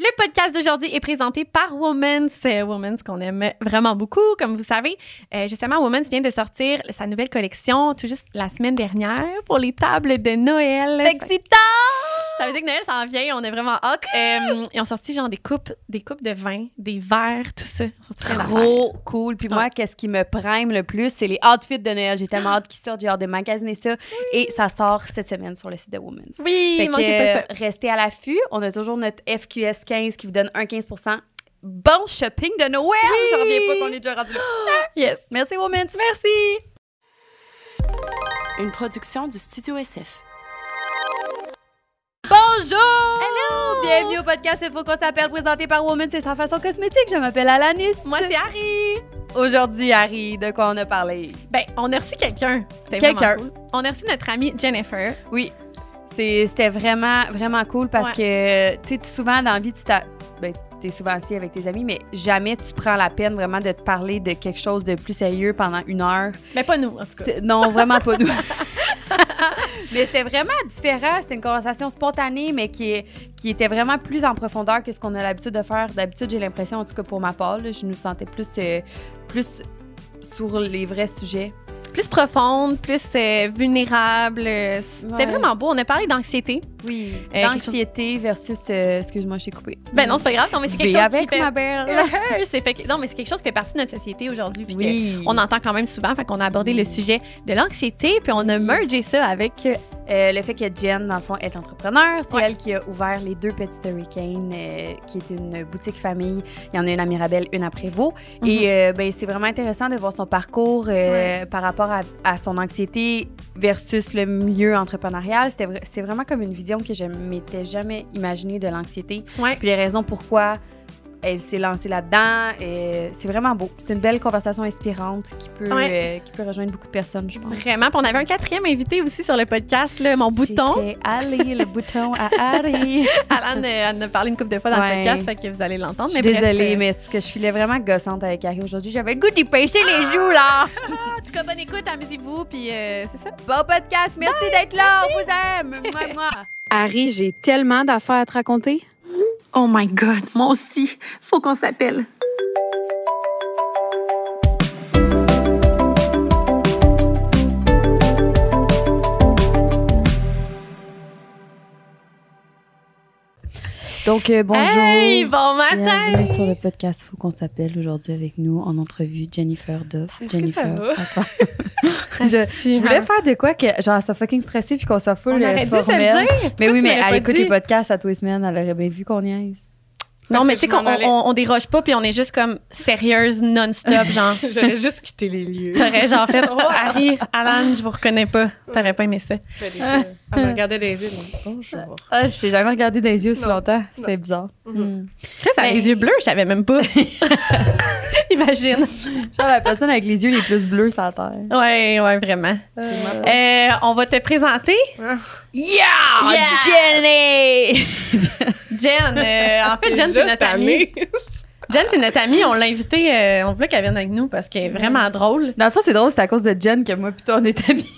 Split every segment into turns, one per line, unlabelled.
Le podcast d'aujourd'hui est présenté par Woman's, euh, Woman's qu'on aime vraiment beaucoup, comme vous savez. Euh, justement, Woman's vient de sortir sa nouvelle collection tout juste la semaine dernière pour les tables de Noël.
Excitant!
Ça veut dire que Noël s'en vient, on est vraiment hâte. Euh, ils ont sorti genre des coupes, des coupes de vin, des verres, tout ça. Ils ont sorti plein d'affaires.
Trop cool. Puis moi, qu'est-ce qui me prime le plus, c'est les outfits de Noël. J'ai tellement hâte qu'ils sortent, j'ai hâte de magasiner ça. Et ça sort cette semaine sur le site de Women's.
Oui,
Fait que,
manquez pas ça.
euh, restez à l'affût. On a toujours notre FQS 15 qui vous donne un 15 Bon shopping de Noël!
Oui.
J'en reviens pas qu'on est déjà rendu là.
Yes.
Merci, Woman.
Merci.
Une production du Studio SF.
Bonjour!
euh, Hello!
Bienvenue au podcast Il faut qu'on s'appelle, présenté par Woman. C'est sans façon cosmétique. Je m'appelle Alanis.
Moi, c'est Harry.
Aujourd'hui, Harry, de quoi on a parlé?
Ben, on a reçu quelqu'un. C'était
Quelqu'un.
vraiment cool. On a reçu notre amie Jennifer.
Oui. C'est- C'était vraiment, vraiment cool parce que, tu sais, souvent dans la vie, tu t'as- ben, t'es souvent assis avec tes amis, mais jamais tu prends la peine vraiment de te parler de quelque chose de plus sérieux pendant une heure.
Mais Ben, pas nous, en tout cas.
C'est- Non, vraiment pas nous. mais c'était vraiment différent. C'était une conversation spontanée, mais qui, est- qui était vraiment plus en profondeur que ce qu'on a l'habitude de faire. D'habitude, j'ai l'impression, en tout cas pour ma part, là, je nous sentais plus, euh, plus sur les vrais sujets.
Plus profonde, plus euh, vulnérable. euh, C'était
Ouais.
vraiment beau. On a parlé d'anxiété.
Oui.
Euh,
L'anxiété versus. euh, Excuse-moi, je t'ai coupé.
Ben non, c'est pas grave. Non, mais c'est quelque
Vais
chose
avec
qui fait...
ma belle.
Euh, c'est fait que- Non, mais c'est quelque chose qui fait partie de notre société aujourd'hui. puis que
Oui.
On entend quand même souvent, fait qu'on a abordé le sujet de l'anxiété, puis on a
Oui.
mergé ça avec euh,
Euh, le fait que Jen, dans le fond, est entrepreneur, c'est
Ouais.
elle qui a ouvert les deux petites Hurricanes, euh, qui est une boutique famille. Il y en a une à Mirabel, une à Prévost.
Mhm.
Et euh, ben, c'est vraiment intéressant de voir son parcours euh,
Ouais.
par rapport à, à son anxiété versus le milieu entrepreneurial. C'était vra- C'est vraiment comme une vision que je m'étais jamais imaginée de l'anxiété.
Ouais.
Puis les raisons pourquoi elle s'est lancée là-dedans. euh, c'est vraiment beau. C'est une belle conversation inspirante qui peut,
Ouais.
euh, qui peut rejoindre beaucoup de personnes, je pense.
vraiment. Puis on avait un quatrième invité aussi sur le podcast, là, mon bouton.
C'était Allez, le bouton à Harry.
Alan euh, en a parlé une couple de fois dans le
Ouais.
podcast, fait que vous allez l'entendre.
Je
mais
suis
bref,
désolée,
euh,
mais c'est parce que je filais vraiment gossante avec Harry aujourd'hui. J'avais le goût d'y pêcher les joues, là.
En tout cas, bonne écoute, amusez-vous, puis euh, c'est ça.
Bon podcast, merci d'être là. On vous aime. Moi, moi.
Harry, j'ai tellement d'affaires à te raconter.
Oh my God, moi aussi. Faut qu'on s'appelle.
Donc, euh, bonjour.
Hey, bon matin!
Bienvenue sur le podcast Faut qu'on s'appelle aujourd'hui avec nous en entrevue Jennifer Duff.
Est-ce que ça
Jennifer,
va?
à toi. je, je voulais faire de quoi que genre soit fucking stressée puis qu'on soit full
On
euh,
aurait dû se le
formel.
dire.
Mais
Pourquoi
oui,
tu
mais
m'aurais pas
elle écoute
dit?
les podcasts à tous les semaines, elle aurait bien vu qu'on niaise.
Non,
Parce
mais
que
tu sais
je m'en
qu'on on,
allais.
on déroge pas, puis on est juste comme sérieuse non-stop, genre.
J'allais juste quitter les lieux.
T'aurais genre fait, oh, Harry, Alan, je vous reconnais pas. T'aurais pas aimé ça.
Fais des choses. Elle me regardait les yeux. donc, Bonjour.
Ah, je t'ai jamais regardé dans les yeux aussi
Non.
longtemps. C'est bizarre.
Mm-hmm.
Mhm.
Mm.
Chris a
Mais-
les yeux bleus, je savais même pas. Imagine.
Genre la personne avec les yeux les plus bleus sur la terre.
Ouais, ouais, vraiment. Euh, on va te présenter.
Yeah! Jenny!
Jen, euh, en fait, Jen, c'est notre amie. Jen, c'est notre amie. On l'a invitée. euh, on voulait qu'elle vienne avec nous parce qu'elle est vraiment drôle.
Dans le fond, c'est drôle, c'est à cause de Jen que moi, plutôt, on est amis.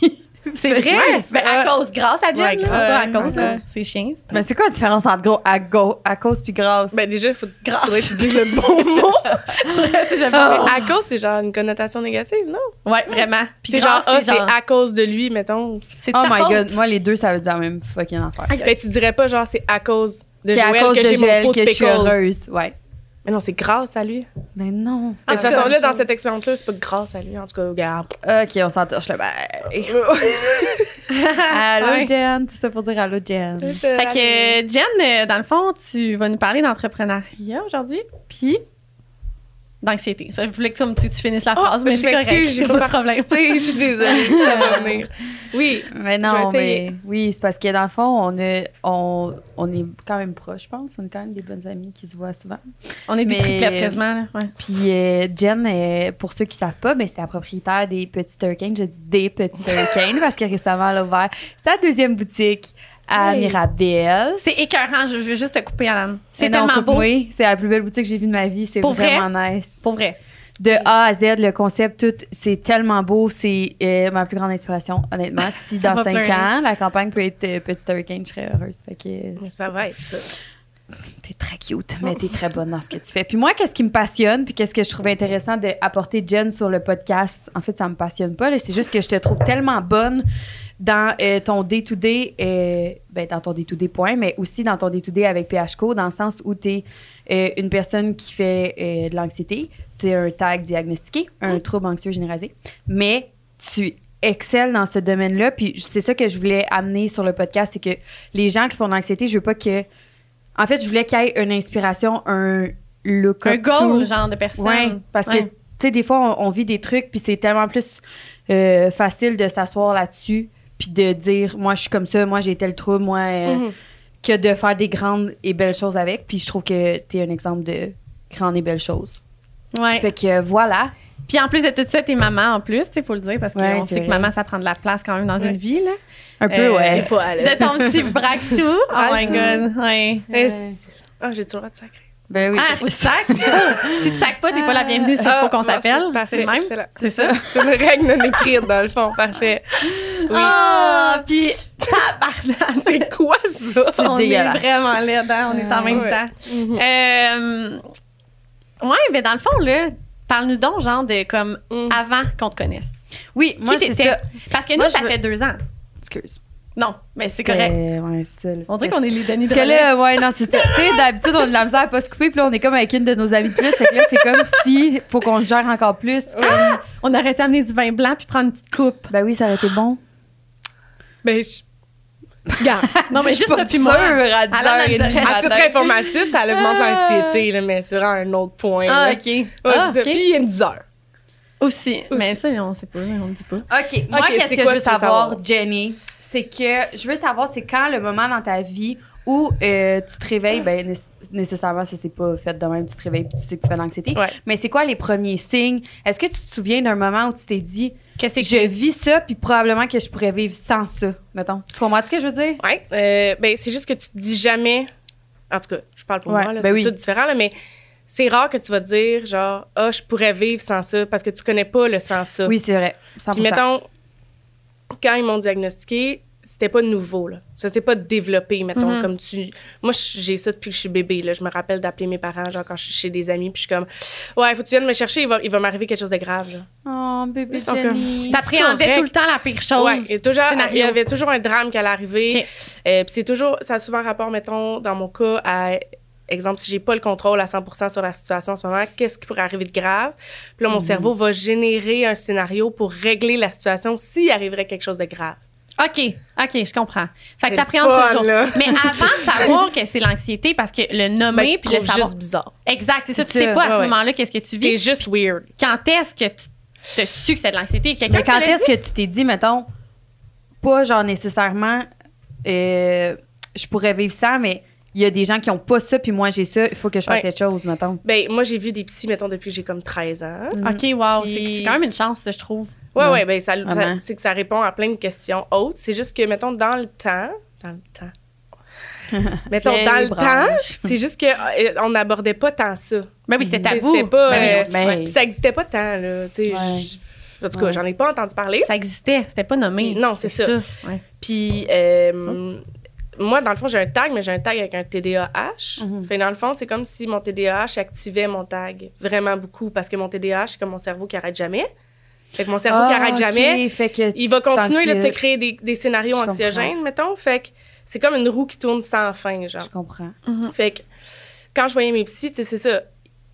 C'est vrai? Ben, à
Ouais.
cause, grâce à Jen.
Ouais,
là.
grâce.
Pas à cause,
Ouais.
là. c'est chiant. ça.
Mais c'est quoi la différence entre gros, à, go, à cause puis grâce?
Ben déjà, il faut faudrait que tu dises le bon mot. Ah.
Oh.
À cause, c'est genre une connotation négative, non?
Ouais, vraiment. Puis
C'est genre,
grâce,
ah,
c'est
c'est
genre,
à cause de lui, mettons.
c'est
oh
ta
my
faute.
god, moi, les deux, ça veut dire la même fucking affaire.
Aïe,
Mais tu dirais pas, genre, c'est à cause de
C'est à
Joël
cause
que
de
j'ai mon
Joël
pot de
que je suis
pickle.
heureuse. Ouais.
Mais non, c'est grâce à lui.
Mais
En
non.
De toute
tout cas,
façon, là,
je-
dans cette expérience-là, c'est pas de grâce à lui. En tout cas, regarde.
Ok, on s'entorche le bail. Allô,
Ah,
Ouais.
Jen. Tout ça pour dire allô, Jen.
Fait que euh, Jen, euh, dans le fond, tu vas nous parler d'entrepreneuriat aujourd'hui, puis d'anxiété. Ça, Je voulais que tu, tu- tu finisses la
Oh,
phrase, mais
je
c'est correct.
m'excuse, j'ai pas participé, Je suis désolée, ça va venir. Oui.
Mais
Je vais
non,
essayer.
mais oui, c'est parce que dans le fond, on, est- on, on est quand même proches, je pense. On est quand même des bonnes amies qui se voient souvent.
On est des
Mais-
triplettes quasiment. Là. Ouais.
Puis euh, Jen, euh, pour ceux qui savent pas, ben, c'était la propriétaire des Petits Hurricanes. J'ai dit des Petits Hurricanes parce que récemment, elle a ouvert sa deuxième boutique à
Hey.
Mirabel.
C'est écœurant, je, je veux juste te couper, Alan. C'est
Mais non,
tellement beau,
coupe-moi. C'est la plus belle boutique que j'ai vue de ma vie. C'est
Pour vrai?
vraiment nice.
pour vrai.
De A à Z, le concept, tout, c'est tellement beau. C'est euh, ma plus grande inspiration, honnêtement. Si dans
va
cinq
pleurer.
ans, la campagne peut être euh, Petit Hurricane, je serais heureuse. Fait que,
Ça va être ça.
T'es très cute, mais t'es très bonne dans ce que tu fais. Puis moi, qu'est-ce qui me passionne, puis qu'est-ce que je trouve intéressant d'apporter Jen sur le podcast? En fait, ça me passionne pas. là. C'est juste que je te trouve tellement bonne dans euh, ton day-to-day, euh, ben, dans ton day-to-day point, mais aussi dans ton day-to-day avec PHCO, dans le sens où t'es euh, une personne qui fait euh, de l'anxiété, t'es un tag diagnostiqué, un trouble anxieux généralisé, mais tu excelles dans ce domaine-là. Puis c'est ça que je voulais amener sur le podcast, c'est que les gens qui font de l'anxiété, je veux pas que... En fait, je voulais qu'il y ait une inspiration, un look
Un
up to-
goal, genre de personne.
Ouais, parce que,
Ouais.
tu sais, des fois, on, on vit des trucs, puis c'est tellement plus euh, facile de s'asseoir là-dessus, puis de dire, moi, je suis comme ça, moi, j'ai tel trouble, moi, euh,
Mm-hmm.
Mhm.
que de faire des grandes et belles choses avec. Puis je trouve que tu es un exemple de grandes et belles choses.
Ouais.
Fait que euh, voilà.
Puis en plus de tout ça, t'es maman en plus, il faut le dire, parce qu'on
Ouais, c'est
sait que
vrai.
maman, ça prend de la place quand même dans
Ouais.
une vie. Là.
Un peu,
Euh,
Des
ouais.
fois, là.
De ton petit braque sous. Oh my god. Ouais.
Eh, c'est- Ah, j'ai toujours le droit de sacrer.
Ben oui.
Ah, faut que tu sacs. si tu sacs pas, t'es pas la bienvenue, c'est
Ah,
faut qu'on
merci.
s'appelle.
Parfait,
C'est le même.
excellent.
C'est ça.
C'est une règle non écrite, dans le fond. Parfait. Oui.
Ah, puis tabarnak.
C'est quoi ça?
C'est
On est
dégueulasse.
vraiment laide, hein, on est en même
Ouais.
temps. Euh, ouais, mais dans le fond, là, parle-nous donc, genre, de comme
Mm.
avant qu'on te connaisse.
Oui, moi,
Qui
c'est
t'étais?
ça.
Parce que nous,
Moi,
ça
je veux-
fait deux ans.
Excuse.
Non, mais c'est correct.
Euh, ouais, c'est ça. là,
On dirait
c'est
qu'on est les Denis
Parce que là, ouais, non, c'est ça. tu sais, d'habitude, on a de la misère à pas se couper, puis là, on est comme avec une de nos amies de plus. Fait que là, c'est comme si faut qu'on se gère encore plus.
On aurait été amener du vin blanc puis prendre une petite coupe.
Ben oui, ça aurait été bon.
Ben, je-
Non, mais
Je suis
juste
pas
toi puis
sûre,
moi.
à 10
Alain,
heures et
elle
demie
dirait-
matin.
à titre informatif, ça augmente
Ah.
l'anxiété, là, mais c'est vraiment un autre point. là.
Ah, OK.
Ouais,
Ah,
c'est ça.
ok.
Puis il y a 10 heures.
Aussi. Mais
Aussi.
ça, on sait pas, on le dit pas.
OK, moi,
Ok,
qu'est-ce
c'est
que
quoi
je veux
tu veux
savoir,
savoir?
Jenny? C'est que je veux savoir, c'est quand le moment dans ta vie où euh, tu te réveilles, ben né- nécessairement, ça, c'est pas fait de même, tu te réveilles puis tu sais que tu fais de l'anxiété.
Ouais.
Mais c'est quoi les premiers signes? Est-ce que tu te souviens d'un moment où tu t'es dit,
Qu'est-ce que
je vis ça, puis probablement que je pourrais vivre sans ça, mettons? Tu comprends ce que je veux dire?
Ouais. euh, ben, c'est juste que tu te dis jamais. En tout cas, je parle pour
Ouais,
moi, là,
ben
c'est
oui.
tout différent, là, mais c'est rare que tu vas te dire, genre, ah, je pourrais vivre sans ça, parce que tu connais pas le sans ça.
Oui, c'est vrai. 100%.
Puis mettons, quand ils m'ont diagnostiqué, c'était pas nouveau, là. Ça s'est pas développé, mettons,
Mhm.
comme tu... Moi, je- j'ai ça depuis que je suis bébé, là. Je me rappelle d'appeler mes parents, genre, quand je suis chez des amis, puis je suis comme, ouais, faut que tu viennes me chercher, il va, il va m'arriver quelque chose de grave, là.
Oh, bébé
Ils sont comme-
Jenny.
T'appréhendais
correct.
tout le temps la pire chose.
Ouais, et toujours- il y
Scénario.
avait toujours un drame qui allait arriver.
Ok.
Euh, puis c'est toujours, ça a souvent rapport, mettons, dans mon cas, à, exemple, si j'ai pas le contrôle à 100 sur la situation en ce moment, qu'est-ce qui pourrait arriver de grave? Puis là,
Mm-hmm.
mon cerveau va générer un scénario pour régler la situation s'il arriverait quelque chose de grave.
OK, OK, je comprends. Fait que
C'est
t'appréhendes
fun,
toujours.
là.
Mais avant de savoir que c'est l'anxiété, parce que le
Ben,
nommer
tu
puis le
trouves
savoir.
juste bizarre.
Exact, c'est ça.
C'est
Tu sais
ça,
pas à ce
ouais, ouais.
moment-là qu'est-ce que tu
T'es
vis.
juste weird.
Quand est-ce que tu te su que c'est de l'anxiété? Quelqu'un
Mais quand
te l'a
est-ce
dit?
que tu t'es dit, mettons, pas genre nécessairement, euh, je pourrais vivre sans, mais il y a des gens qui ont pas ça, puis moi j'ai ça, il faut que je fasse
Ouais.
quelque chose, mettons.
Ben, moi, j'ai vu des psys, mettons, depuis que j'ai comme 13 ans.
OK, wow,
Puis-
c'est- c'est quand même une chance, ça, je trouve.
Ouais,
Non.
ouais, ben, ça, ça-
Vraiment.
c'est que ça répond à plein de questions hautes. C'est juste que, mettons, dans le temps, dans le temps, mettons,
Vieille
dans le
branche.
temps, c'est juste que euh, on n'abordait pas tant ça.
Ben oui, c'était
T'sais,
tabou.
C'était pas,
Ben
euh,
oui,
ben-
puis ça n'existait pas tant, là. tu sais,
Ouais.
je- en tout cas, j'en ai pas entendu parler.
Ça existait, c'était pas nommé.
Non, c'est ça.
ouais.
Puis, euh, moi, dans le fond, j'ai un tag, mais j'ai un tag avec un TDAH.
Mhm.
Fait que dans le fond, c'est comme si mon TDAH activait mon tag vraiment beaucoup parce que mon TDAH, c'est comme mon cerveau qui arrête jamais. Fait que mon cerveau qui
Ah,
arrête
ok,
jamais,
fait que
il va
tu
continuer là, tu sais,
t'anxieux-
créer des, des scénarios
Je
anxiogènes, mettons. Fait que c'est comme une roue qui tourne sans fin, genre.
Je comprends.
Fait que quand je voyais mes psys, tu sais, c'est ça.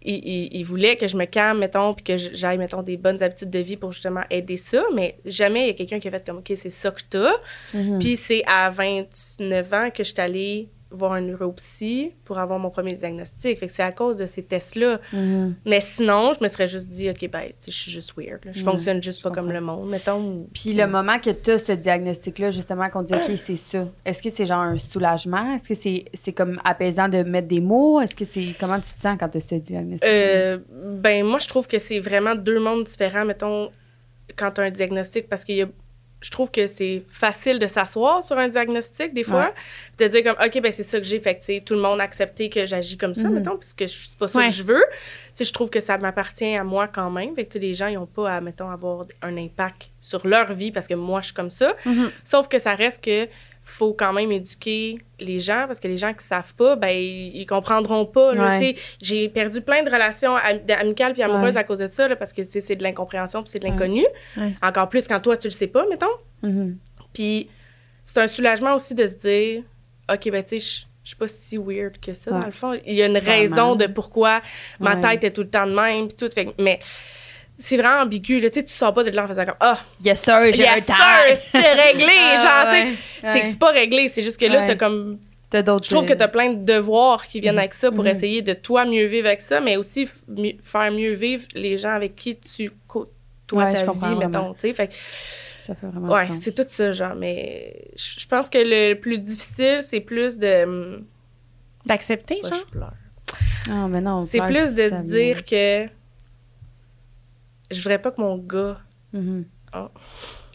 Ils, ils- ils voulaient que je me calme, mettons, puis que je- j'aille, mettons, des bonnes habitudes de vie pour justement aider ça. Mais jamais il y a quelqu'un qui a fait comme, OK, c'est ça que t'as.
Mhm.
Puis c'est à 29 ans que je suis allée voir un neuropsy pour avoir mon premier diagnostic. Fait que c'est à cause de ces tests-là.
Mhm.
Mais sinon, je me serais juste dit, OK, ben, tu sais, je suis juste weird. là. Je
Ouais,
fonctionne juste pas comme
comprends.
le monde, mettons. ou-
Puis le moment que tu as ce diagnostic-là, justement, qu'on dit, OK, c'est ça, est-ce que c'est genre un soulagement? Est-ce que c'est c'est comme apaisant de mettre des mots? Est-ce que c'est. Comment tu te sens quand tu as ce diagnostic?
Euh, ben moi je trouve que c'est vraiment deux mondes différents mettons quand tu as un diagnostic parce qu'il y a je trouve que c'est facile de s'asseoir sur un diagnostic des fois, puis de dire comme OK ben c'est ça que j'ai fait, que, tu sais, tout le monde a accepté que j'agis comme ça
Mhm.
mettons puisque je- c'est pas ça
Ouais.
que je veux. Tu sais je trouve que ça m'appartient à moi quand même, fait que, tu sais, les gens ils ont pas à
Mm-hmm.
mettons avoir un impact sur leur vie parce que moi je suis comme ça.
Mhm.
Sauf que ça reste que faut quand même éduquer les gens parce que les gens qui savent pas, ben ils, ils comprendront pas. là,
Ouais.
tu sais. J'ai perdu plein de relations am- d- amicales puis amoureuses
Ouais.
à cause de ça là, parce que tu sais, c'est de l'incompréhension puis c'est de
Ouais.
l'inconnu.
Ouais.
Encore plus quand toi tu le sais pas, mettons.
Mhm.
Puis c'est un soulagement aussi de se dire OK, ben tu sais, je- je suis pas si weird que ça,
Ouais.
dans le fond. Il y a une
Vraiment.
raison de pourquoi ma
Ouais.
tête est tout le temps de même, puis tout. Fait, que- mais c'est vraiment ambigu, là. Tu sais, tu sors pas de là en faisant comme Ah,
Yes, sir, j'ai
yes,
un
sir,
tag.
c'est réglé,
Ah,
genre, tu sais.
ouais,
C'est
ouais.
que c'est pas réglé, c'est juste que là,
Ouais.
t'as comme.
T'as d'autres
Je trouve que t'as plein de devoirs qui viennent
Mhm.
avec ça pour
Mhm.
essayer de toi mieux vivre avec ça, mais aussi f- mieux- faire mieux vivre les gens avec qui tu côtoies
Ouais, je
ta
comprends
vie,
vraiment.
mettons, tu sais. Fait que
Ça fait vraiment
Ouais,
du sens.
c'est tout ça, genre. Mais je je pense que le plus difficile, c'est plus de. hum,
D'accepter,
bah,
genre.
je pleure.
Ah, mais non, on
C'est
parle,
plus de
ça vient.
se dire que. Je voudrais pas que mon gars.
Mhm.
Ah.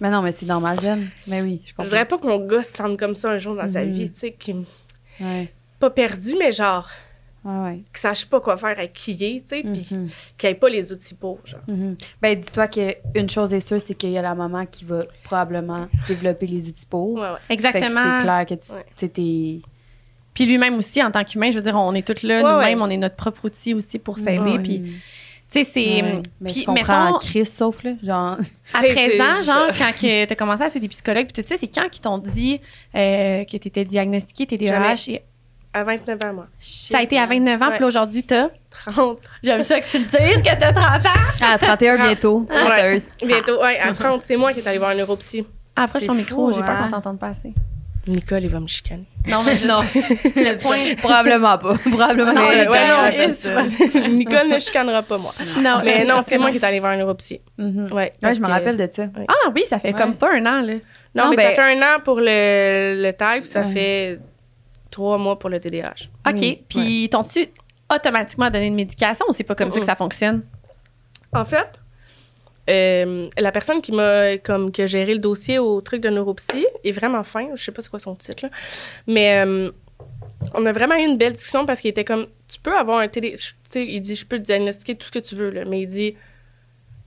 Mais non, mais c'est normal, jeune. Mais oui, je
Je
comprends.
voudrais pas que mon gars se sente comme ça un jour dans sa
Mhm.
vie, tu sais, qu'il m-
Ouais,
pas perdu, mais genre,
ouais, ouais.
qu'il sache pas quoi faire avec qui il est, tu sais, puis
Mhm.
qu'il ait pas les outils pour, genre.
Mhm. Ben, dis-toi qu'une chose est sûre, c'est qu'il y a la maman qui va probablement développer les outils pour.
Ouais, ouais.
Fait que
Exactement.
C'est clair que tu
Ouais.
tu sais, t'es.
Puis lui-même aussi, en tant qu'humain, je veux dire, on est tous là,
Ouais,
nous-mêmes,
ouais.
on est notre propre outil aussi pour s'aider.
Ouais.
Puis, tu sais, c'est.
Mm.
hum,
Ouais. Mais
Puis,
je comprends
mettons,
Chris, sauf, là, genre.
à
C'est-
13 ans,
c'est-
genre, quand tu as commencé à suivre des psychologues, puis tout ça, c'est quand qu'ils t'ont dit euh, que tu étais diagnostiqué
Jamais.
TDAH? E Et
À 29 ans, moi.
ça a été à 29 ans,
Ouais.
puis là, aujourd'hui, t'as.
30.
J'aime ça que tu le dises, que t'as 30 ans.
À 31 bientôt.
Ouais.
Chanteuse.
Bientôt, ouais, à 30, c'est moi qui est allée voir un neuropsy.
Approche ton
C'est
micro,
fou,
j'ai peur
hein.
qu'on t'entende pas assez.
Nicole, il va me chicaner.
Non, mais
Non, le point. Probablement pas. Probablement
Non,
pas.
mais
le
ouais,
gagnant,
non,
c'est
il-
ça.
Nicole ne chicanera pas moi.
non,
Mais non, c'est moi
qui.
qui est allée voir un neuropsy.
Mhm.
Ouais,
Ouais,
parce
je me
que-
rappelle de ça.
Ah oui, ça fait
Ouais.
comme pas un an, là.
Non,
Non,
mais
ben-
ça fait un an pour le, le tag, puis ça
Ouais.
fait trois mois pour le TDAH.
OK.
Oui,
Puis, t'ont-tu automatiquement donné une médication ou c'est pas comme ça que ça fonctionne?
En fait, euh, la personne qui m'a comme qui a géré le dossier au truc de neuropsy est vraiment fin. Je sais pas c'est quoi son titre là, mais euh, on a vraiment eu une belle discussion parce qu'il était comme tu peux avoir un TD, je- tu sais, il dit je peux te diagnostiquer tout ce que tu veux là, mais il dit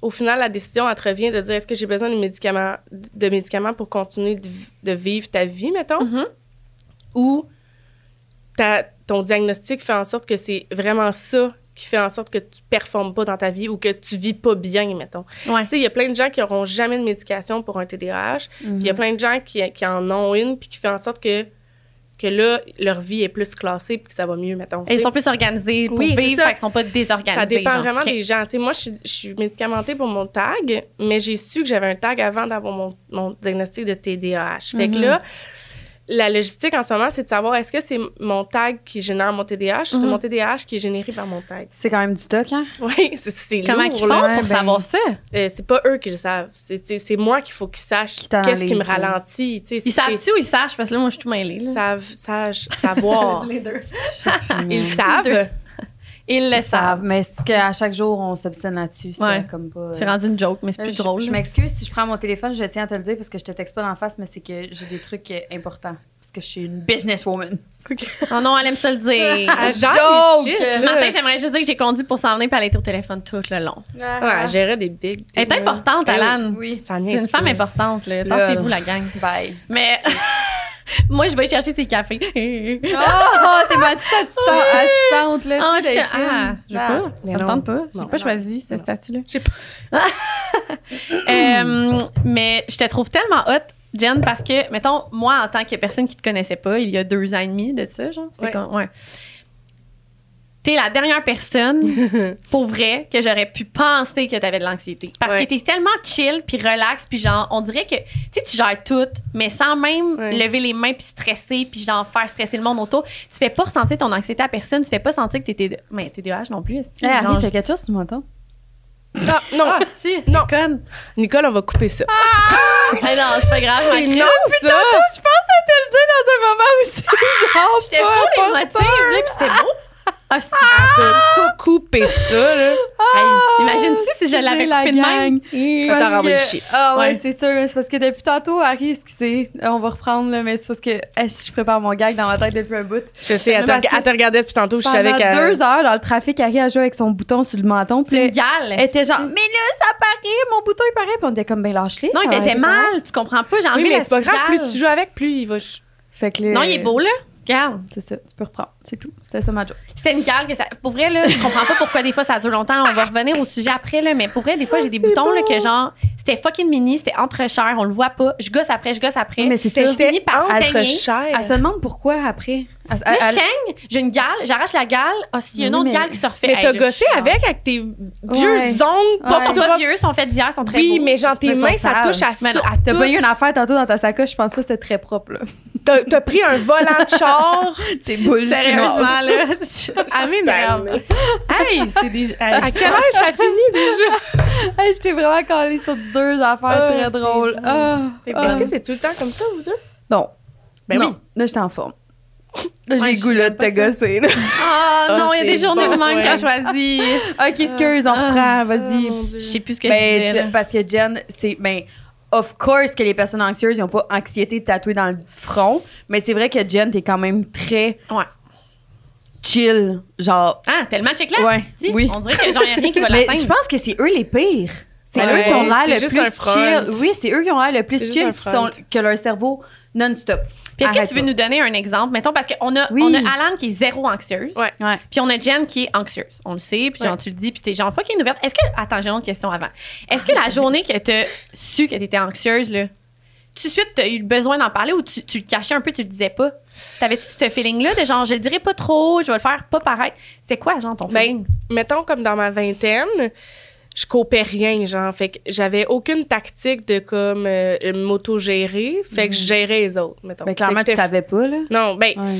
au final la décision elle te revient de dire est-ce que j'ai besoin de médicaments de médicaments pour continuer de, vi- de vivre ta vie mettons ou ta- ton diagnostic fait en sorte que c'est vraiment ça qui fait en sorte que tu performes pas dans ta vie ou que tu vis pas bien, mettons.
Ouais.
Tu sais, il y a plein de gens qui auront jamais de médication pour un TDAH, puis il y a
Mhm.
plein de gens qui, qui en ont une, puis qui fait en sorte que, que là, leur vie est plus classée, puis que ça va mieux, mettons.
Ils
Tu sais,
sont plus organisés pour
Oui, c'est
vivre,
ça.
fait qu'ils sont pas désorganisés.
ça dépend
genre.
vraiment
OK.
des gens. Tu sais, moi, je suis, je suis médicamentée pour mon tag, mais j'ai su que j'avais un tag avant d'avoir mon, mon diagnostic de TDAH. Fait que
Mhm.
là, la logistique en ce moment, c'est de savoir est-ce que c'est mon tag qui génère mon TDAH ou c'est
Mhm.
mon TDAH qui est généré par mon tag.
C'est quand même du stock, hein?
Oui, c'est, c'est
Comment
lourd,
ils font
là.
là,
pour
ben-
savoir ça?
Euh, c'est pas eux qui le savent. C'est, c'est- c'est moi qu'il faut qu'ils sachent
Qui t'analyse,
qu'est-ce qui me
ouais.
ralentit. tu sais,
Ils
c'est-
savent-tu ou ils sachent? Parce que là, moi, je suis tout mêlée.
Ils
là.
savent, sachent, savoir.
hein?
Ils savent.
Ils le
Ils savent,
savent.
mais c'est qu'à chaque jour, on s'obstine là-dessus. C'est
Ouais.
comme pas.
C'est rendu une joke, mais c'est
Là,
plus
je-
drôle.
Je,
là.
m'excuse si je prends mon téléphone, je tiens à te le dire parce que je te texte pas d'en face, mais c'est que j'ai des trucs euh, importants. Parce que je suis une businesswoman.
Oh non, elle aime ça le dire.
Ah,
Ce
genre,
joke.
shit,
Ce
là.
matin, j'aimerais juste dire que j'ai conduit pour s'en venir, puis elle était au téléphone tout le long.
Ouais, elle gérait des big.
Ah. Elle est
deals.
importante,
Eh oui,
Alan.
oui. Ça
C'est
niaise
une femme
pas.
importante, là.
Lol.
Pensez-vous, la gang.
Bye.
Mais moi, je vais chercher ses cafés.
Oh, t'es ma petite assistante, là.
Ah, je te... Ah, je veux pas.
Mais
ça me
non.
tente pas. J'ai
Non,
pas
non.
choisi ce
Non.
statut-là.
J'ai pas-
Euh, mais je te trouve tellement hot, Jen, parce que, mettons, moi, en tant que personne qui te connaissait pas, il y a deux ans et demi de ça, genre, ça fait
Ouais.
comme- ouais. T'es la dernière personne, pour vrai, que j'aurais pu penser que t'avais de l'anxiété. Parce
Ouais.
que t'es tellement chill, puis relax, puis genre, on dirait que, tu sais, tu gères tout, mais sans même
Ouais.
lever les mains, puis stresser, puis genre faire stresser le monde autour. Tu fais pas ressentir ton anxiété à personne, tu fais pas sentir que t'étais... Mais TDAH non plus,
Eh,
est-ce que-
Hey, Eh, Harry,
genre,
t'as quelque chose sur mon menton?
Ah, non,
Ah, si,
Non.
conne.
Nicole, on va couper ça.
Ah non, c'est pas grave, ma
C'est
crème.
non, ça!
Je pense à te le dire dans un moment aussi. Genre,
J'étais full émotive, là, pis c'était beau. Ah, si.
De cou- couper ça, là.
Hey, Imagine-tu si je l'avais
Ah, la
coupé de même.
gang.
Elle t'a renvoyé chier.
Ah ouais,
Ouais.
c'est sûr. C'est parce que depuis tantôt, Harry, excusez, euh, on va reprendre, là, mais c'est parce que eh, si je prépare mon gag dans ma tête depuis un bout.
Je sais, elle
Non,
te
parce que
elle te regardait depuis tantôt, je
Pendant
savais qu'elle...
deux heures dans le trafic, Harry a joué avec son bouton sur le menton. Puis
euh, C'est une
là, elle
gale.
était genre, mais là, ça paraît, mon bouton, il paraît. Puis on était comme, ben lâche-les.
Non, il
ça va
était
être
mal, tu comprends pas, j'ai envie
Oui, mais
la
c'est pas grave,
cigale.
plus tu joues avec, plus il va... ch-
Fait que là,
Non, il est beau, là. Regarde.
C'est ça, tu peux reprendre. C'est tout. C'était ça ma joke.
C'était une gale que ça. Pour vrai, là, je comprends pas pourquoi des fois ça dure longtemps. On va revenir au sujet après, là. Mais pour vrai, des fois, j'ai des
c'est
boutons, là,
beau.
que genre, c'était fucking mini, c'était entre chairs, on le voit pas. Je gosse après, je gosse après.
Mais c'est
Puis
ça.
je finis par
Entre
saigner.
chairs.
Elle se demande pourquoi après. Elle-
Là,
elle-
je saigne, j'ai une gale, j'arrache la gale. Ah, s'il y a une
Oui,
autre
mais-
gale qui se refait.
Mais
Hey,
t'as
là, je
gossé
suis genre-
avec, avec tes vieux
Ouais. Ouais.
ongles. Pas
Sont
ton
tous vieux, sont faits d'hier, sont très
Oui,
beaux.
mais genre tes
Mais
mains,
sont
ça
sales.
touche à ça.
Mais non,
à
T'as
tout.
pas eu une affaire tantôt dans ta sacoche, je pense pas que c'était très propre, là.
T'as t'as pris un volant de char.
T'es boules
Sérieusement,
chinoises.
là.
Ah, m'énerve.
Hey, c'est des... Hey,
À quelle heure ça finit déjà?
hey, je t'ai Ah, vraiment collé sur deux affaires
Ah,
très
c'est
drôles.
drôle.
Ah, ah.
Est-ce que c'est tout le temps comme ça, vous deux?
Non.
Ben
non.
oui.
Là, j'étais en forme. Là, j'ai
Ouais,
le goût, là, de te gosser, là.
Ah, non, il y a
c'est
des journées de
bon,
même
ouais.
que je choisis.
OK, excuse, on
Ah.
reprend, vas-y.
Je sais plus ce que je
Ben,
disais. là.
tu- parce que Jen, c'est. Ben, of course que les personnes anxieuses, ils n'ont pas anxiété tatouée dans le front, mais c'est vrai que Jen, t'es quand même très
Ouais.
chill. Genre.
Ah, tellement check là.
Ouais,
Si,
oui.
On dirait que genre, y a rien qui va
Mais
l'atteindre.
je pense que c'est eux les pires. C'est
Ouais,
eux qui ont l'air
c'est
le
juste
plus
un front.
chill. Oui, c'est eux qui ont l'air le plus
C'est juste
chill
un
qui sont,
front.
que leur cerveau non-stop.
Puis est-ce que
Arrête
tu veux
pas.
nous donner un exemple? Mettons, parce qu'on a,
Oui.
on a Alan qui est zéro anxieuse.
Ouais.
Ouais.
Puis on a Jen qui est anxieuse. On le sait. Puis genre,
Ouais.
tu le dis. Puis t'es genre fucking ouverte. Est-ce que. Attends, j'ai une autre question avant. Est-ce que
Ah.
la journée que t'as su que t'étais anxieuse, là, tout de suite, t'as eu besoin d'en parler ou tu, tu le cachais un peu, tu le disais pas? T'avais-tu ce feeling-là de genre, je le dirais pas trop, je vais le faire pas paraître? C'est quoi, genre, ton
Ben,
feeling?
mettons comme dans ma vingtaine, je copais rien, genre. Fait que j'avais aucune tactique de comme euh, m'auto-gérer. Fait que je gérais les autres, mettons.
Mais Mm. Ben, clairement,
Fait que
tu
j'étais-
savais pas, là.
Non, ben,
Ouais.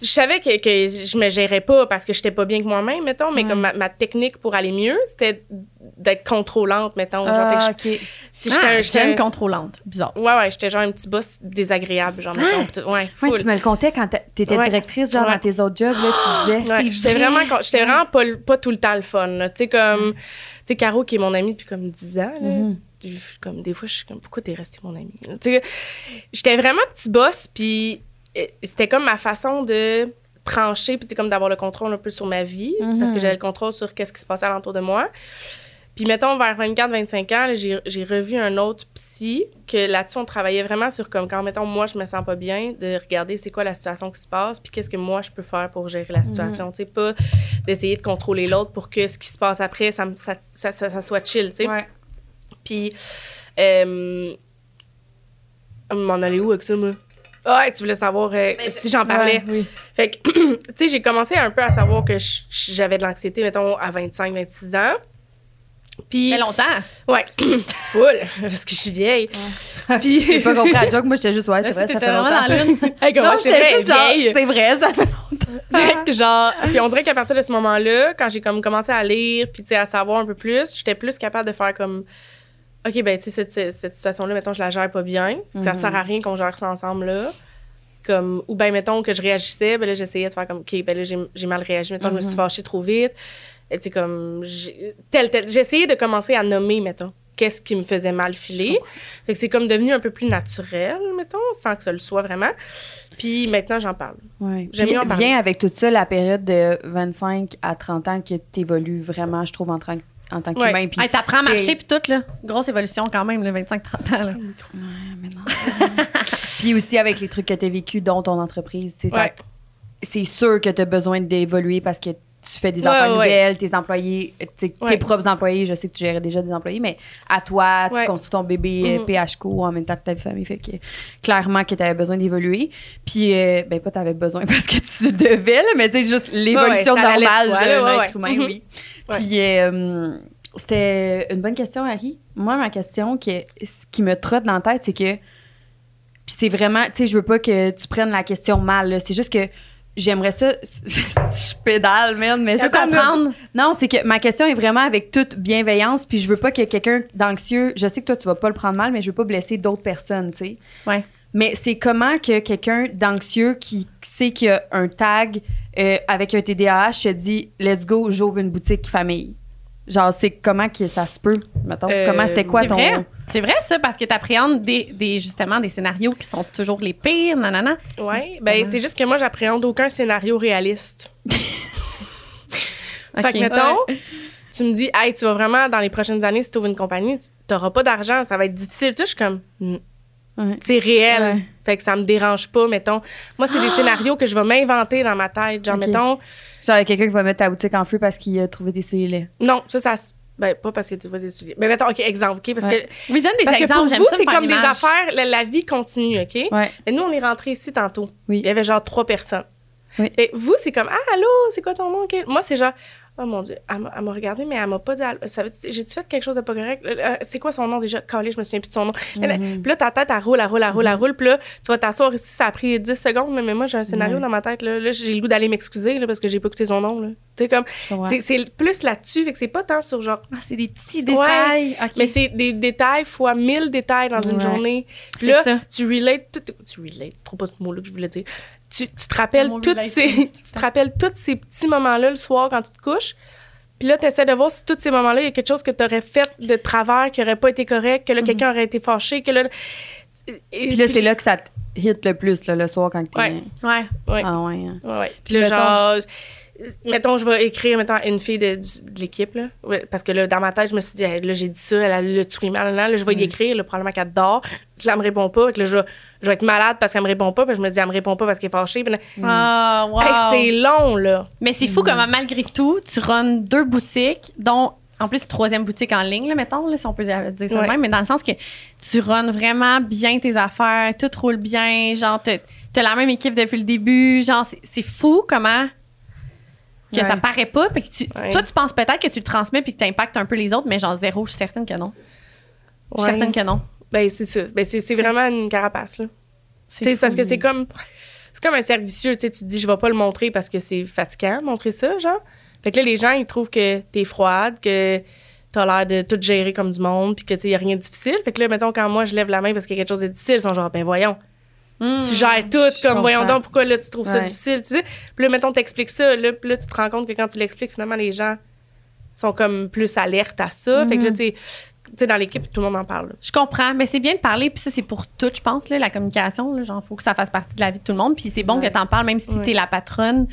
je savais que, que je me gérais pas parce que j'étais pas bien que moi-même, mettons, mais
Ouais.
comme ma, ma technique pour aller mieux, c'était d'être contrôlante, mettons. Genre, fait que
Ah,
je-
ok.
tu sais, j'étais un- j'étais
Ah, Jen
un-
contrôlante. Bizarre.
Ouais, ouais, j'étais genre un petit boss désagréable, genre, mettons. pis tout- Ouais,
Ah! Ouais,
full.
tu me le contais quand t'a- t'étais
Ouais.
directrice, genre
Ouais.
dans tes autres jobs, là, tu disais.
Ouais,
c'est
j'étais
vrai.
vraiment, con- j'étais vraiment pas, le- pas tout le temps le fun. là. Tu sais, comme, tu sais, Caro, qui est mon amie depuis comme 10 ans, là, je suis comme, des fois, je suis comme, pourquoi t'es restée mon amie? Tu sais, j'étais vraiment petit boss, puis euh, c'était comme ma façon de trancher, puis tu sais, comme d'avoir le contrôle un peu sur ma vie, parce que j'avais le contrôle sur qu'est-ce qui se passait alentour de moi. Puis, mettons, vers 24-25 ans, là, j'ai j'ai revu un autre psy que là-dessus, on travaillait vraiment sur comme quand, mettons, moi, je me sens pas bien, de regarder c'est quoi la situation qui se passe, puis qu'est-ce que moi, je peux faire pour gérer
Mhm.
la situation. Tu sais, pas d'essayer de contrôler l'autre pour que ce qui se passe après, ça, me- ça, ça, ça- ça soit chill, tu sais.
Ouais.
Puis, euh, m'en aller où avec ça, moi? Ah, tu voulais savoir euh, si j'en parlais.
Ben, Ouais, oui.
Fait que, tu sais, j'ai commencé un peu à savoir que je- j'avais de l'anxiété, mettons, à 25, 26 ans. Puis,
Mais longtemps.
ouais, full, parce que je suis vieille.
Puis j'ai pas compris la joke, moi j'étais juste ouais, c'est vrai, ça
T'étais
fait
vraiment
longtemps.
dans la lune.
Hey, comment
Non,
je
j'étais
fais
juste genre,
vieille?
c'est vrai, ça fait longtemps.
Fait que genre puis on dirait qu'à partir de ce moment-là quand j'ai comme commencé à lire puis tu sais à savoir un peu plus j'étais plus capable de faire comme ok ben tu sais cette, cette- cette situation là mettons je la gère pas bien ça sert à rien qu'on gère ça ensemble là comme ou ben mettons que je réagissais ben là j'essayais de faire comme ok ben là j'ai- j'ai mal réagi mettons je me suis fâchée trop vite Et tu sais comme j'ai- tel tel j'essayais de commencer à nommer mettons qu'est-ce qui me faisait mal filer fait que c'est comme devenu un peu plus naturel mettons sans que ça le soit vraiment puis maintenant j'en parle
Ouais.
J'aime
Puis
mieux en parler.
vient avec tout ça la période de 25 à 30 ans que t'évolues vraiment, je trouve, en, tant- en tant qu'humain. Puis,
Hey, t'apprends à
t'sais-
marcher puis tout, là. C'est une grosse évolution quand même, le 25-30 ans. là.
puis aussi avec les trucs que t'as vécu, dont ton entreprise, tu sais, ça-
Ouais.
c'est sûr que t'as besoin d'évoluer parce que tu fais des
Ouais,
affaires
ouais.
nouvelles, tes employés, tu sais, tes
Ouais.
propres employés, je sais que tu gérais déjà des employés, mais à toi, tu
Ouais.
construis ton bébé euh,
Mhm.
PHCO en même temps que ta vie famille, fait que clairement que t'avais besoin d'évoluer. Puis, euh, ben pas t'avais besoin parce que tu devais, là, mais tu sais, juste l'évolution
Ouais, ouais, ça allait de
normale
soi,
de
là, ouais,
l'être
ouais.
humain,
Mhm.
oui.
Ouais.
Puis, euh, c'était une bonne question, Harry. Moi, ma question qui, ce qui me trotte dans la tête, c'est que. Puis c'est vraiment. Tu sais, je veux pas que tu prennes la question mal. là. C'est juste que j'aimerais ça. je pédale, man, mais ça.
veux comprendre.
Non, c'est que ma question est vraiment avec toute bienveillance. Puis je veux pas que quelqu'un d'anxieux. Je sais que toi, tu vas pas le prendre mal, mais je veux pas blesser d'autres personnes, tu sais.
Ouais.
Mais c'est comment que quelqu'un d'anxieux qui sait qu'il y a un tag euh, avec un TDAH se dit Let's go, j'ouvre une boutique famille. Genre, c'est comment que ça se peut? Mettons,
Euh,
comment c'était quoi
C'est
ton.
vrai. C'est vrai, ça, parce que t'appréhendes des, des, justement des scénarios qui sont toujours les pires, nanana.
Hum,
Oui, ben c'est juste que moi, j'appréhende aucun scénario réaliste. Fait
Ok.
que, mettons, tu me dis, hey, tu vas vraiment, dans les prochaines années, si tu ouvres une compagnie, tu n'auras pas d'argent, ça va être difficile. Tu sais, je suis comme, Mm,
Ouais.
c'est réel.
Ouais. Ah!
Fait que ça me dérange pas, mettons. Moi, c'est des scénarios que je vais m'inventer dans ma tête. Genre,
Ok.
mettons,
Genre, il y a quelqu'un qui va mettre ta boutique en feu parce qu'il a trouvé des souliers
non, ça, ça. se- Ben, pas parce que tu vois des souliers. Mais mettons, OK, exemple, OK? Parce
Ouais.
que,
Mais donne des
parce que pour
exemples, j'aime
vous,
ça. me
c'est
faire
comme des
l'image.
affaires, la, la vie continue, OK?
Ouais.
Mais nous, on est rentrés ici tantôt.
Oui.
Il y avait genre trois personnes.
Oui.
Et vous, c'est comme Ah, allô, c'est quoi ton nom? Ok. Moi, c'est genre Oh mon Dieu, elle m'a elle m'a regardé, mais elle m'a pas dit allô. Ça veut dire, j'ai-tu fait quelque chose de pas correct? Euh, euh, c'est quoi son nom déjà? Calé, je me souviens plus de son nom.
Mhm.
Puis là, ta tête, elle roule, elle roule, elle roule, elle roule. Puis là, tu vas t'asseoir ici, ça a pris 10 secondes, mais, mais moi, j'ai un scénario
Ouais.
dans ma tête. Là, Là, j'ai le goût d'aller m'excuser là, parce que j'ai pas écouté son nom. là. Tu sais, comme, c'est- c'est plus là-dessus, fait que c'est pas tant sur genre.
Ah, c'est des petits
Ouais.
détails. OK.
Mais c'est des détails fois 1000 détails dans
Ouais.
une journée. Puis
C'est
là,
ça.
tu relates tout, tu relates, c'est trop pas ce mot-là que je voulais dire. Tu, tu te rappelles
Mon
toutes
relate,
ces tu te rappelles tous ces petits moments-là le soir quand tu te couches. Puis là, tu essaies de voir si tous ces moments-là, il y a quelque chose que tu aurais fait de travers qui aurait pas été correct, que là, quelqu'un aurait été fâché, que là. et-
Mm-hmm. Puis là,
puis-
c'est là que ça te hit le plus, là, le soir, quand t'es...
Ouais.
Ouais.
Ouais.
Ah ouais. hein.
Ouais, ouais.
Puis
Puis là,
mettons-
genre, mettons, je vais écrire, mettons, à une fille de, du- de l'équipe, là. Ouais, Parce que là, dans ma tête, je me suis dit, Hey, là, j'ai dit ça, elle a le tuerie mal, là, là, je vais y écrire, le problème qu'elle dort. Puis là, elle me répond pas. Fait que là, je, vais- je vais être malade parce qu'elle me répond pas. Puis je me dis, elle me répond pas parce qu'elle est fâchée. Puis là,
Ah, wow.
hey, c'est long, là.
Mais c'est
Hmm.
fou comment, malgré tout, tu runs deux boutiques, dont, en plus, troisième boutique en ligne, là, mettons, là, si on peut dire ça de
Ouais.
même, mais dans le sens que tu runs vraiment bien tes affaires, tout roule bien, genre, t'as t'as la même équipe depuis le début, genre, c'est- c'est fou comment que
Ouais.
ça paraît pas, puis que tu,
Ouais.
toi, tu penses peut-être que tu le transmets puis que t'impactes un peu les autres, mais genre, zéro, je suis certaine que non. Je suis
Ouais.
certaine que non.
Ben, c'est ça. Ben, c'est c'est vraiment une carapace, là. Tu sais,
fou.
C'est parce que c'est comme. C'est comme un servicieux, tu sais, tu te dis, je vais pas le montrer parce que c'est fatigant, montrer ça, genre. Fait que là, les gens, ils trouvent que t'es froide, que t'as l'air de tout gérer comme du monde, puis que, tu sais, y a rien de difficile. Fait que là, mettons, quand moi, je lève la main parce qu'il y a quelque chose de difficile, ils sont genre, ben voyons,
Mm.
tu gères tout,
Hmm, je
comme voyons
comprends.
donc, pourquoi là, tu trouves ça
Ouais.
difficile, tu sais. Puis là, mettons, t'expliques ça, là, puis là, tu te rends compte que quand tu l'expliques, finalement, les gens sont comme plus alertes à ça. Fait que
Hmm.
là, tu sais, tu sais, dans l'équipe, tout le monde en parle. là.
Je comprends, mais c'est bien de parler, puis ça, c'est pour tout, je pense, là, la communication. Là, genre, faut que ça fasse partie de la vie de tout le monde, puis c'est bon
Ouais.
que t'en parles, même si
Ouais.
t'es la patronne,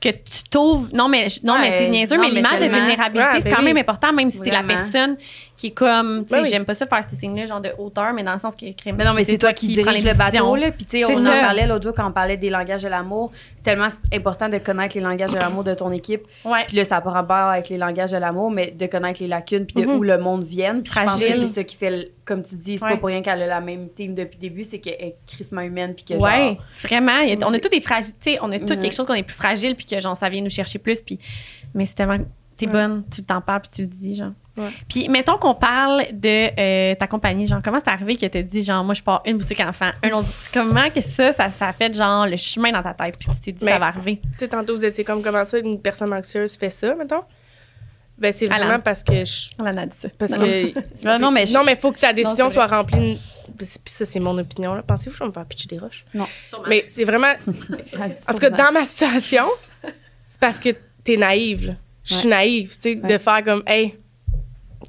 que tu t'ouvres. Non, mais, je- non, mais
Ouais,
c'est niaiseux,
non,
mais
mais
l'image de
tellement.
vulnérabilité,
Ouais,
c'est
ben
quand
oui.
même important, même si c'est la
Vraiment.
personne qui est comme. Tu sais,
Ben oui.
j'aime pas ça faire ces signes-là, genre de hauteur, mais dans le sens qui est crime.
Mais non, mais c'est toi, qui
prends
dirige
les
le bateau,
décisions.
là. Puis, tu sais,
C'est
on en
ça.
parlait l'autre jour quand on parlait des langages de l'amour. C'est tellement important de connaître les langages de l'amour de ton équipe.
Ouais.
Puis là, ça n'a pas rapport avec les langages de l'amour, mais de connaître les lacunes, puis de
Mhm.
où le monde vient. Puis je pense que
Fragile.
c'est ça qui fait, le- comme tu dis, c'est
Ouais.
pas pour rien qu'elle a la même team depuis le début, c'est qu'elle est crissement humaine, puis que
Ouais,
genre...
vraiment. il y a- on a
C'est-
tous des fragilités, on a tous
Ouais.
quelque chose qu'on est plus fragile, puis que genre ça vient nous chercher plus, puis mais c'est tellement t'es
Ouais.
bonne, tu t'en parles puis tu le dis genre.
Ouais.
Puis mettons qu'on parle de euh, ta compagnie, genre comment c'est arrivé que t'as dit genre moi je pars une boutique enfant, un autre boutique. comment que ça ça ça a fait genre le chemin dans ta tête puis tu t'es dit
Mais-
ça va arriver.
Tu sais, tantôt, vous étiez comme comment ça, une personne anxieuse fait ça, mettons. Ben, c'est
Alan.
vraiment parce que. je-
On en a dit ça.
parce
Non.
que
Non, non, mais je-
non, mais faut que ta décision
c'est
soit remplie. Puis ça, c'est mon opinion. là. Pensez-vous que je vais me faire pitcher des roches?
Non.
Mais c'est vraiment. En tout cas, dans ma situation, c'est parce que t'es naïve. là. Je suis naïve, tu sais,
Ouais.
de faire comme, hey,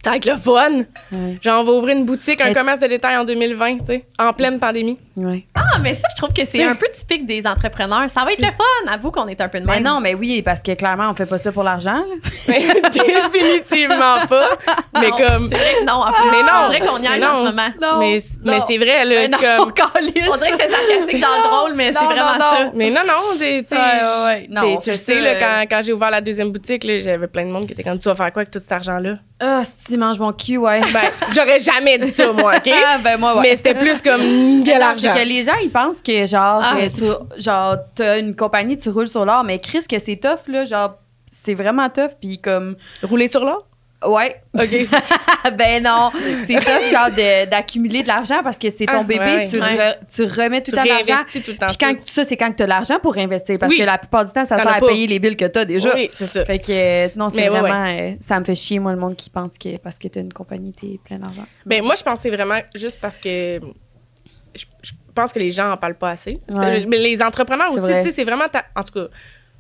t'as avec le fun.
Ouais.
Genre, on va ouvrir une boutique, un
Mais-
commerce de détail en 2020, tu sais, en pleine pandémie.
Ouais.
Ah mais ça je trouve que c'est
Tu-
un peu typique des entrepreneurs, ça va être le fun, avoue qu'on est un peu de
Mais
même.
Ben non, mais oui, parce que clairement, on fait pas ça pour l'argent. là.
Définitivement pas. Mais
Non,
comme.
c'est vrai que non, en plus.
Mais non.
on dirait qu'on y
mais
est en ce
non.
moment.
Mais, mais c'est vrai, là.
Ben
Mais non,
comme-
On dirait que c'est sarcastique dans le drôle, mais c'est
Non, non,
vraiment
non.
ça.
Mais non, non, j'ai, tu sais,
Ouais, ouais, ouais. Non,
t'es-
on
tu le
fait
sais,
ça,
là,
euh,
quand, quand j'ai ouvert la deuxième boutique, là, j'avais plein de monde qui était comme, tu vas faire quoi avec tout cet argent-là?
Ah, si mange mon cul, ouais.
Ben, j'aurais jamais dit ça, moi, OK?
Ah, ben moi, ouais.
Mais c'était plus comme, quel
Non,
argent?
C'est que les gens, ils pensent que, genre,
Ah.
euh, tu, genre, t'as une compagnie, tu roules sur l'or, mais Chris, que c'est tough, là, genre, c'est vraiment tough, puis comme,
Rouler sur l'or?
ouais.
OK.
ben non, c'est tough, genre, de- d'accumuler de, l'argent parce que c'est ton
Ah,
bébé,
ouais,
tu,
ouais.
re- tu remets tout
tu
le temps l'argent.
réinvestis tout le temps.
Puis quand,
tu
ça, c'est quand tu as l'argent pour investir, parce
Oui.
que la plupart du temps, ça
T'en
sert
as
à
pas.
payer les billes que t'as
sais.
déjà.
Oui, c'est ça.
Fait que, euh, non, c'est
Mais ouais,
vraiment, euh, ça me fait chier, moi, le monde qui pense que parce que t'as une compagnie, t'es plein d'argent.
Mais Ben, moi, je pensais vraiment juste parce que je, je pense que les gens en parlent pas assez. Euh,
Ouais.
Mais les entrepreneurs
C'est
aussi,
vrai.
tu sais, c'est vraiment. ta- En tout cas,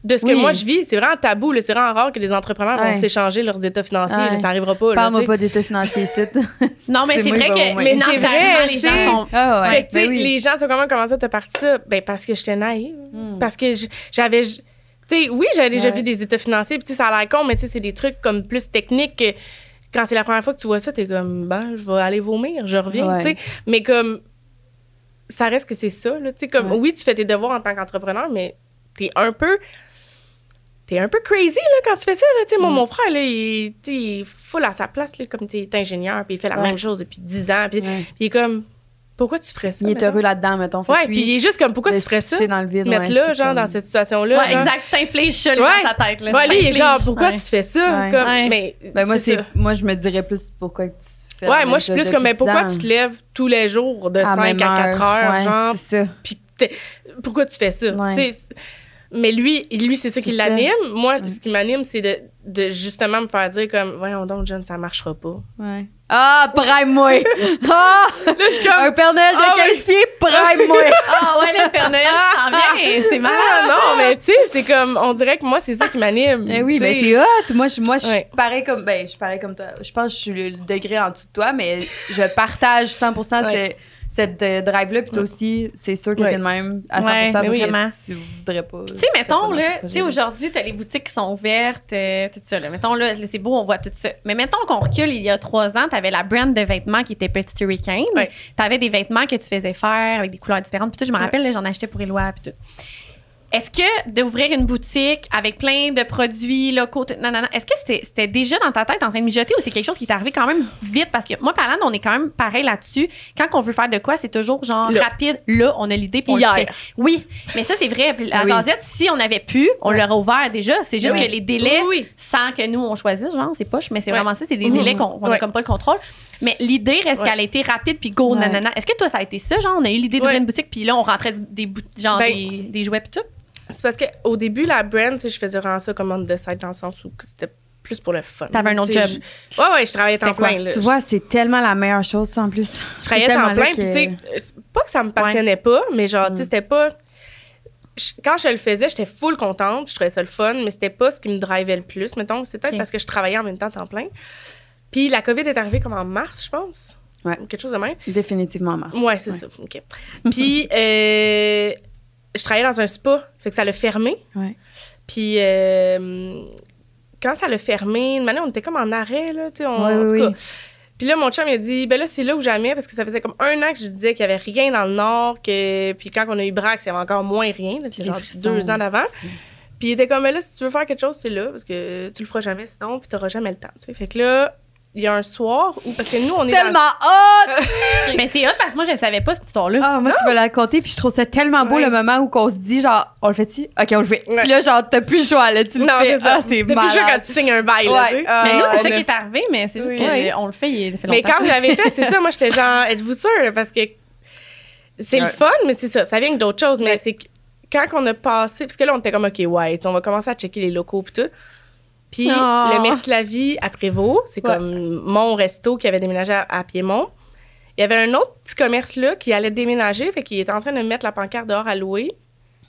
de ce
Oui.
que moi je vis, c'est vraiment tabou. là. C'est vraiment rare que les entrepreneurs
Ouais.
vont s'échanger leurs états financiers.
Ouais.
là. Ça arrivera pas. là,
Parle-moi
tu sais.
pas d'état financier ici.
Non, mais c'est
moi,
vrai
il va au
que
moins.
Mais
financièrement,
c'est vrai,
les
tu sais.
gens sont.
Ah ouais.
Fait que, tu sais,
ben oui.
Les gens sont comment commencé à te partir ça? Ben, parce que j'étais naïve. Parce que j- j'avais. j- Tu sais, oui, j'avais déjà
Hmm. Ouais.
vu des états financiers, puis tu sais, ça a l'air con, mais tu sais, c'est des trucs comme plus techniques que quand c'est la première fois que tu vois ça, t'es comme, ben, je vais aller vomir, je reviens,
Ouais.
tu sais. Mais comme, ça reste que c'est ça. Là, tu sais, comme,
Ouais.
Oui, tu fais tes devoirs en tant qu'entrepreneur, mais t'es un peu. T'es un peu crazy là, quand tu fais ça. Là. Tu sais, Moi,
Mm.
mon frère, là, il, tu sais, il est full à sa place là, comme tu sais, il est ingénieur, puis il fait la
Ouais.
même chose depuis 10 ans. Puis,
Ouais.
puis il est comme, pourquoi tu ferais ça?
Il est
mettons?
heureux là-dedans, meton. Fait
Ouais,
que
puis
lui,
il est juste comme, pourquoi
de
tu
se
ferais ça?
pitcher dans le vide,
Mettre
ouais,
là,
c'est
genre,
comme-
dans cette situation-là.
Ouais,
genre.
exact, tu t'infliges ça lui,
Ouais.
dans sa tête. Là,
Ouais,
Tu
lui, il est
t'infliges.
genre, pourquoi
Ouais.
tu fais ça?
Ouais.
Comme,
Ouais.
Mais,
Ben, moi,
c'est
c'est,
ça.
moi, je me dirais plus pourquoi que tu fais. la
Ouais,
même
moi, je suis
chose
plus comme, mais
depuis
pourquoi
10
tu
ans?
te lèves tous les jours de
À
5
même
à
heure.
4 heures,
Ouais,
genre,
C'est ça.
puis t'es- pourquoi tu fais ça?
Ouais.
Tu sais, c'est- Mais lui, lui c'est ça qui
C'est ça.
l'anime. Moi,
Ouais.
ce qui m'anime, c'est de, de justement me faire dire comme, voyons donc, John, ça marchera pas.
Ouais. Ah, prime-moi! Ah!
Là, je suis comme,
Un Père Noël
Ah,
de 15 pieds, prime-moi!
Ah ouais, le Père Noël s'en vient, Ah, c'est malade.
ah non, mais tu sais, c'est comme, on dirait que moi, c'est ça qui m'anime.
Eh oui,
tu
ben
sais.
c'est hot. Moi, je, moi, je
Ouais.
suis pareil comme, ben, je suis pareil comme toi. Je pense que je suis le degré en dessous de toi, mais je partage 100%
Ouais.
ce- cette euh, drive-là. Puis toi aussi, c'est sûr que
Ouais.
t'es le même à 100%.
Ouais,
parce
mais oui.
que
Vraiment.
Tu voudrais pas.
Tu sais, mettons,
Pas dans
là,
ce
tu sais,
projet-là.
aujourd'hui, t'as les boutiques qui sont ouvertes, euh, tout ça, là. Mettons, là, c'est beau, on voit tout ça. Mais mettons qu'on recule, il y a trois ans, t'avais la brand de vêtements qui était Petit Hurricane.
Ouais.
T'avais des vêtements que tu faisais faire avec des couleurs différentes. Puis tout, je me
Ouais.
rappelle, là, j'en achetais pour Éloi, puis tout. Est-ce que d'ouvrir une boutique avec plein de produits locaux, tout- nanana, est-ce que c'était, c'était déjà dans ta tête en train de mijoter ou c'est quelque chose qui t'est arrivé quand même vite? Parce que moi, parlant, on est quand même pareil là-dessus. Quand on veut faire de quoi, c'est toujours genre
Là.
rapide. Là, on a l'idée pour
Hier.
le fait. Oui, mais ça, c'est vrai. Puis La
Oui.
Jazette, si on avait pu, on
Ouais.
l'aurait ouvert déjà. C'est juste
Oui.
que les délais,
Oui, oui.
sans que nous, on choisisse, genre, c'est poche, mais c'est
Ouais.
vraiment ça, c'est des
Mhm.
délais qu'on n'a
Ouais.
comme pas le contrôle. Mais l'idée reste
Ouais.
qu'elle a été rapide, puis go,
Ouais.
nanana. Est-ce que toi, ça a été ça, genre, on a eu l'idée d'ouvrir
Ouais.
une boutique, puis là, on rentrait du- des, bout- genre,
Ben-
des, des jouets, puis tout?
C'est parce qu'au début, la brand, tu sais, je faisais vraiment ça comme on the side dans le sens où que c'était plus pour le fun.
T'avais un autre
Tu sais,
job.
je- Ouais, ouais, je travaillais temps
C'était quoi?
plein. là.
Tu vois, c'est tellement la meilleure chose, ça, en plus.
je travaillais temps plein, puis tu sais, euh, c'est pas que ça me passionnait pas, mais genre,
Mm.
tu sais, c'était pas. je- Quand je le faisais, j'étais full contente, je trouvais ça le fun, mais c'était pas ce qui me drivait le plus, mettons. C'était
Ok.
parce que je travaillais en même temps temps plein. Puis la COVID est arrivée comme en mars, je pense.
Ouais.
Ou Quelque chose de même.
Définitivement, Mars.
Ouais, c'est ça. OK. Puis euh, je travaillais dans un spa, fait que ça l'a fermé.
Ouais.
Puis euh, quand ça l'a fermé, une manière, on était comme en arrêt, là, tu sais, on-
Ouais,
en
oui,
tout
oui.
cas. Puis là, mon chum, il a dit, ben là, c'est là ou jamais, parce que ça faisait comme un an que je disais qu'il n'y avait rien dans le Nord, que... puis quand on a eu Brax, il y avait encore moins rien, là, c'est
Les
genre
frissons,
deux ans d'avant.
c'est-
Puis il était comme, ben là, si tu veux faire quelque chose, c'est là, parce que tu le feras jamais sinon, puis tu n'auras jamais le temps, tu sais. Fait que là, il y a un soir où, parce que nous, on est dans-
Tellement hot!
Mais Ben, c'est hot parce que moi, je ne savais pas cette histoire-là.
Ah, moi, tu vas la raconter, puis je trouve ça tellement beau
Ouais.
le moment où qu'on se dit, genre, on le fait-tu? Ok, on le fait.
Ouais.
Puis là, genre, t'as plus le choix, là, tu le
Non,
fais.
c'est ça.
Ah, c'est
T'as plus le choix quand
malade.
tu signes un bail, là,
Ouais,
tu sais.
euh,
mais nous, c'est
on
ça
a-
qui est arrivé, mais c'est juste
Oui.
qu'on
Ouais.
le fait il fait
Mais
longtemps.
quand vous l'avez fait, c'est ça, moi, j'étais genre, êtes-vous sûr? Parce que c'est le
Ouais.
fun, mais c'est ça, ça vient que d'autres choses. Mais
Ben,
Ouais.
c'est que quand on a passé, parce que là, on était comme, OK, ouais, tu sais, on va commencer à checker les locaux puis tout. Puis
Oh.
le Merci la vie à Prévost, c'est
Ouais.
comme mon resto qui avait déménagé à, à Piémont. Il y avait un autre petit commerce là qui allait déménager, fait qu'il était en train de mettre la pancarte dehors à louer.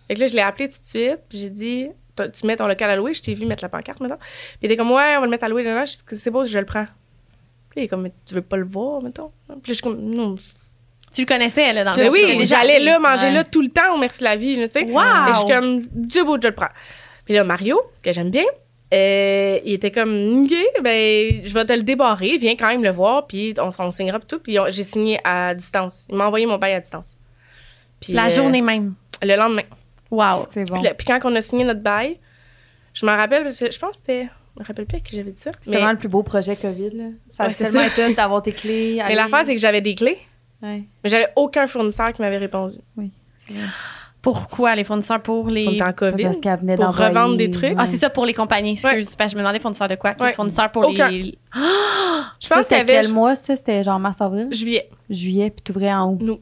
Fait que là, je l'ai appelé tout de suite, puis j'ai dit, T'as- tu mets ton local à louer, je t'ai vu mettre la pancarte maintenant. Puis il était comme, ouais, on va le mettre à louer dedans, Je dis, c'est beau, je le prends. Puis il est comme, mais tu veux pas le voir, mettons? Puis là, je suis comme, non.
Tu le connaissais, là, dans
Je-
le
Mais oui,
oui,
j'allais
j'allais.
là, manger
Ouais.
là tout le temps au Merci la vie, là, tu sais.
Wow!
Et je suis comme, du beau, je le prends. Puis là, Mario, que j'aime bien, euh, il était comme, OK, ben, je vais te le débarrer, viens quand même le voir, puis on, s'en signera, puis tout. Puis on- j'ai signé à distance. Il m'a envoyé mon bail à distance. Puis,
La
euh,
journée même.
Le lendemain.
Wow.
C'est bon.
Puis, là- puis quand on a signé notre bail, je m'en rappelle, parce que je pense que c'était. Je me rappelle plus à qui j'avais dit ça.
C'est
Mais,
vraiment le plus beau projet COVID, là. Ça a
Ouais, c'est
tellement
ça.
été hot d'avoir tes clés.
mais l'affaire, c'est que j'avais des clés,
Ouais.
mais j'avais aucun fournisseur qui m'avait répondu.
Pourquoi les fournisseurs pour
Parce qu'on
les.
était en COVID.
Parce qu'elle venait
pour
d'envoyer-
revendre des trucs.
Ouais.
Ah, c'est ça pour les compagnies, excuse. Parce que je me demandais fournisseur de quoi?
Ouais.
Les fournisseurs pour
Aucun.
les.
Ah, Je
Ça,
pense qu'il y
c'était
avait.
quel mois, ça? C'était genre mars-avril?
Juillet.
Juillet, puis t'ouvrais en août.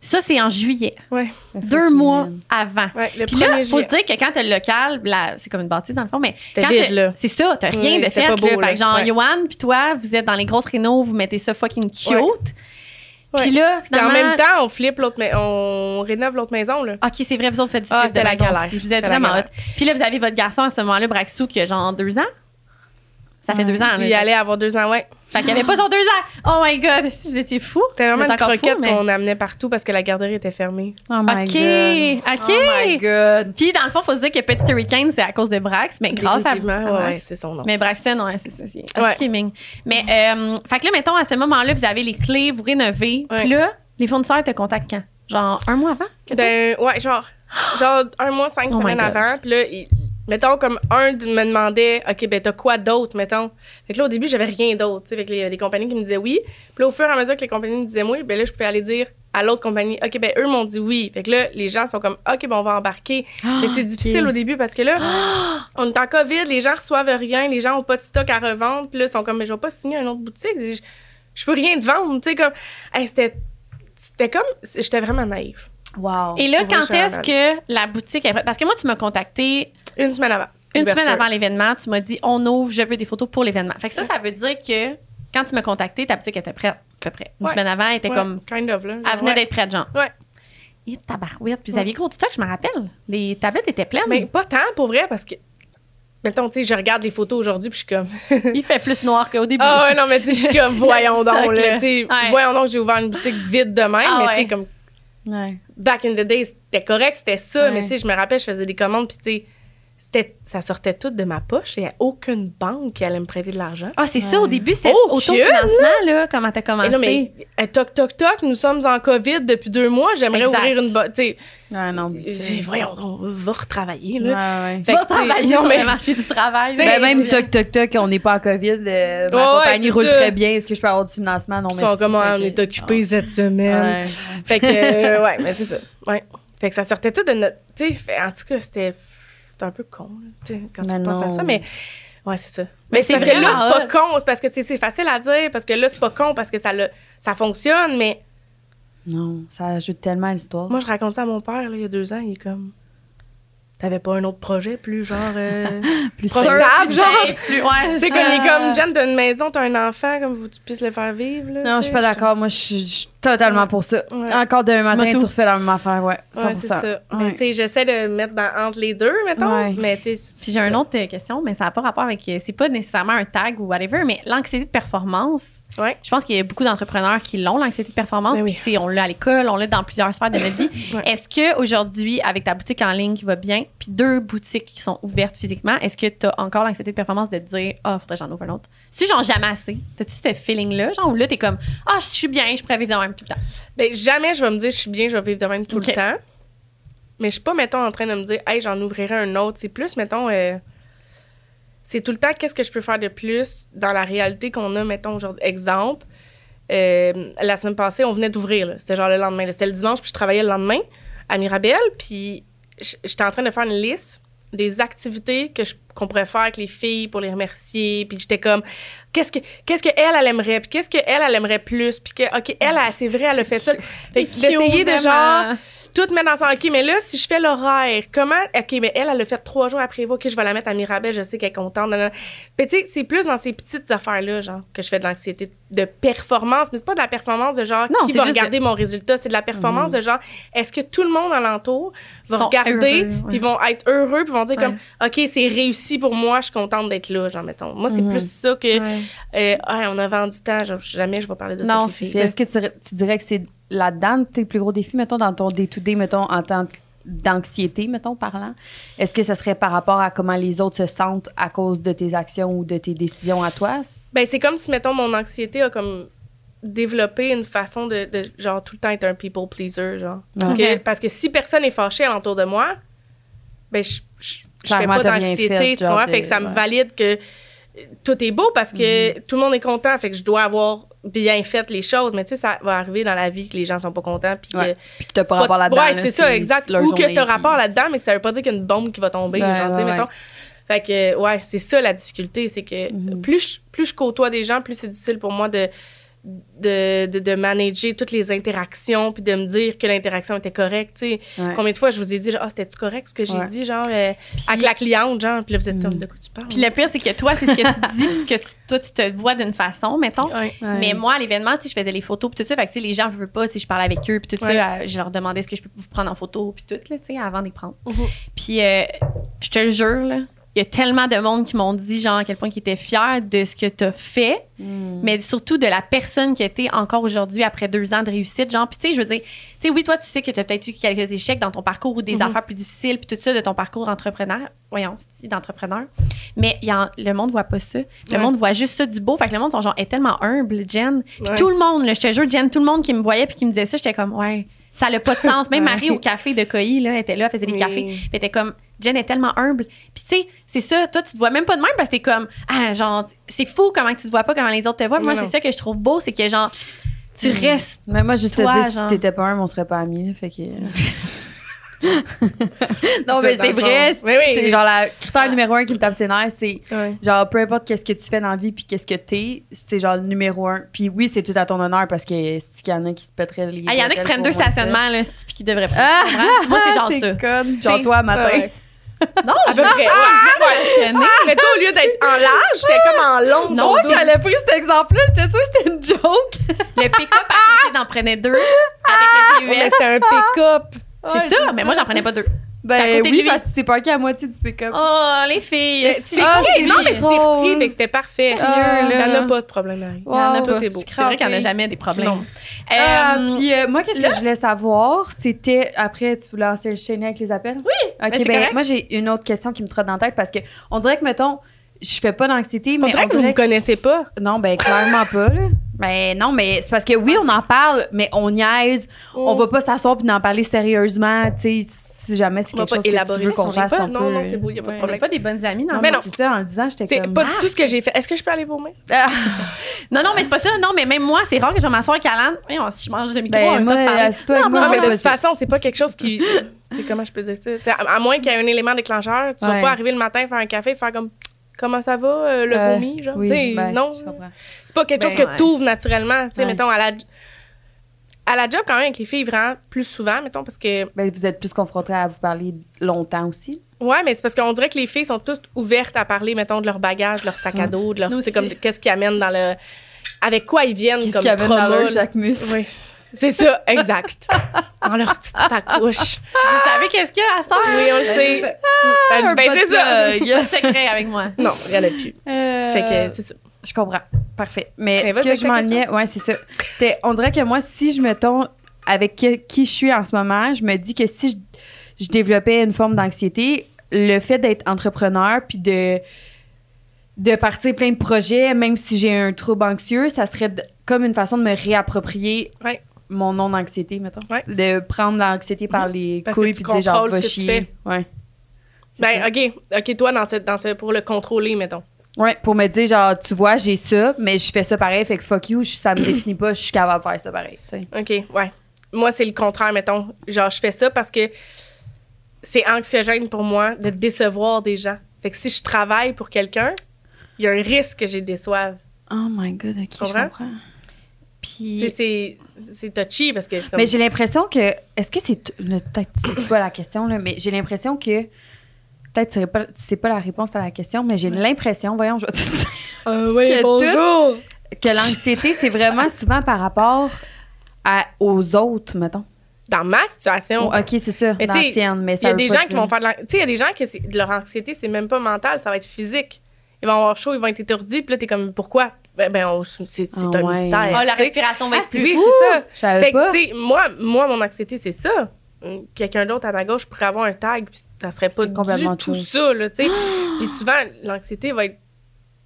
Ça, c'est en juillet.
Ouais,
Deux mois avant.
ouais, euh, le
Puis
premier
là, faut
juillet.
se dire que quand t'as le local, la- c'est comme une bâtisse dans le fond, mais
T'es
quand
vide,
t'as-
là.
c'est ça, t'as rien
Oui,
de
c'était
fait.
pas beau,
là. Fait
là.
que genre,
Ouais.
Yoann puis toi, vous êtes dans les grosses rénaux, vous mettez ça fucking cute.
Ouais.
Puis là,
Puis
finalement,
en même temps, on flippe l'autre, mais on rénove l'autre maison là.
Ok, c'est vrai, vous autres faites du
Ah,
fil de
c'était la
maison
galère.
aussi. Vous
C'était
êtes
la
vraiment hot.
galère.
Puis là, vous avez votre garçon à ce moment-là, Braxou, qui a genre deux ans. Ça fait
Ouais.
deux ans,
Puis il
là.
allait avoir deux ans, ouais.
Fait qu'il avait pas son deux ans. Oh my god, si vous étiez fous.
C'était
Vous
vraiment une
êtes encore fous,
croquette
mais-
qu'on amenait partout parce que la garderie était fermée.
Oh my
Ok,
God.
ok.
Oh my God.
Puis dans le fond, faut se dire que Petit Hurricane, c'est à cause de Brax, mais grâce à, Ah
Définitivement,
à
ouais,
Brax.
ouais, c'est son nom.
Mais Braxton, ouais, c'est ça. C'est
Ouais.
c'est gaming. Mais, euh, fait que là, mettons, à ce moment-là, vous avez les clés, vous rénovez.
Ouais.
Puis là, les fournisseurs te contactent quand? Genre un mois avant? que toi?
Ben, ouais, genre, genre un mois, cinq
Oh my
semaines
God.
avant. Puis là, il- mettons, comme un de- me demandait, OK, ben, t'as quoi d'autre, mettons? Fait que là, au début, j'avais rien d'autre. tu sais, Fait que les, les compagnies qui me disaient oui. Puis là, au fur et à mesure que les compagnies me disaient oui, ben là, je pouvais aller dire à l'autre compagnie, OK, ben, eux m'ont dit oui. Fait que là, les gens sont comme, OK, ben, on va embarquer.
Ah,
Mais c'est difficile au début parce que là, on est en COVID, les gens reçoivent rien, les gens ont pas de stock à revendre. Puis là, ils sont comme, mais je vais pas signer une autre boutique. Je, je peux rien te vendre. Tu sais, comme, Hey, c'était c'était comme, j'étais vraiment naïve.
Wow.
Et là,
Ouvrir
quand
chez
est-ce
Arnold.
que la boutique est prête? Parce que moi, tu m'as contacté
Une semaine avant.
une
Ouverture.
semaine avant l'événement. Tu m'as dit, on ouvre, je veux des photos pour l'événement. Fait que ça, ça veut dire que quand tu m'as contacté, ta boutique était prête, à peu près. Une
Ouais.
semaine avant, elle était
Ouais,
comme,
Kind of, là.
elle venait
Ouais.
d'être prête, genre.
Ouais.
Et tabarouette. Puis vous
Ouais.
aviez gros du stock, je me rappelle. Les tablettes étaient pleines.
Mais pas tant, pour vrai, parce que. Mettons, tu sais, je regarde les photos aujourd'hui, puis je suis comme.
Il fait plus noir qu'au début.
Ah ouais, non, mais tu sais, je suis comme, voyons donc,
Stock,
là.
là.
Tu sais,
Ouais.
voyons donc, j'ai ouvert une boutique vide de même,
Ah
mais tu
ouais.
sais, comme,
Ouais.
back in the day, c'était correct, c'était ça,
Ouais.
mais tu sais, je me rappelle, je faisais des commandes, puis tu sais, c'était- ça sortait tout de ma poche, et il n'y a aucune banque qui allait me prêter de l'argent.
Ah, c'est ça, au
Ouais.
début, c'est
Oh,
autofinancement, là, comment t'as
Et
commencé.
non, mais, eh, toc, toc, toc, nous sommes en COVID depuis deux mois, j'aimerais
Exact.
ouvrir une. bo- Tu sais,
Ouais, non, mais
j'ai-
c'est-
voyons donc, va retravailler,
Ouais,
là.
ouais.
Fait
Va
que, tu sais,
travailler
non,
sur
mais-
le marché du travail.
Tu sais,
là.
Ben, même toc toc toc, on n'est pas en COVID, euh, ma
Ouais, ouais,
compagnie
c'est
roule
ça.
très bien. Est-ce que je peux avoir du financement Non,
Ils
mais
sont comme, Ah, on est occupés cette
Ah,
semaine. Fait que, euh, ouais, mais c'est ça. Ouais. Fait que ça sortait tout de notre. Tu sais, fait- en tout cas, c'était c'était un peu con, là, tu sais, quand
Mais
tu penses à
non.
ça, mais. Ouais, c'est ça.
Mais
Mais
c'est
c'est parce que
vraiment
ah
là, c'est
hot.
pas con. C'est parce que, tu sais, c'est facile à dire, parce que là, c'est pas con, parce que ça, le, ça fonctionne, mais
Non, ça ajoute tellement à l'histoire.
moi, je raconte ça à mon père, là, il y a deux ans, il est comme. T'avais pas un autre projet plus genre. euh,
Plus
Proche-
sûr.
Stable,
plus
genre.
safe, plus- ouais,
tu
ça.
sais, comme il est comme, Jen, t'as une maison, t'as un enfant, comme vous, tu puisses le faire vivre, là.
Non, je
tu
suis
sais.
pas d'accord. Moi, je suis je suis totalement pour ça.
Ouais.
Encore demain matin,
Moto.
tu refais la même affaire, ouais, 100%.
Ouais, c'est ça. Mais
Ouais.
tu sais, j'essaie de mettre dans, entre les deux, mettons.
Ouais.
Mais tu sais.
Puis j'ai une autre euh, question, mais ça n'a pas rapport avec. euh, C'est pas nécessairement un tag ou whatever, mais l'anxiété de performance.
Ouais.
Je pense qu'il y a beaucoup d'entrepreneurs qui l'ont, l'anxiété de performance.
Ben
Puis,
oui.
tu sais, on l'a à l'école, on l'a dans plusieurs sphères de notre vie.
Ouais.
Est-ce que aujourd'hui, avec ta boutique en ligne qui va bien, puis deux boutiques qui sont ouvertes physiquement, est-ce que tu as encore l'anxiété de performance de te dire, ah, faudrait que j'en ouvre un autre? Si j'en jamais assez, t'as-tu ce feeling-là? Genre, où là, t'es comme, ah, je suis bien, je pourrais vivre dans le même tout le temps.
Ben, jamais je vais me dire je suis bien, je vais vivre de même tout
Ok.
le temps. Mais je suis pas, mettons, en train de me dire, hey, j'en ouvrirai un autre. C'est plus, mettons, euh, c'est tout le temps qu'est-ce que je peux faire de plus dans la réalité qu'on a, mettons, aujourd'hui. Exemple, euh, la semaine passée, on venait d'ouvrir. là. C'était genre le lendemain. là. C'était le dimanche, puis je travaillais le lendemain à Mirabel. Puis j- j'étais en train de faire une liste des activités que je- qu'on pourrait faire avec les filles pour les remercier. Puis j'étais comme, qu'est-ce que qu'est-ce que elle, elle aimerait? Puis qu'est-ce que elle, elle aimerait plus? Puis que, OK, elle, elle, c'est vrai, elle a fait ça. Fait que d'essayer de genre tout mettre ensemble. OK, mais là, si je fais l'horaire, comment. OK, mais elle, elle le fait trois jours après vous. OK, je vais la mettre à Mirabel, je sais qu'elle est contente. nanana. Mais tu sais, c'est plus dans ces petites affaires-là, genre, que je fais de l'anxiété de performance. Mais c'est pas de la performance de genre,
Non,
qui
c'est
va
juste Mm.
regarder mon résultat. C'est de la performance de genre, est-ce que tout le monde alentour va
Sont
regarder,
heureux, ouais.
puis vont être heureux, puis vont dire comme,
Ouais.
OK, c'est réussi pour moi, je suis contente d'être là, genre, mettons. Moi, c'est
Mhm.
plus ça que,
Mm-hmm. Ouais.
euh, Ah, on a vendu tant, genre, jamais je vais parler de ça.
Non,
les
c'est
filles.
Puis Est-ce que tu, tu dirais que c'est là-dedans tes plus gros défis, mettons, dans ton day-to-day, mettons, en tant que- d'anxiété, mettons, parlant? Est-ce que ça serait par rapport à comment les autres se sentent à cause de tes actions ou de tes décisions à toi?
Ben, c'est comme si, mettons, mon anxiété a comme développé une façon de, de, genre, tout le temps être un people pleaser, genre. Parce,
Ouais.
que, parce que si personne est fâché alentour de moi, ben, je, je, je fais
Clairement,
pas
t'as rien fait,
d'anxiété, tu
genre,
comprends?
de-
Fait que ça me
ouais. Mm-hmm.
valide que euh, tout est beau parce que tout le monde est content, fait que je dois avoir bien fait les choses. Mais tu sais, ça va arriver dans la vie que les gens sont pas contents, puis que...
Ouais. Puis que t'as
c'est
pas rapport là-dedans.
Ouais,
là,
c'est ça, exact.
c'est leur
Ou que
journée,
t'as
puis-
rapport là-dedans, mais que ça veut pas dire qu'il y a une bombe qui va tomber,
Ouais,
genre, tu sais,
ouais,
mettons.
ouais.
Fait que, ouais, c'est ça la difficulté, c'est que
Mhm.
plus, je, plus je côtoie des gens, plus c'est difficile pour moi de, de, de, de manager toutes les interactions, puis de me dire que l'interaction était correcte, tu sais.
Ouais.
Combien de fois je vous ai dit, genre, ah, c'était-tu correct ce que j'ai
Ouais.
dit, genre, euh,
Puis-
avec la cliente, genre, puis là, vous êtes comme,
Mhm.
de quoi tu parles?
Puis le pire, c'est que toi, c'est ce que tu dis, puis ce que tu- toi, tu te vois d'une façon, mettons.
Ouais.
Ouais.
Mais moi, à l'événement, tu sais, je faisais les photos, puis tout ça. Fait que, tu sais, les gens ne veulent pas, tu sais, je parlais avec eux, puis tout
Ouais.
ça. euh, Je leur demandais est-ce que je peux vous prendre en photo, puis tout, là, tu sais, avant de les prendre.
Mhm.
Puis, euh, je te le jure, là, il y a tellement de monde qui m'ont dit, genre, à quel point ils étaient fiers de ce que tu as fait,
Hmm.
Mm.
mais surtout de la personne que tu es encore aujourd'hui après deux ans de réussite. Genre, puis tu sais, je veux dire, tu sais, oui, toi, tu sais que tu as peut-être eu quelques échecs dans ton parcours ou des
Mhm.
affaires plus difficiles, puis tout ça, de ton parcours d'entrepreneur. Voyons, c'est d'entrepreneur. Mais il y en- le monde voit pas ça. Le
Ouais.
monde voit juste ça du beau. Fait que le monde sont genre, est tellement humble, Jen. Puis
Ouais.
tout le monde, là, je te jure, Jen, tout le monde qui me voyait puis qui me disait ça, j'étais comme, ouais. Ça n'a pas de sens. Même
Ouais.
Marie au café de Coy, là, elle était là, elle faisait des
Oui.
cafés. Puis elle était comme, Jen est tellement humble. Puis tu sais, c'est ça, toi, tu te vois même pas de même parce que t'es comme, ah, genre, c'est fou comment tu te vois pas, comment les autres te voient. Moi,
Non.
c'est ça que je trouve beau, c'est que genre, tu restes.
Mais moi, juste
Toi,
te dire,
genre.
si t'étais pas humble, on serait pas amis. là, Fait que. euh, non,
Ça,
mais
dans
c'est
le
vrai.
fond. Oui, oui.
C'est genre la critère numéro un qui me tape ses nerfs, c'est
Ouais.
genre peu importe qu'est-ce que tu fais dans la vie puis qu'est-ce que t'es, c'est genre le numéro un. Puis oui, c'est tout à ton honneur parce que c'est qu'il y en a qui se pèteraient les.
Ah, Il y en a qui
bretelles
prennent
pour
deux
moins de ça.
stationnements, là, c'est- puis qui devraient pas.
Ah!
Vraiment. Moi, c'est genre
T'es
ça.
conne.
T'sais,
Genre toi, matin. Ah,
ouais.
Non,
À peu près. ouais.
stationné.
Mais toi, au lieu d'être en large, t'es comme en long.
Non,
dos.
oui.
j'avais pris cet exemple-là, j'étais sûre que c'était une joke.
Le pick-up à côté d'en prenait deux avec le
Ouais, mais
VUS.
c'était un pick-up.
C'est
Ouais,
ça, mais moi, j'en prenais pas deux. T'as
Ben
compté
oui,
lui?
parce que t'es parké à moitié du pick-up.
Oh, les filles.
Tu
c'est-
Ah,
pris,
c'est
non, mais tu t'es
drôle.
pris, fait que c'était parfait.
Ah,
T'en
là.
as pas de problème, Marie.
Il y en a
Wow.
pas.
Tout est beau.
C'est vrai qu'il n'y en a
crampée.
jamais des problèmes.
Non.
Ah,
Euh,
puis euh, moi, qu'est-ce que je voulais savoir, c'était après, tu voulais enchaîner avec les appels? Oui.
ben, c'est
Ok, ben,
correct.
moi, j'ai une autre question qui me trotte dans la tête parce que on dirait que, mettons, je fais pas d'anxiété, mais.
on dirait que vous
me
vous connaissez pas.
Non, ben, clairement pas, là. Ben, non, mais c'est parce que oui, on en parle, mais on niaise. On
Oh.
va pas s'asseoir puis en parler sérieusement, tu sais, si jamais c'est
On va
quelque
pas
chose que tu
élaborer
veux
sur
qu'on
les
fasse. euh.
pas.
on
Non,
peut-
non, c'est beau, il a pas de
ouais.
problème.
pas des bonnes amies,
Non,
non?
Mais
mais
non.
c'est ça, en le disant, j'étais
C'est
comme.
pas du tout ce que j'ai fait. Est-ce que je peux aller vomir?
Ah,
Non, non, mais c'est pas ça. Non, mais même moi, c'est rare que je vais m'asseoir avec Alan. Voyons, si je mange le micro,
ben,
on va
moi,
pas parler.
assis-toi avec
Non,
moi.
Non, mais de
on va
toute
se-
façon, c'est pas quelque chose qui. Tu sais, comment je peux dire ça? Tu sais, à, à moins qu'il y ait un élément déclencheur, tu vas
Ouais.
pas arriver le matin, faire un café, faire comme. Comment ça va, euh, le
Euh,
vomi? Genre,
oui,
Tu sais,
ben,
non.
Je comprends.
C'est pas quelque
Ben,
chose que
ouais.
t'ouvres naturellement. Tu sais,
Ouais.
mettons, à la, à la job, quand même, avec les filles, vraiment plus souvent, mettons, parce que.
Ben, vous êtes plus confrontés à vous parler longtemps aussi.
Ouais, mais c'est parce qu'on dirait que les filles sont toutes ouvertes à parler, mettons, de leur bagage, de leur sac à dos, de leur.
Nous
C'est
aussi.
comme de- qu'est-ce qu'ils amènent dans le. Avec quoi ils viennent
Qu'est-ce
comme
qu'il y avait dans
promo,
leur
là.
Jacquemus?
Oui. C'est ça, exact. dans leur petite sacoche.
Vous savez qu'est-ce qu'il y a à cette heure?
Oui, on le sait. Elle dit,
un
ben,
pot
c'est
de
ça.
dog.
Il y a un secret avec moi.
Non, elle a plus.
Euh,
Fait que c'est ça.
Je comprends. Parfait. Mais
Ben,
ce
vas-y
que
avec
je
ta
m'ennuyais, ouais, c'est ça. C'était, on dirait que moi, si je me tombe avec que- qui je suis en ce moment, je me dis que si je, je développais une forme d'anxiété, le fait d'être entrepreneur puis de de partir plein de projets, même si j'ai un trouble anxieux, ça serait de- comme une façon de me réapproprier
Ouais.
mon non d'anxiété, mettons.
Ouais. Mhm.
De prendre l'anxiété par les
Parce que
couilles
tu
puis de dire genre
contrôles
va
ce que tu
chier.
fais.
Ouais. C'est ça.
Ben, OK. OK, toi, dans cette, dans ce- pour le contrôler, mettons.
Ouais, pour me dire, genre, tu vois, j'ai ça, mais je fais ça pareil, fait que fuck you, je- ça me définit pas, je suis capable de faire ça pareil. tu sais.
OK, ouais. Moi, c'est le contraire, mettons. Genre, je fais ça parce que c'est anxiogène pour moi de décevoir des gens. Fait que si je travaille pour quelqu'un, il y a un risque que j'ai déçoive.
Oh my god, ok,
Comprends? Tu sais,
Puis.
c'est c'est touchy parce que. comme-
Mais j'ai l'impression que. Est-ce que c'est. t- là, Peut-être que c'est pas la question, là, mais j'ai l'impression que. Peut-être que c'est pas- c'est pas la réponse à la question, mais j'ai l'impression, voyons, je vais te dire,
Ah
que
oui,
tout-
bonjour!
que l'anxiété, c'est vraiment souvent par rapport à, aux autres, mettons.
Dans ma situation,
Oh, ok, c'est ça,
Mais
dans
tu sais,
la tienne, mais
il y
ça
a
veut
des
pas
gens qui
dire-
vont faire de l'an- Tu sais, il y a des gens que c'est- leur anxiété, c'est même pas mental, ça va être physique. Ils vont avoir chaud, ils vont être étourdis, puis là, t'es comme, pourquoi? Ben, ben, on- c'est c'est
Ah
un
ouais.
mystère.
Oh, la
tu sais.
respiration va
Ah,
être
c'est
plus.
oui, c'est ça.
Je savais
Fait que,
Euh, pas.
tu sais, moi, moi, mon anxiété, c'est ça. Hum, Quelqu'un d'autre à ma gauche pourrait avoir un tag, puis ça serait pas
C'est
du
complètement
tout
tout.
ça, là, tu sais. puis souvent, l'anxiété va être,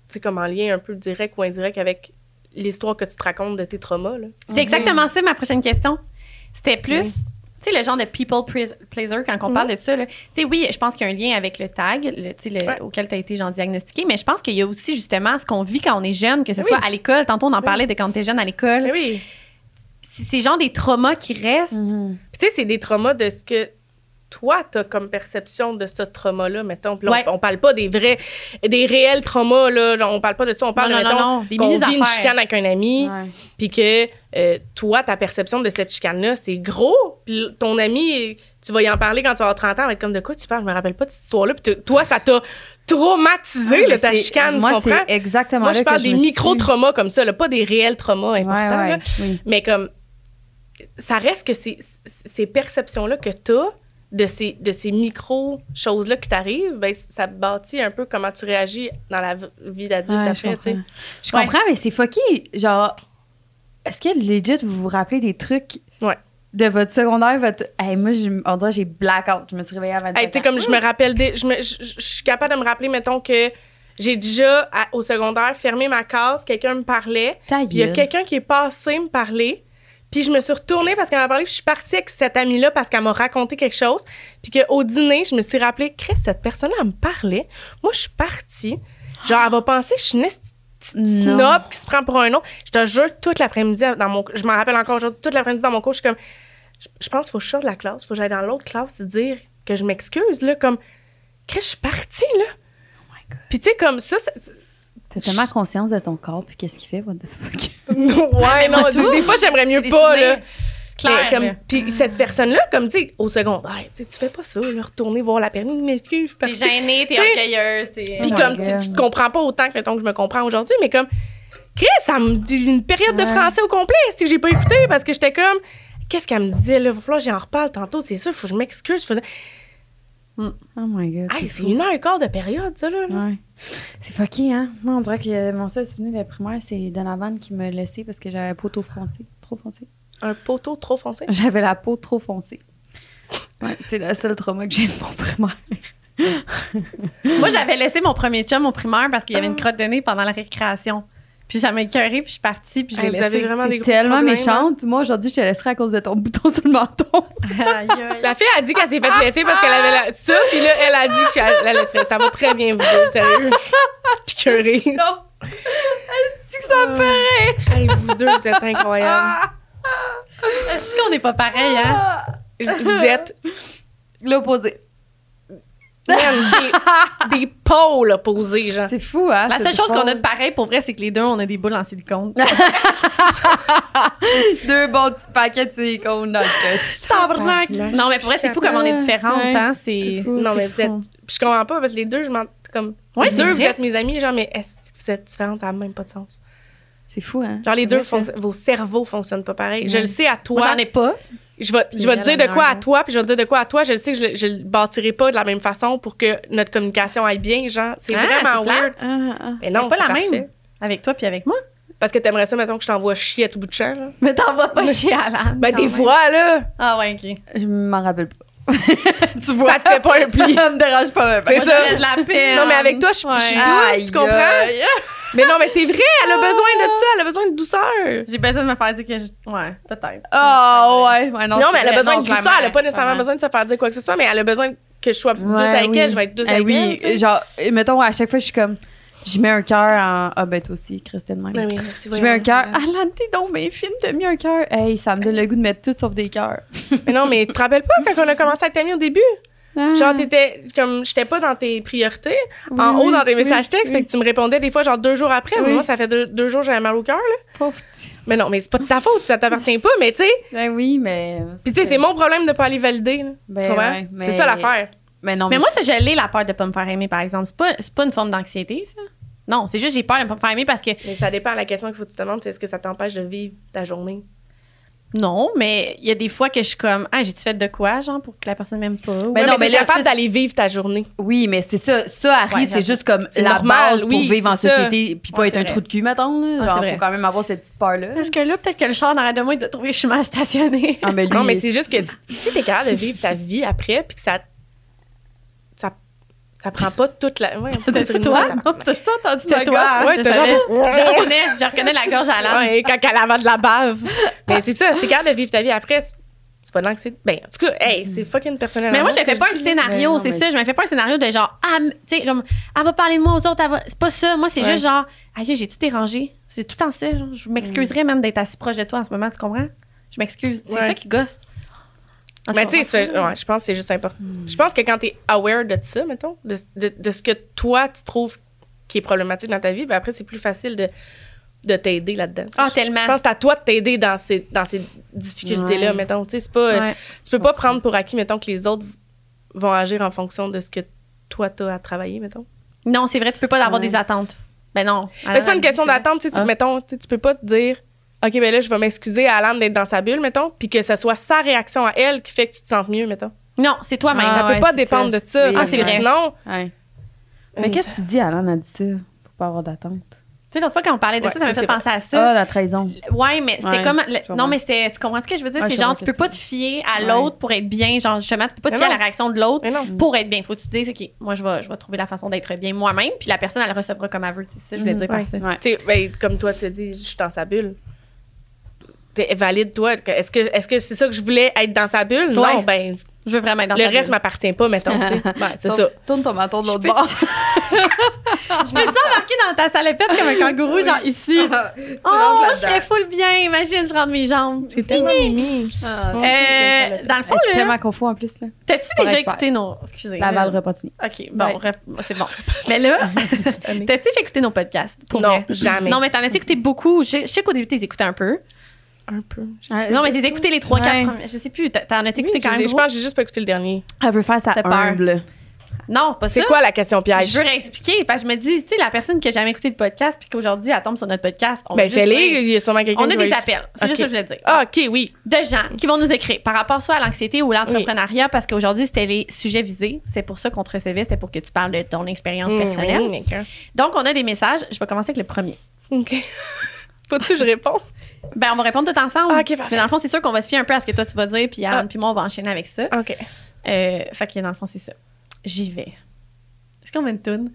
tu sais, comme en lien un peu direct ou indirect avec l'histoire que tu te racontes de tes traumas, là.
C'est exactement ça, ma prochaine question. C'était plus, tu sais, le genre de people pris- pleaser quand on
Mhm.
parle de ça. là. Tu sais, oui, je pense qu'il y a un lien avec le tag le, tu sais, le-
Ouais.
auquel tu as été genre, diagnostiqué, mais je pense qu'il y a aussi justement ce qu'on vit quand on est jeune, que ce
Oui.
soit à l'école. Tantôt, on en
Oui.
parlait de quand tu es jeune à l'école.
Mais oui.
C'est c'est genre des traumas qui restent.
Mhm.
Puis tu sais, c'est des traumas de ce que toi, t'as comme perception de ce trauma-là, mettons. Puis là, on-
Ouais.
on, parle pas des vrais, des réels traumas, là. Genre, On parle pas de ça. On parle,
non,
de,
non,
mettons,
non, non, des
qu'on vit une
mini-affaires.
chicane avec un ami,
Ouais.
puis que euh, toi, ta perception de cette chicane-là, c'est gros. Puis l- ton ami, tu vas y en parler quand tu auras 30 ans, avec comme de quoi tu parles, je me rappelle pas de cette histoire-là. Puis t- toi, ça t'a traumatisé,
Ah,
là,
mais
ta
c'est-
chicane, tu
Moi,
comprends?
c'est exactement
Moi,
là
je
que
parle des
me suis-
micro-traumas comme ça, là, pas des réels traumas
Ouais,
importants. là.
ouais, oui.
Mais comme, ça reste que ces, ces perceptions-là que tu as de ces, de ces micro-choses-là qui t'arrivent, ben, ça bâtit un peu comment tu réagis dans la v- vie d'adulte
Ouais, je
après, tu sais.
comprends. Je comprends, mais c'est fucky. Genre, est-ce que legit, vous vous rappelez des trucs
Ouais.
de votre secondaire? Votre... Hey, moi, je, on dirait que j'ai blackout. Je me suis réveillée à 25
Hey, tu sais, comme je me rappelle, des- je, me- je- je- je suis capable de me rappeler, mettons, que j'ai déjà, à- au secondaire, fermé ma case, quelqu'un me parlait,
Ta
puis il y a
gueule.
quelqu'un qui est passé me parler, Puis je me suis retournée parce qu'elle m'a parlé, puis je suis partie avec cette amie-là parce qu'elle m'a raconté quelque chose. Puis qu'au dîner, je me suis rappelé, Chris, cette personne-là me parlait. Moi, je suis partie. Genre, elle va penser que je suis une esti de
Non.
snob qui se prend pour un autre. Je te jure, toute l'après-midi, dans mon, je m'en rappelle encore aujourd'hui, toute l'après-midi dans mon cours, je suis comme, je, je pense qu'il faut que je sorte de la classe, faut que j'aille dans l'autre classe et dire que je m'excuse, là, comme, Chris, je suis partie, là. Puis tu sais, comme ça, ça-
T'as tellement conscience de ton corps, puis qu'est-ce qu'il fait, what the fuck?
Non, ouais, non, des, des fois, j'aimerais mieux
Des
pas,
souvenirs.
là.
Clair,
Mais comme-
là.
Puis cette personne-là, comme, tu sais, au secondaire, tu sais, tu fais pas ça, là, retourner voir la permis de mes filles. je suis
T'es
partie.
gênée, t'es
T'sais,
orgueilleuse, t'es.
Puis
Oh my
comme, tu,
God.
tu te comprends pas autant que, mettons, que je me comprends aujourd'hui, mais comme, Chris, ça me dit une période de
Ouais.
français au complet, si j'ai pas écouté, parce que j'étais comme, qu'est-ce qu'elle me disait, là, va falloir que j'en reparle tantôt, c'est sûr, faut que je m'excuse. faut que-
Oh my god.
Hey, c'est
fou.
une heure et quart de période, ça, là. là.
Ouais. C'est fucké, hein? Moi, on dirait que euh, mon seul souvenir de la primaire, c'est Donovan qui me laissait parce que j'avais la peau trop foncée. Trop foncée.
Un poteau trop foncé.
J'avais la peau trop foncée. Ouais, c'est le seul trauma que j'ai de mon primaire.
Moi, j'avais laissé mon premier chum au primaire parce qu'il y avait une crotte de nez pendant la récréation. Puis ça m'a écœurée, puis je suis partie, puis je
Hey,
l'ai laissé.
Ah, vous avez vraiment des
T'es
gros
tellement
problèmes, hein.
méchante. Moi, aujourd'hui, je te laisserai à cause de ton bouton sur le menton.
Aïe, aïe.
La fille a dit qu'elle s'est fait laisser parce qu'elle avait la... ça, puis là, elle a dit que je la laisserait. Ça va très bien, vous deux, sérieux. Piqueurée.
Non! Est-ce que
Ah.
ça me fait
Hey, vous deux, vous êtes incroyables.
Est-ce qu'on n'est pas pareil, hein?
Vous êtes
L'opposé.
man, des, des pôles opposés, genre.
C'est fou, hein?
La
c'est
seule chose qu'on a de
drôle.
pareil, pour vrai, c'est que les deux, on a des boules en silicone.
Deux bons petits paquets de silicone dans le chest.
Tabarnak.
non, mais pour vrai, c'est fou comme on est différentes,
Ouais.
hein? C'est.
Non, mais vous
c'est
êtes.
fou.
Puis je comprends pas, parce que les deux, je m'en. Comme.
Ouais,
les
c'est
deux,
vrai.
vous êtes mes amis, genre, mais est-ce que vous êtes différentes? Ça n'a même pas de sens.
C'est fou, hein?
Genre, les
C'est
deux,
vrai, ça.
fonc- vos cerveaux fonctionnent pas pareil. Je
Ouais.
le sais à toi.
Moi, j'en ai pas.
je vais, je vais te
elle
dire
en
de
a
quoi
un
à
autre.
toi, puis je vais te dire de quoi à toi. Je le sais que je, le- je le bâtirai pas de la même façon pour que notre communication aille bien, genre. C'est
Ah,
vraiment
c'est plate.
weird.
Ah, ah.
Mais non,
pas
c'est
la
parfait.
même. Avec toi, puis avec moi.
Parce que t'aimerais ça, mettons, que je t'envoie chier à tout bout de champ, là.
Mais t'en vas pas chez Alan.
Ben,
quand
des
même.
fois, là,
Ah, ouais, ok.
Je m'en rappelle pas.
tu vois. ça te fait pas un pli.
Ça me dérange pas,
C'est
Moi,
ça.
j'avais de la peine.
Non, mais avec toi, je je suis
Ouais.
douce, tu comprends?
Aïe.
Mais non, mais c'est vrai, elle a besoin de ça, elle a besoin de douceur.
J'ai besoin de me faire dire que je. Ouais, peut-être.
Oh, ouais, ouais, non.
Non,
c'est
mais elle a
vrai,
besoin
non,
de douceur,
clairement,
elle a pas nécessairement
clairement.
besoin de se faire dire quoi que ce soit, mais elle a besoin que je sois douce
Ouais,
avec
oui.
elle, je vais être douce
Eh
avec
oui,
elle. tu sais.
genre, euh, mettons, à chaque fois, je suis comme, je mets un cœur en. Ah, ben, toi aussi, Christine, même.
Ben oui, merci,
Je
voyons.
mets un cœur. Ah, t'es donc, mes films, t'as mis un cœur. Hey, ça me donne le goût de mettre tout sauf des cœurs.
Mais non, mais tu te rappelles pas quand on a commencé à t'aimer au début?
Mm.
Genre, t'étais comme, j'étais pas dans tes priorités, en haut dans tes messages textes, fait que tu me répondais des fois, genre deux jours après. Mais
Oui.
Moi, ça fait deux, deux jours, j'avais mal au cœur, là.
Ah, Pauvre petit.
Mais non, mais c'est pas de ta faute, ça t'appartient pas, mais tu sais,
Ben oui, mais.
Puis tu sais, c'est mon problème de pas aller valider. là.
Ben
Tu comprends?
ouais, mais-
C'est ça l'affaire.
Mais non,
Mais moi, ça, je l'ai, la peur de pas me faire aimer, par exemple. C'est pas, c'est pas une forme d'anxiété, ça. Non, c'est juste j'ai peur de pas me faire aimer parce que
Mais ça dépend. La question qu'il faut que tu te demandes, c'est est-ce que ça t'empêche de vivre ta journée?
non, mais il y a des fois que je suis comme ah j'ai tu fait de quoi genre pour que la personne m'aime pas. ou-
Ben
Ouais,
non, mais
t'es
là,
capable
c'est-
d'aller vivre ta journée.
Oui, mais c'est ça. Ça, Harry,
Ouais,
c'est juste comme
c'est
la
normal,
base pour
oui,
vivre en
c'est ça.
société puis pas
Ouais,
être un
c'est
trou de cul, mettons. Là.
Ah,
Genre,
c'est vrai.
faut quand même avoir cette petite peur-là.
Parce que là peut-être que le char en arrête de moi il doit trouver le chemin à la stationner.
Ah, mais lui,
non, mais
il-
c'est juste que si t'es capable de vivre ta vie après, puis que ça. Ça, ça prend pas toute la. Ouais, on peut
C'était
sur une
toi?
note,
Non,
tabarnak.
t'as ça entendu
C'était
ma
toi,
gorge?
ouais,
je,
t'as
savais. je reconnais, je reconnais la gorge à l'âme.
Ouais, quand elle avait de la bave. mais c'est ça, si t'es capable de vivre ta vie après, c'est- c'est pas de l'anxiété. Ben, en tout cas, hey, c'est fucking personnel.
Hmm. Mais moi,
Hein,
je me
ce
fais
que
pas un
dis.
scénario,
Mais non,
c'est
mais-
ça. Je me fais pas un scénario de genre, ah, m- tu sais, comme, elle va parler de moi aux autres, elle va. C'est pas ça. Moi, c'est
Ouais.
juste genre, aïe, j'ai tout dérangé. C'est tout le temps ça. genre, je m'excuserais même d'être assez proche de toi en ce moment, tu comprends? Je m'excuse. C'est
Mm. Ouais.
ça qui gosse. En tout
Mais
cas,
tu sais,
en tout
c'est-
cas,
ouais, je pense que c'est juste important.
Hmm.
Je pense que quand tu es aware de ça, mettons, de, de, de ce que toi, tu trouves qui est problématique dans ta vie, ben après, c'est plus facile de, de t'aider là-dedans.
Ah,
Je-
tellement.
Je pense que c'est à toi de t'aider dans ces, dans ces difficultés-là,
Ouais.
mettons. Tu sais, c'est pas, euh,
Ouais.
tu peux pas prendre pour acquis, mettons, que les autres v- vont agir en fonction de ce que toi, t'as à travailler, mettons.
Non, c'est vrai, tu peux pas avoir
Ouais.
des attentes. Ben non.
Mais c'est pas une question
d'attente.
d'attente, tu sais, tu-
Ah.
mettons, tu sais, tu peux pas te dire OK, ben là, je vais m'excuser à Alan d'être dans sa bulle, mettons, puis que ce soit sa réaction à elle qui fait que tu te sentes mieux, mettons.
Non, c'est toi-même.
Ah,
ça peut
ouais,
pas
c'est
dépendre
ça.
de ça.
Oui,
parce
c'est
que
vrai.
Sinon,
Ouais.
euh,
Mais qu'est-ce que tu dis, Alan a dit ça? Faut pas avoir d'attente.
Tu sais, l'autre fois, quand on parlait de
Ouais,
ça, ça m'a
ça,
fait
c'est
penser à ça.
Ah, la trahison.
Ouais, mais c'était
Ouais,
comme.
je
le-
comprends.
non, mais c'était. Tu comprends ce que je veux dire?
Ouais,
c'est
je
genre,
comprends
tu peux pas
qu'est-ce
te fier à
Ouais.
l'autre pour être bien. Genre, justement, tu peux pas te
Mais
fier à
non.
la réaction de l'autre
Mais non.
pour être bien. Faut que tu te dises, OK, moi, je vais, je vais trouver la façon d'être bien moi-même, puis la personne, elle recevra comme elle veut. C'est ça, que je voulais
Mhm.
dire par ça.
Ouais.
Tu sais, ben, comme toi, tu dis, je suis dans sa bulle. t'es- valide toi. Est-ce que est-ce que c'est ça que je voulais être dans sa bulle
Ouais.
Non, ben
Je veux vraiment être dans
le
sa
reste
bulle.
m'appartient pas, mettons. tu sais. Ouais, c'est
Sauf-
ça.
Tourne ton menton de l'autre
peux-
bord.
Je peux-tu embarquer dans ta salopette comme un kangourou, genre ici?
tu
oh,
rentres
je serais
là-dedans.
full bien. Imagine, je rentre mes jambes.
C'est tellement mimi.
Ah,
Moi aussi, je suis une
Euh,
salopette.
dans le fond,
Elle est
là,
tellement confus en plus. Là.
t'as-tu
pas
déjà
expert.
écouté nos... Excusez. là.
La balle repatine.
OK,
Ouais.
bon, rep- c'est bon.
Mais là,
Je suis tannée.
t'as-tu déjà écouté nos podcasts? Pour
non,
vrai?
jamais.
Non, mais t'en as écouté beaucoup. Je, je sais qu'au début, t'es écouté un peu.
un peu. Je sais
Ouais,
pas.
Non, mais t'es écouté les trois, quatre
Ouais.
premiers. Je sais plus. t'as- T'en as
Ah, Oui,
écouté
je
quand
sais,
même
Je
gros?
pense que j'ai juste pas écouté le dernier.
Elle veut faire sa
T'as peur.
humble.
Non, pas ça.
C'est quoi la question piège?
Je veux réexpliquer parce que je me dis, tu sais, la personne qui a jamais écouté de podcast puis qu'aujourd'hui elle tombe sur notre podcast, on va
Ben,
juste dire-
fais-les, il y a sûrement quelqu'un
On a
qui va
des
écouter.
appels. C'est juste ça
Ok.
que je voulais dire.
Ah, OK, oui.
De gens qui vont nous écrire par rapport soit à l'anxiété ou l'entrepreneuriat parce qu'aujourd'hui c'était les sujets visés. C'est pour ça qu'on te recevait, c'était pour que tu parles de ton expérience personnelle.
Mmh, d'accord.
Donc on a des messages. Je vais commencer avec le premier.
OK. Faut-tu que je réponde?
Ben on va répondre tout ensemble.
Ah, ok, parfait.
Mais dans le fond c'est sûr qu'on va se fier un peu à ce que toi tu vas dire puis Anne
Ah.
puis moi on va enchaîner avec ça.
OK.
Euh, fait que dans le fond c'est ça. J'y vais. Est-ce qu'on met une toune?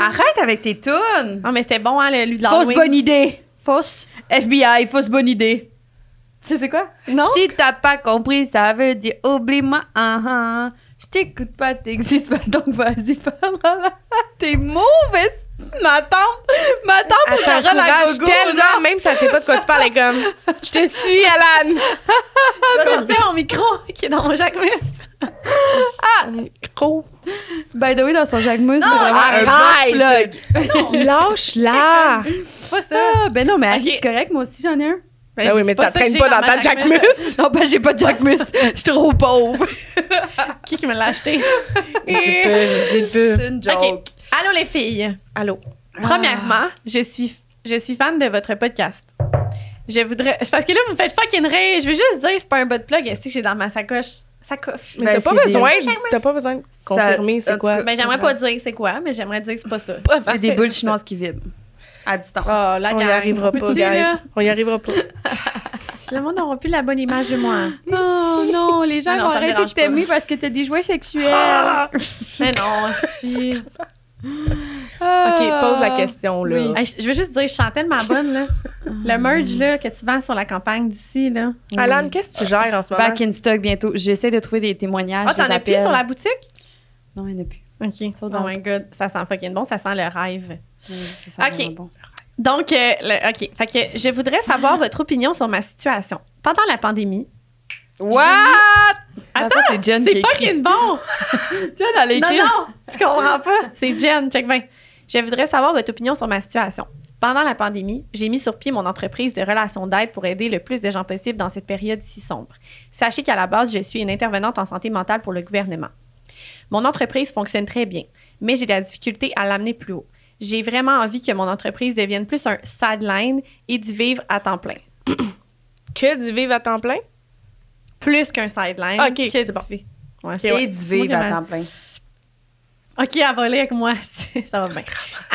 Arrête avec tes tunes.
Non mais c'était bon hein, le, lui de
Fausse
l'Halloween.
bonne idée.
Fausse.
FBI, fausse bonne idée. Tu sais, c'est quoi?
Non.
Si t'as pas compris, ça veut dire oublie-moi. hein, hein. Je t'écoute pas, t'existes pas, donc vas-y, parle. T'es mauvaise. Ma tante, ma tante,
Attends,
Carole à
courage,
gogo,
tellement,
genre.
même ça sait pas de quoi tu parles, elle est comme. Je te suis, Alan.
Je vais mon micro qui est dans mon Jacques
Ah! Gros.
By the way, dans son Jacques Mousse, c'est vraiment
arrête!
un bon plug.
Lâche-la.
Pas ça.
Ah, ben non, mais
Ok.
c'est correct, moi aussi j'en ai un.
Ben oui, mais t'en traînes pas dans ta Jackmus.
Non, ben j'ai pas de Jacques Mousse, je suis trop pauvre.
Qui qui me l'a acheté?
Dis pas, je dis pas.
C'est une
OK. Allô, les filles.
Allô?
Premièrement, je suis, je suis fan de votre podcast. Je voudrais. C'est parce que là, vous me faites fucking rire. Je veux juste dire, c'est pas un bot plug. Est-ce que j'ai dans ma sacoche? Sacoche.
Mais
Ben,
t'as pas
c'est
besoin, t'as pas besoin de confirmer
en
Ah, c'est
tout
quoi.
cas,
Mais j'aimerais pas dire c'est quoi, mais j'aimerais dire que c'est pas ça.
C'est des bulles chinoises qui vibrent. À distance.
Oh, là,
On y arrivera pas, guys. On y arrivera pas.
Le monde n'aura plus la bonne image de moi.
Oh non, les gens
Ah non,
vont
ça me
arrêter
dérange Ah,
de t'aimer parce que t'as des jouets sexuels.
Euh, Mais non, si.
Ah.
OK, pose la question, là.
Hey, je je veux juste dire, je chantais de ma bonne, là. Le merge, là, que tu vends sur la campagne d'ici, là.
Alan, qu'est-ce que tu gères en ce moment?
Back in stock bientôt. J'essaie de trouver des témoignages.
Ah, t'en
des
as plus
appels.
sur la boutique?
Non, il n'y en a plus.
OK. Oh
dans-
my God. Ça sent fucking bon. Ça sent le rêve.
Ça,
Ok.
vraiment bon.
Donc, euh, le- OK. Fait que je voudrais savoir votre opinion sur ma situation. Pendant la pandémie...
What?
Attends!
c'est Jen qui
C'est
écrit.
fucking bon!
Jen, elle a
non,
écrit.
non! Tu comprends pas? C'est Jen. Check bien. Je voudrais savoir votre opinion sur ma situation. Pendant la pandémie, j'ai mis sur pied mon entreprise de relations d'aide pour aider le plus de gens possible dans cette période si sombre. Sachez qu'à la base, je suis une intervenante en santé mentale pour le gouvernement. Mon entreprise fonctionne très bien, mais j'ai de la difficulté à l'amener plus haut. J'ai vraiment envie que mon entreprise devienne plus un sideline et d'y vivre à temps plein.
Que du vivre à temps plein?
Plus qu'un sideline.
Ok,
que
c'est
d'y
bon.
vivre. Ouais.
Et ouais,
C'est du vivre à temps plein.
OK, à voler avec moi. Ça va bien.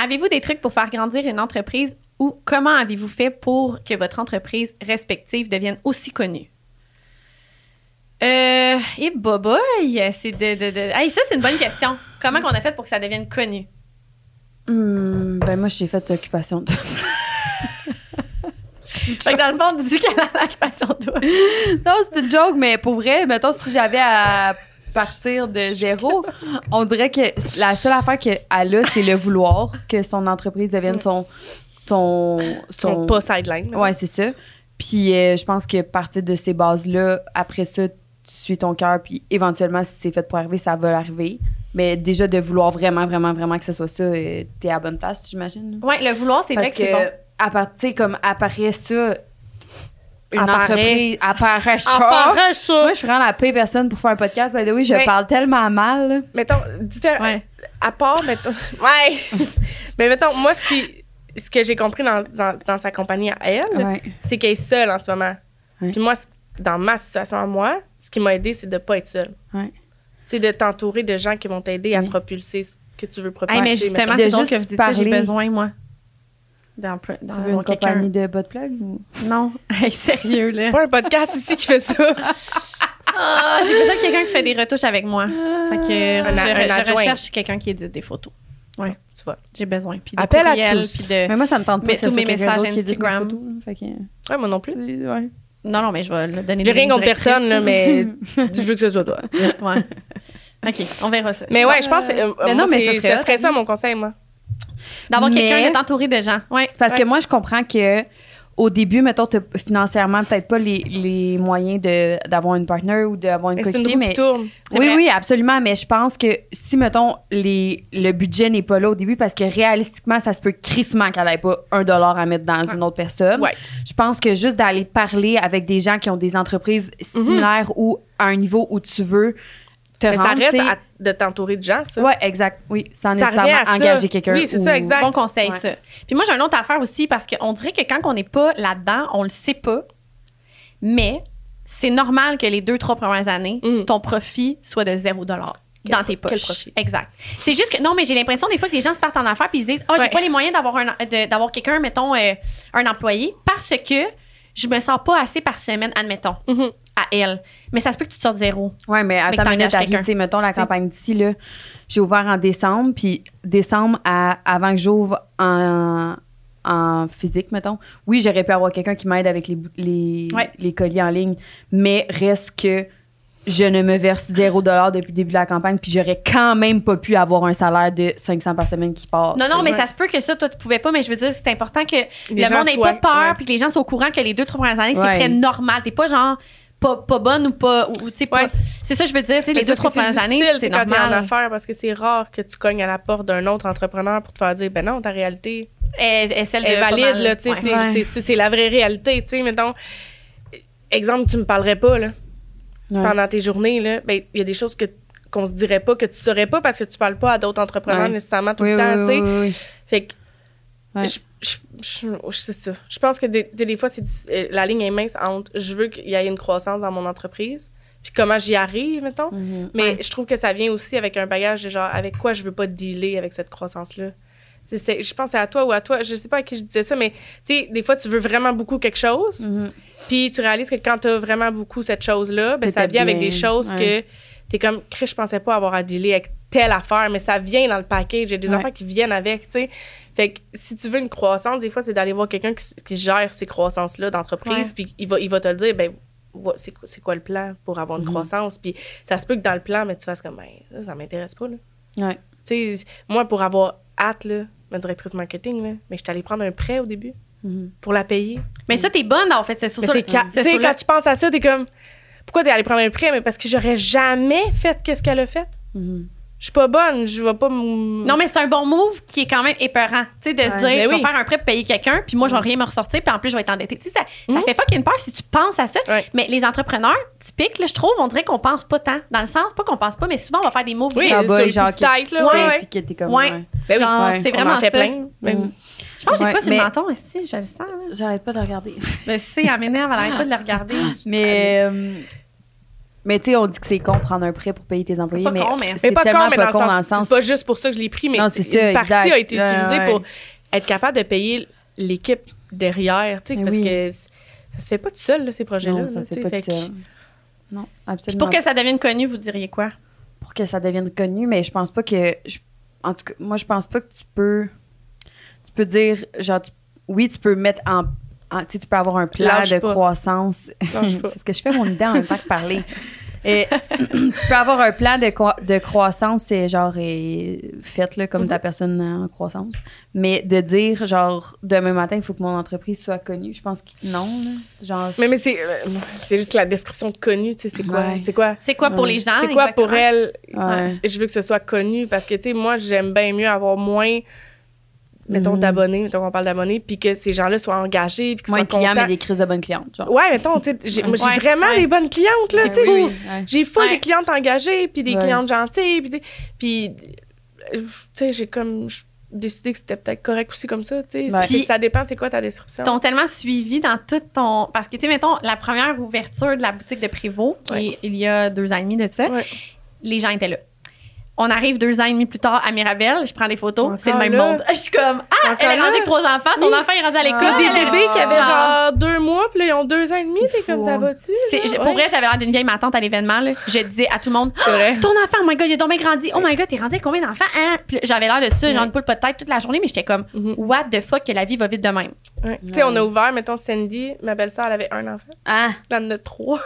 Avez-vous des trucs pour faire grandir une entreprise ou comment avez-vous fait pour que votre entreprise respective devienne aussi connue? Euh, et boboy, c'est de, de, de- Hey, ça, c'est une bonne question. Comment qu'on a fait pour que ça devienne connu?
Hmm, ben moi, j'ai fait occupation de...
Fait que dans le fond, on dit qu'elle a la passion d'eau.
non, c'est une joke, mais pour vrai, mettons, si j'avais à partir de zéro, on dirait que la seule affaire qu'elle a, c'est le vouloir que son entreprise devienne son... Son...
Sont pas sideline.
Ouais, c'est ça. Puis euh, je pense que partir de ces bases-là, après ça, tu suis ton cœur, puis éventuellement, si c'est fait pour arriver, ça va arriver. Mais déjà, de vouloir vraiment, vraiment, vraiment que ce soit ça, euh, t'es à la bonne place, j'imagine. là.
Ouais, le vouloir, c'est
Parce
vrai que, c'est bon.
à part- tu sais, comme apparaît ça, une
Apparaît.
entreprise, apparaît Ah, ça.
ça.
Moi, je suis vraiment la paix personne pour faire un podcast. By the way, je
Mais-
parle tellement mal. là.
Mettons, différent.
Ouais.
À part, mettons. Ouais! Mais mettons, moi, ce, qui, ce que j'ai compris dans, dans, dans sa compagnie à elle,
Ouais.
c'est qu'elle est seule en ce moment.
Ouais.
Puis moi, c- dans ma situation à moi, ce qui m'a aidé, c'est de pas être seule.
Ouais.
C'est de t'entourer de gens qui vont t'aider à
Oui.
propulser ce que tu veux propulser.
Hey, mais
mettons.
justement,
de
c'est donc
juste
que vous dites ça, j'ai
parler.
besoin, moi. Dans, dans
Tu veux une
quelqu'un.
compagnie de bot plug? ou-
Non. Hey, sérieux, là.
pas un podcast ici qui fait ça.
Ah, j'ai besoin de quelqu'un qui fait des retouches avec moi. Fait que
Ah. Un a-
je,
un
je
adjoint.
recherche quelqu'un qui édite des photos. Ouais.
Tu vois.
J'ai besoin. Puis de
Appel à
courriels,
tous.
puis de-
Mais moi, ça me tente pas.
Mais
que ce
tous
soit
mes
quelqu'un
messages
d'autre qui édite mes
Instagram.
photos, fait que-
Ouais, moi non plus.
Ouais.
Non, non, mais je vais le donner
J'ai
des
rien contre
directrices,
personne, là, mais je veux que ce soit toi.
ouais. OK, on verra ça.
Mais ouais, je pense que euh,
mais
moi,
non, mais
c'est-
ça serait hot,
serait ça mon conseil, moi.
D'avoir quelqu'un,
Mais-
d'être entouré de gens. Ouais.
C'est parce que moi, je comprends que au début, mettons, t'as financièrement peut-être pas les, les moyens de- d'avoir une partner ou d'avoir une
Mais C'est une
coéquipier,
roue
mais
qui tourne.
C'est
oui,
vrai.
oui, absolument. Mais je pense que si, mettons, les, le budget n'est pas là au début, parce que réalistiquement, ça se peut crissement qu'elle n'ait pas un dollar à mettre dans
Ouais.
une autre personne.
Ouais.
Je pense que juste d'aller parler avec des gens qui ont des entreprises similaires ou à un niveau où tu veux te
Mhm. Mais
rendre.
ça reste
tu sais.
à- de t'entourer de gens, ça.
Ouais, exact. Oui, sans
Ça revient
nécessairement
à ça.
engager quelqu'un.
Oui, c'est ça,
ou-
exact.
Bon conseil,
Ouais.
ça. Puis moi, j'ai une autre affaire aussi parce qu'on dirait que quand on n'est pas là-dedans, on le sait pas. Mais c'est normal que les deux, trois premières années,
Mm.
ton profit soit de 0 dollar
Quel
dans tes
pro-
poches.
quel profit?
Exact. C'est juste que, non, mais j'ai l'impression des fois que les gens se partent en affaires puis ils se disent, ah, j'ai
Ouais.
pas les moyens d'avoir un, de- d'avoir quelqu'un, mettons, euh, un employé parce que je me sens pas assez par semaine, admettons,
Mhm.
à elle. Mais ça se peut que tu te sortes zéro.
Ouais, mais
que
attends une
t'engages
minute, Harry,
quelqu'un.
tu sais, mettons la campagne d'ici, là, j'ai ouvert en décembre, puis décembre, à- avant que j'ouvre en, en physique, mettons, oui, j'aurais pu avoir quelqu'un qui m'aide avec les, bou- les,
Ouais.
les colis en ligne, mais reste que je ne me verse zéro dollar depuis le début de la campagne, puis j'aurais quand même pas pu avoir un salaire de 500 par semaine qui part.
Non,
tu sais.
non, mais
Ouais.
ça se peut que ça, toi, tu pouvais pas, mais je veux dire, c'est important que le
Les gens
monde n'ait
soient-
pas peur
ouais.
puis que les gens soient au courant que les deux, trois premières années, c'est
Ouais.
très normal. T'es pas genre pas, pas bonne ou pas. Ou, ou, tu sais, pas-
Ouais.
C'est ça, je veux dire, tu sais, les
Mais
deux,
parce
trois
que c'est
premières années,
difficile,
c'est
tu sais, quand t'es en
normal.
affaires parce que c'est rare que tu cognes à la porte d'un autre entrepreneur pour te faire dire ben non ta réalité
Elle, elle, celle
est
de pas
valide
mal,
là tu sais
ouais.
c'est-
Ouais.
c'est- c'est c'est la vraie réalité tu sais mettons exemple tu me parlerais pas là
Ouais.
pendant tes journées là ben il y a des choses que qu'on se dirait pas que tu saurais pas parce que tu parles pas à d'autres entrepreneurs
Ouais.
nécessairement tout
Oui,
le
oui,
temps tu sais
oui, oui, oui.
fait que
Ouais.
je, je, je- je- c'est ça. Je pense que des, des- des fois, c'est difficile. Euh, la ligne est mince entre je veux qu'il y ait une croissance dans mon entreprise, puis comment j'y arrive, mettons.
Mhm.
Mais je trouve que ça vient aussi avec un bagage de genre avec quoi je veux pas dealer avec cette croissance-là. C'est- c'est- je pense que c'est à toi ou à toi, je sais pas à qui je disais ça, mais tu sais, des fois, tu veux vraiment beaucoup quelque chose,
Mhm.
puis tu réalises que quand tu as vraiment beaucoup cette chose-là, ben,
Que
ça
t'as
vient avec
bien,
des choses
ouais.
que tu es comme, Chris, je pensais pas avoir à dealer avec telle affaire, mais ça vient dans le package. Il y a des
Ouais.
affaires qui viennent avec, tu sais. Fait que si tu veux une croissance, des fois, c'est d'aller voir quelqu'un qui, s- qui gère ces croissances-là d'entreprise, puis il va, il va te le dire, ben, vo- c'est quoi- c'est quoi le plan pour avoir une
Mhm.
croissance? Puis ça se peut que dans le plan, mais tu fasses comme, ben, ça, ça m'intéresse pas, là.
Ouais.
Tu sais, moi, pour avoir hâte, là, ma directrice marketing, là, mais je suis allée prendre un prêt au début
Mhm.
pour la payer.
Mais ça, t'es bonne, en fait, c'est sur
Mais
ça.
c'est ca- tu sais, quand tu penses à ça, t'es comme, pourquoi t'es allé prendre un prêt? Mais parce que j'aurais jamais fait qu'est-ce qu'elle a fait.
Mhm.
Je suis pas bonne, je vais pas m-
Non, mais c'est un bon move qui est quand même épeurant. Tu sais, de se
Ouais.
dire,
Ben
je vais
oui.
faire un prêt pour payer quelqu'un, puis moi, je vais rien me ressortir, puis en plus, je vais être endettée. Tu sais, ça, ça
Mmh.
Mhm.
fait fucking peur si tu penses à ça.
Ouais.
Mais les entrepreneurs typiques, là, je trouve, on dirait qu'on pense pas tant. Dans le sens, pas qu'on pense pas, mais souvent, on va faire des moves.
Oui,
vite.
Ah,
sur
boy,
le coup
genre
de
qui
tête,
te
là, ouais,
fait,
ouais.
puis que t'es comme,
Ouais.
ouais.
Ben oui,
Genre,
Ouais.
c'est
on
vraiment
en fait
ça.
plein. mais-
Mhm.
Je pense que j'ai
Ouais,
pas sur
mais-
le menton, aussi, je le sens. là.
J'arrête pas de regarder.
Mais c'est, elle m'énerve, elle arrête pas de le regarder.
Mais, euh, mais tu sais, on dit que c'est con de prendre un prêt pour payer tes employés,
pas
mais
con, mais-
c'est
Mais pas
tellement
con, mais dans,
pas con
le sens, c'est pas juste pour ça que je l'ai pris, mais
Non, c'est
une
ça,
partie
exact.
a été
Ouais,
utilisée
ouais.
pour être capable de payer l'équipe derrière, tu sais,
Mais
parce
oui.
que c- ça se fait pas tout seul, là, ces projets-là.
Non, ça
là,
c'est
tu
pas
sais, fait
tout
que-
seul. Non,
Puis
absolument.
pour que ça devienne connu, vous diriez quoi?
pour que ça devienne connu, mais je pense pas que. je- en tout cas, moi, je pense pas que tu peux. Tu peux dire, genre, tu- oui, tu peux mettre en. en- tu sais, tu peux avoir un plan
Lâche
de
pas.
croissance.
Lâche pas.
c'est ce que je fais mon idée en même temps que parler. Et, tu peux avoir un plan de, cro- de croissance, c'est genre, et, faites le comme ta
Mm-hmm.
personne en croissance. Mais de dire, genre, demain matin, il faut que mon entreprise soit connue, je pense que non. là. Genre,
Mais, mais c'est euh, c'est juste que la description de connu, tu sais, c'est quoi?
Ouais.
C'est quoi?
Euh, C'est quoi pour
Ouais.
les gens?
c'est quoi pour
exactement?
elle?
Ouais.
Je veux que ce soit connu parce que, tu sais, moi, j'aime bien mieux avoir moins, mettons,
Mhm.
d'abonnés, mettons, on parle d'abonnés, puis que ces gens-là soient engagés, puis qu'ils
moins
soient
de clients, mais
contents.
des crises de bonnes clientes. Genre.
Ouais, mettons, tu sais, j'ai moi, j'ai
Ouais,
vraiment
ouais.
des bonnes clientes, là,
C'est
tu sais.
fou.
j'ai-
Ouais.
J'ai full
Ouais.
des clientes engagées, puis des
Ouais.
clientes gentilles, puis des- puis, euh, tu sais, j'ai comme j- décidé que c'était peut-être correct aussi comme ça, tu sais.
Ouais.
C'est-
Puis-
Ça dépend, c'est quoi ta description.
t'ont tellement suivi dans tout ton. Parce que, tu sais, mettons, la première ouverture de la boutique de Prévost, qui est
Ouais.
il y a deux ans et demi de ça,
Ouais.
les gens étaient là. On arrive deux ans et demi plus tard à Mirabel, je prends des photos, c'est le
Encore
même
là.
monde. Je suis comme, ah,
Encore
elle est rendue
là.
avec trois enfants, son
Oui.
enfant est rendu à l'école.
Ah.
Des bébés qui avaient
Genre.
genre deux mois, puis là, ils ont deux ans et demi,
C'est
t'es
fou,
comme ça
hein.
va-tu?
C'est-
genre?
je- Pour vrai, j'avais l'air d'une vieille ma tante à l'événement. là. Je disais à tout le monde
C'est vrai.
Ton enfant, oh my god, il a donc bien grandi. Oh my god, t'es rendu avec combien d'enfants hein? Puis là, J'avais l'air de ça, genre
Ouais.
une poule pas de tête toute la journée, mais j'étais comme
Mhm.
What the fuck, que la vie va vite de même.
Ouais. Tu sais, on a ouvert, mettons, Sandy, ma belle-sœur, elle avait un enfant.
Ah,
Là, elle en a trois.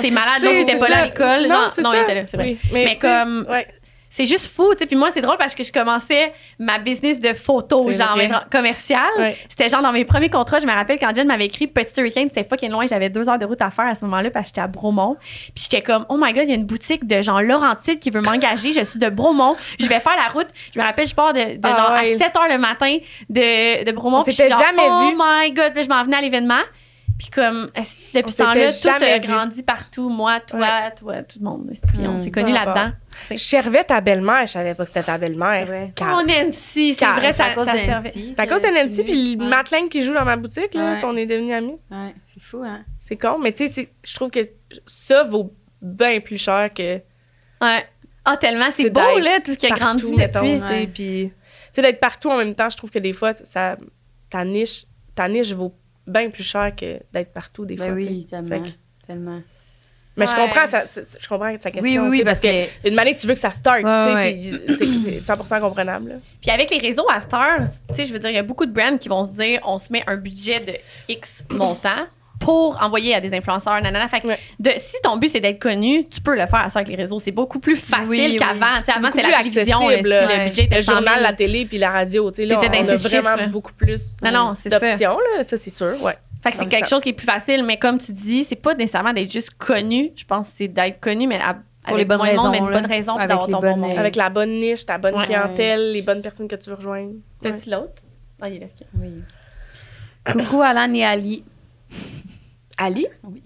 c'est malade, l'autre était pas là à l'école. genre-
c'est
non, il
ça.
était là, c'est vrai.
Oui,
Mais
tu sais,
comme-
ouais.
C'est juste fou, tu sais. Puis moi, c'est drôle parce que je commençais ma business de photo,
C'est
genre
vrai.
mais commerciale.
Ouais.
C'était genre dans mes premiers contrats, je me rappelle quand Jen m'avait écrit Petit Hurricane, c'était fucking loin, j'avais deux heures de route à faire à ce moment-là parce que j'étais à Bromont. Puis j'étais comme, oh my god, il y a une boutique de genre Laurentide qui veut m'engager, je suis de Bromont, je vais faire la route. Je me rappelle, je pars de, de
Ah
genre
ouais.
à 7 heures le matin de, de Bromont.
On
Puis je suis
s'était
genre,
jamais
oh
vu.
my god, Puis là, je m'en venais à l'événement. Puis comme, est-ce- depuis
On
ce temps-là,
s'était
tout a
jamais vu.
grandi partout, moi, toi,
Ouais.
toi, tout le monde. Puis on
Hmm.
s'est connus
Peu importe.
là-dedans.
Je servais ta belle-mère, je savais pas que c'était ta
c'est
belle-mère.
vrai.
Car-
Oh Nancy, c'est
Car-
vrai,
C'est
ça
à cause
ça
de
servait.
Nancy.
C'est à cause de Nancy puis le Madeleine qui joue dans ma boutique, là,
Ouais.
qu'on est devenus amis.
Ouais, c'est fou, hein?
C'est con, mais tu sais, c'est- je trouve que ça vaut bien plus cher que
Ouais. Ah, tellement, c'est
C'est
beau,
d'être
là, tout ce qui a grandi.
partout, mettons,
depuis.
tu
ouais.
sais, puis... Tu sais, d'être partout en même temps, je trouve que des fois, ça, ta niche, ta niche vaut bien plus cher que d'être partout, des fois,
Ben
tu sais.
oui, tellement.
Fait que-
Tellement.
Mais je
Ouais.
comprends, ça- ça- je comprends sa question.
Oui, oui,
tu
oui,
sais,
parce que.
Une manière tu veux que ça start,
Ouais,
tu sais,
ouais.
puis c'est- c'est 100% comprenable. là.
Puis avec les réseaux à cette heure, tu sais, je veux dire, il y a beaucoup de brands qui vont se dire on se met un budget de X montant pour envoyer à des influenceurs, nanana. Fait que
Ouais.
de, si ton but, c'est d'être connu, tu peux le faire à ça avec les réseaux. C'est beaucoup plus facile
Oui, oui.
qu'avant. Tu sais, Avant,
beaucoup
c'était
plus
la télévision, le,
accessible,
style,
ouais.
le budget était
le
100 000.
journal, la télé puis la radio, tu sais, là, on,
T'étais dans
a
ces chiffres,
vraiment
là.
beaucoup plus
Non, non, c'est ça.
d'options, là, ça, c'est sûr, ouais.
Fait que c'est quelque chose qui est plus facile, mais comme tu dis, c'est pas nécessairement d'être juste connu. Je pense que c'est d'être connu, mais à, avec
les bonnes
moins de monde,
raisons,
mais une
là.
bonne raison puis
Avec
d'avoir
les
ton bon
bonnes-
monde.
Ouais.
Avec la bonne niche, ta bonne
Ouais.
clientèle, les bonnes personnes que tu veux rejoindre.
T'as-tu l'autre? Ah, il est là.
Oui. Coucou Alan et Ali.
Ali?
Oui.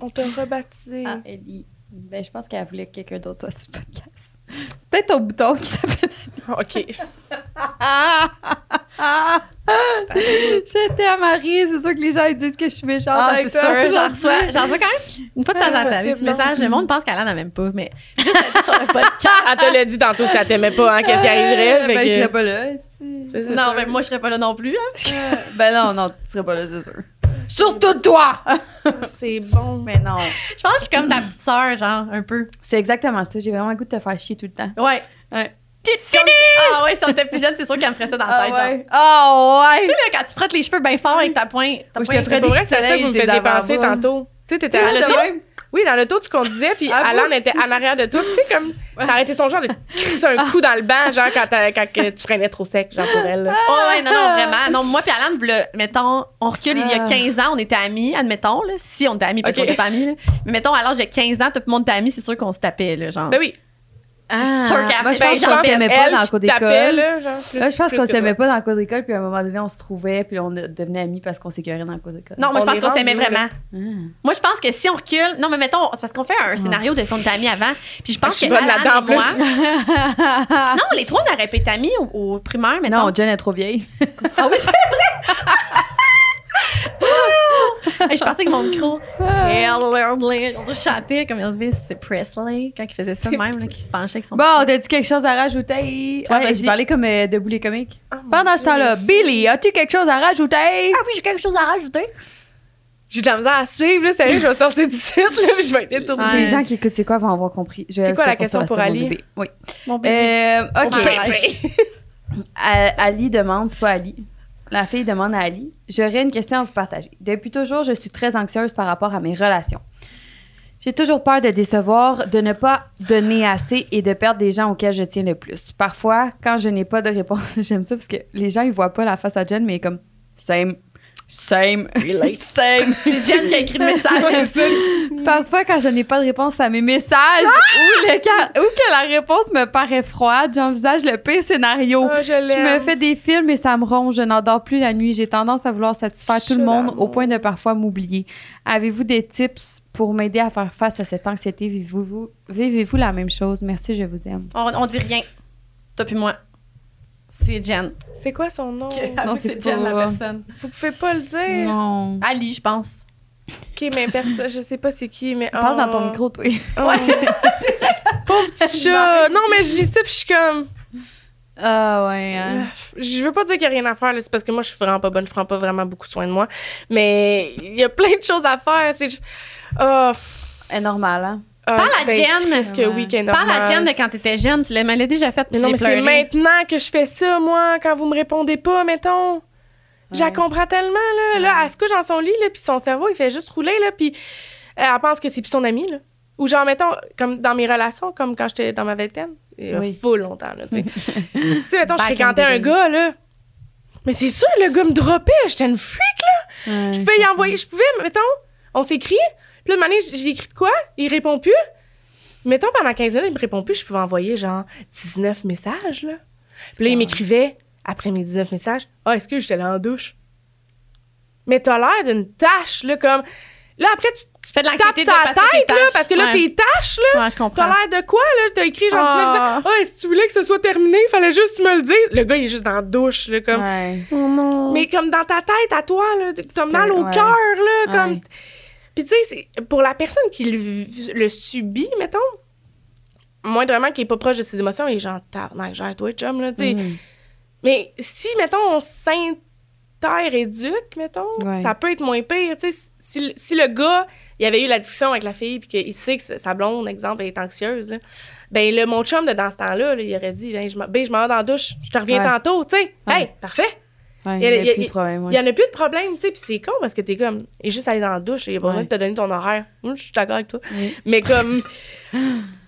On t'a rebaptisé.
Ah, Ali. Ben, je pense qu'elle voulait que quelqu'un d'autre soit sur le podcast. C'est peut-être ton bouton qui s'appelle.
OK.
Ah! Ah! J'étais à Marie, c'est sûr que les gens ils disent que je suis méchante
Ah,
avec
c'est
toi
sûr, j'en
aujourd'hui.
reçois, j'en reçois quand même une fois de temps en temps. Des petits
Impossible, non.
messages, le monde pense qu'Alan n'a même pas, mais juste à dire sur le podcast.
Elle te l'a dit tantôt si elle t'aimait pas, hein, qu'est-ce qui
Euh,
arriverait.
Ben, je
fait
serais
que-
pas là. si.
C'est ça.
Non, mais moi, je serais pas là non plus. hein.
Euh, ben non, non, tu serais pas là, c'est sûr. Surtout toi!
C'est bon.
Mais non.
Je pense que je suis comme ta petite sœur, genre, un peu.
C'est exactement ça. J'ai vraiment le goût de te faire chier tout le temps.
Ouais.
Ouais.
Si on- Ah ouais, si on était plus jeune, c'est sûr qu'elle me ferait ça dans la
Ah
tête. Ah, ben, genre.
Oh ouais!
Tu sais, là, quand tu frottes les cheveux bien fort avec ta pointe, ta
Moi, je
pointe-
te ferais
Pour
des
vrai, c'est ça
soleils,
que vous me
ces
faisiez penser
avant-bras.
tantôt. Tu sais, t'étais
Dans
à
Ah, le
l'auto.
tour?
Oui, dans l'auto, tu conduisais, puis
Ah
Alan était en arrière de toi. puis Tu sais, comme, ça aurait été son genre de crisser
Ah.
un coup dans le banc, genre, quand, t'as- quand que tu freinais trop sec, genre, pour elle. là.
Oh ouais, non, non, vraiment. Non, moi puis Alan, v'là, mettons, on recule il y a
Ah.
15 ans, on était amis, admettons, là, si on était amis, parce
Ok.
qu'on était pas amis. là. Mais mettons, à l'âge de 15 ans, tout le monde était amis, c'est sûr qu'on se tapait, là, genre.
Ben oui.
C'est sûr qu'après,
Ah. moi, je
ben,
pense
j'en
qu'on
sais,
s'aimait pas dans le cours d'école. Là,
Là,
je pense qu'on s'aimait pas dans le cours d'école, puis à un moment donné, on se trouvait, puis on devenait amis parce qu'on s'écœurait dans le cours d'école.
Non, moi, je
On
pense
est
qu'on s'aimait
rendu, là.
vraiment. Moi, je pense que si on recule. Non, mais mettons, c'est parce qu'on fait un scénario de son ami avant. Puis je pense
Je suis
que.
bonne
Alan
là-dedans, en
et moi,
plus.
Non, les trois, on aurait pu être amis au, au primaire, mais
Ah. Non, Jen est trop vieille.
Ah oui, c'est vrai! Hey, je suis partie avec mon micro. Hello, on chantait comme Elvis Presley quand il faisait ça de même, là, qui se penchait avec son.
Bon, t'as dit quelque chose à rajouter?
Ah,
Ah, ben,
vas-y.
j'ai parlé comme euh, de boulet comique. Pendant ce temps-là, Billy, as-tu quelque chose à rajouter?
Ah oui, j'ai quelque chose à rajouter.
J'ai de la misère à suivre, là. Sérieux, je vais sortir du site, là, puis je vais être étourdie.
Ouais.
Les gens qui écoutent, c'est quoi, vont avoir compris. Je-
C'est quoi
c'était
la
pour
question
toi,
pour
c'est mon
Ali?
bébé. Oui.
Mon bébé.
Euh,
On peut-
OK. À- Ali demande, c'est pas Ali. La fille demande à Ali J'aurais une question à vous partager. Depuis toujours, je suis très anxieuse par rapport à mes relations. J'ai toujours peur de décevoir, de ne pas donner assez et de perdre des gens auxquels je tiens le plus. Parfois, quand je n'ai pas de réponse, j'aime ça parce que les gens, ils voient pas la face à Jen, mais comme same, same, same.
C'est Jen qui a écrit le message.
Parfois, quand je n'ai pas de réponse à mes messages ou, le ca- ou que la réponse me paraît froide, j'envisage le pire scénario.
Ah, je
Je
l'aime.
me fais des films et ça me ronge. Je n'endors plus la nuit. J'ai tendance à vouloir satisfaire tout le
Je
monde au
l'amour.
point de parfois m'oublier. Avez-vous des tips pour m'aider à faire face à cette anxiété? Vivez-vous vivez la même chose? Merci, je vous aime.
On, on dit rien. Toi puis moi. C'est Jen.
C'est quoi son nom?
Ah oui,
c'est
Jen la
pas-
personne.
Vous pouvez pas le dire.
Non.
Ali, je pense.
Ok, mais personne, je sais pas c'est qui, mais.
Parle dans ton
oh.
micro, toi.
Oh. Pauvre petit chat. non, mais je lis ça, puis je suis comme.
Ah ouais.
Euh,
hein.
Je veux pas dire qu'il y a rien à faire, là, c'est parce que moi, je suis vraiment pas bonne, je prends pas vraiment beaucoup de soin de moi. Mais il y a plein de choses à faire. C'est juste. Ah,
C'est normal, hein?
ah,
Parle à
ben,
Jen.
Parce que oui, qu'est
Parle à
normal.
Jen de quand t'étais jeune. Tu l'as- me l'as déjà faite.
Mais non,
j'ai
mais c'est
pleuré.
maintenant que je fais ça, moi, quand vous me répondez pas, mettons. Je la
Ouais.
comprends tellement, là. Là, elle se couche dans son lit, là, puis son cerveau, il fait juste rouler, là, puis euh, elle pense que c'est plus son ami, là. Ou genre, mettons, comme dans mes relations, comme quand j'étais dans ma vingtaine. Il y a
Oui.
full longtemps, là, tu sais. tu sais, mettons, je
Back in
fréquentais
the
un
day.
gars, là. Mais c'est sûr, le gars me dropait, j'étais une freak, là. Je pouvais y envoyer, je pouvais, mettons, on s'écrit, puis là, une année, j'ai écrit de quoi, il répond plus. Mettons, pendant 15 minutes, il me répond plus, je pouvais envoyer genre 19 messages, là. Puis là, il m'écrivait, après mes 19 messages, « Ah, est-ce que j'étais là en douche? » Mais t'as l'air d'une tâche, là, comme... Là, après, tu
Tu fais de
tapes
l'anxiété de
sa
passer tes
tête, là,
tâches.
parce que là,
Ouais.
tes tâches, là,
Ouais, je
t'as
comprends.
l'air de quoi, là? T'as écrit genre
Ah.
19 Ah, si tu voulais que ce soit terminé, fallait juste que tu me le dises. » Le gars, il est juste dans la douche, là, comme...
Ouais.
Oh non.
Mais comme dans ta tête, à toi, là, t'as
C'était-
mal au
ouais.
cœur, là, comme...
Ouais.
Puis tu sais, c'est- pour la personne qui le, vi- le subit, mettons, moindrement qui est pas proche de ses émotions, il est genre « Tabarnak, gère-toi, chum, là, tu sais.
Mhm.
Mais si, mettons, on s'inter-éduque, mettons,
Ouais.
ça peut être moins pire. Tu sais, si, le- si le gars, il avait eu la discussion avec la fille, puis qu'il sait que sa- sa blonde, exemple, elle est anxieuse, là, ben le mon chum, de dans ce temps-là, là, il aurait dit, ben, je m'en ben, je m'en vais dans la douche, je te reviens
Ouais.
tantôt, tu sais.
Ouais.
Hey, parfait.
Ouais,
Il y a-
il
il
y
y a-
a plus de problème.
Il
ouais.
y en a plus de problème, tu sais. Puis c'est con parce que t'es comme, il est juste allé dans la douche, il a pas besoin
Ouais.
de te donner ton horaire. Moi, je suis d'accord avec toi.
Oui.
Mais comme.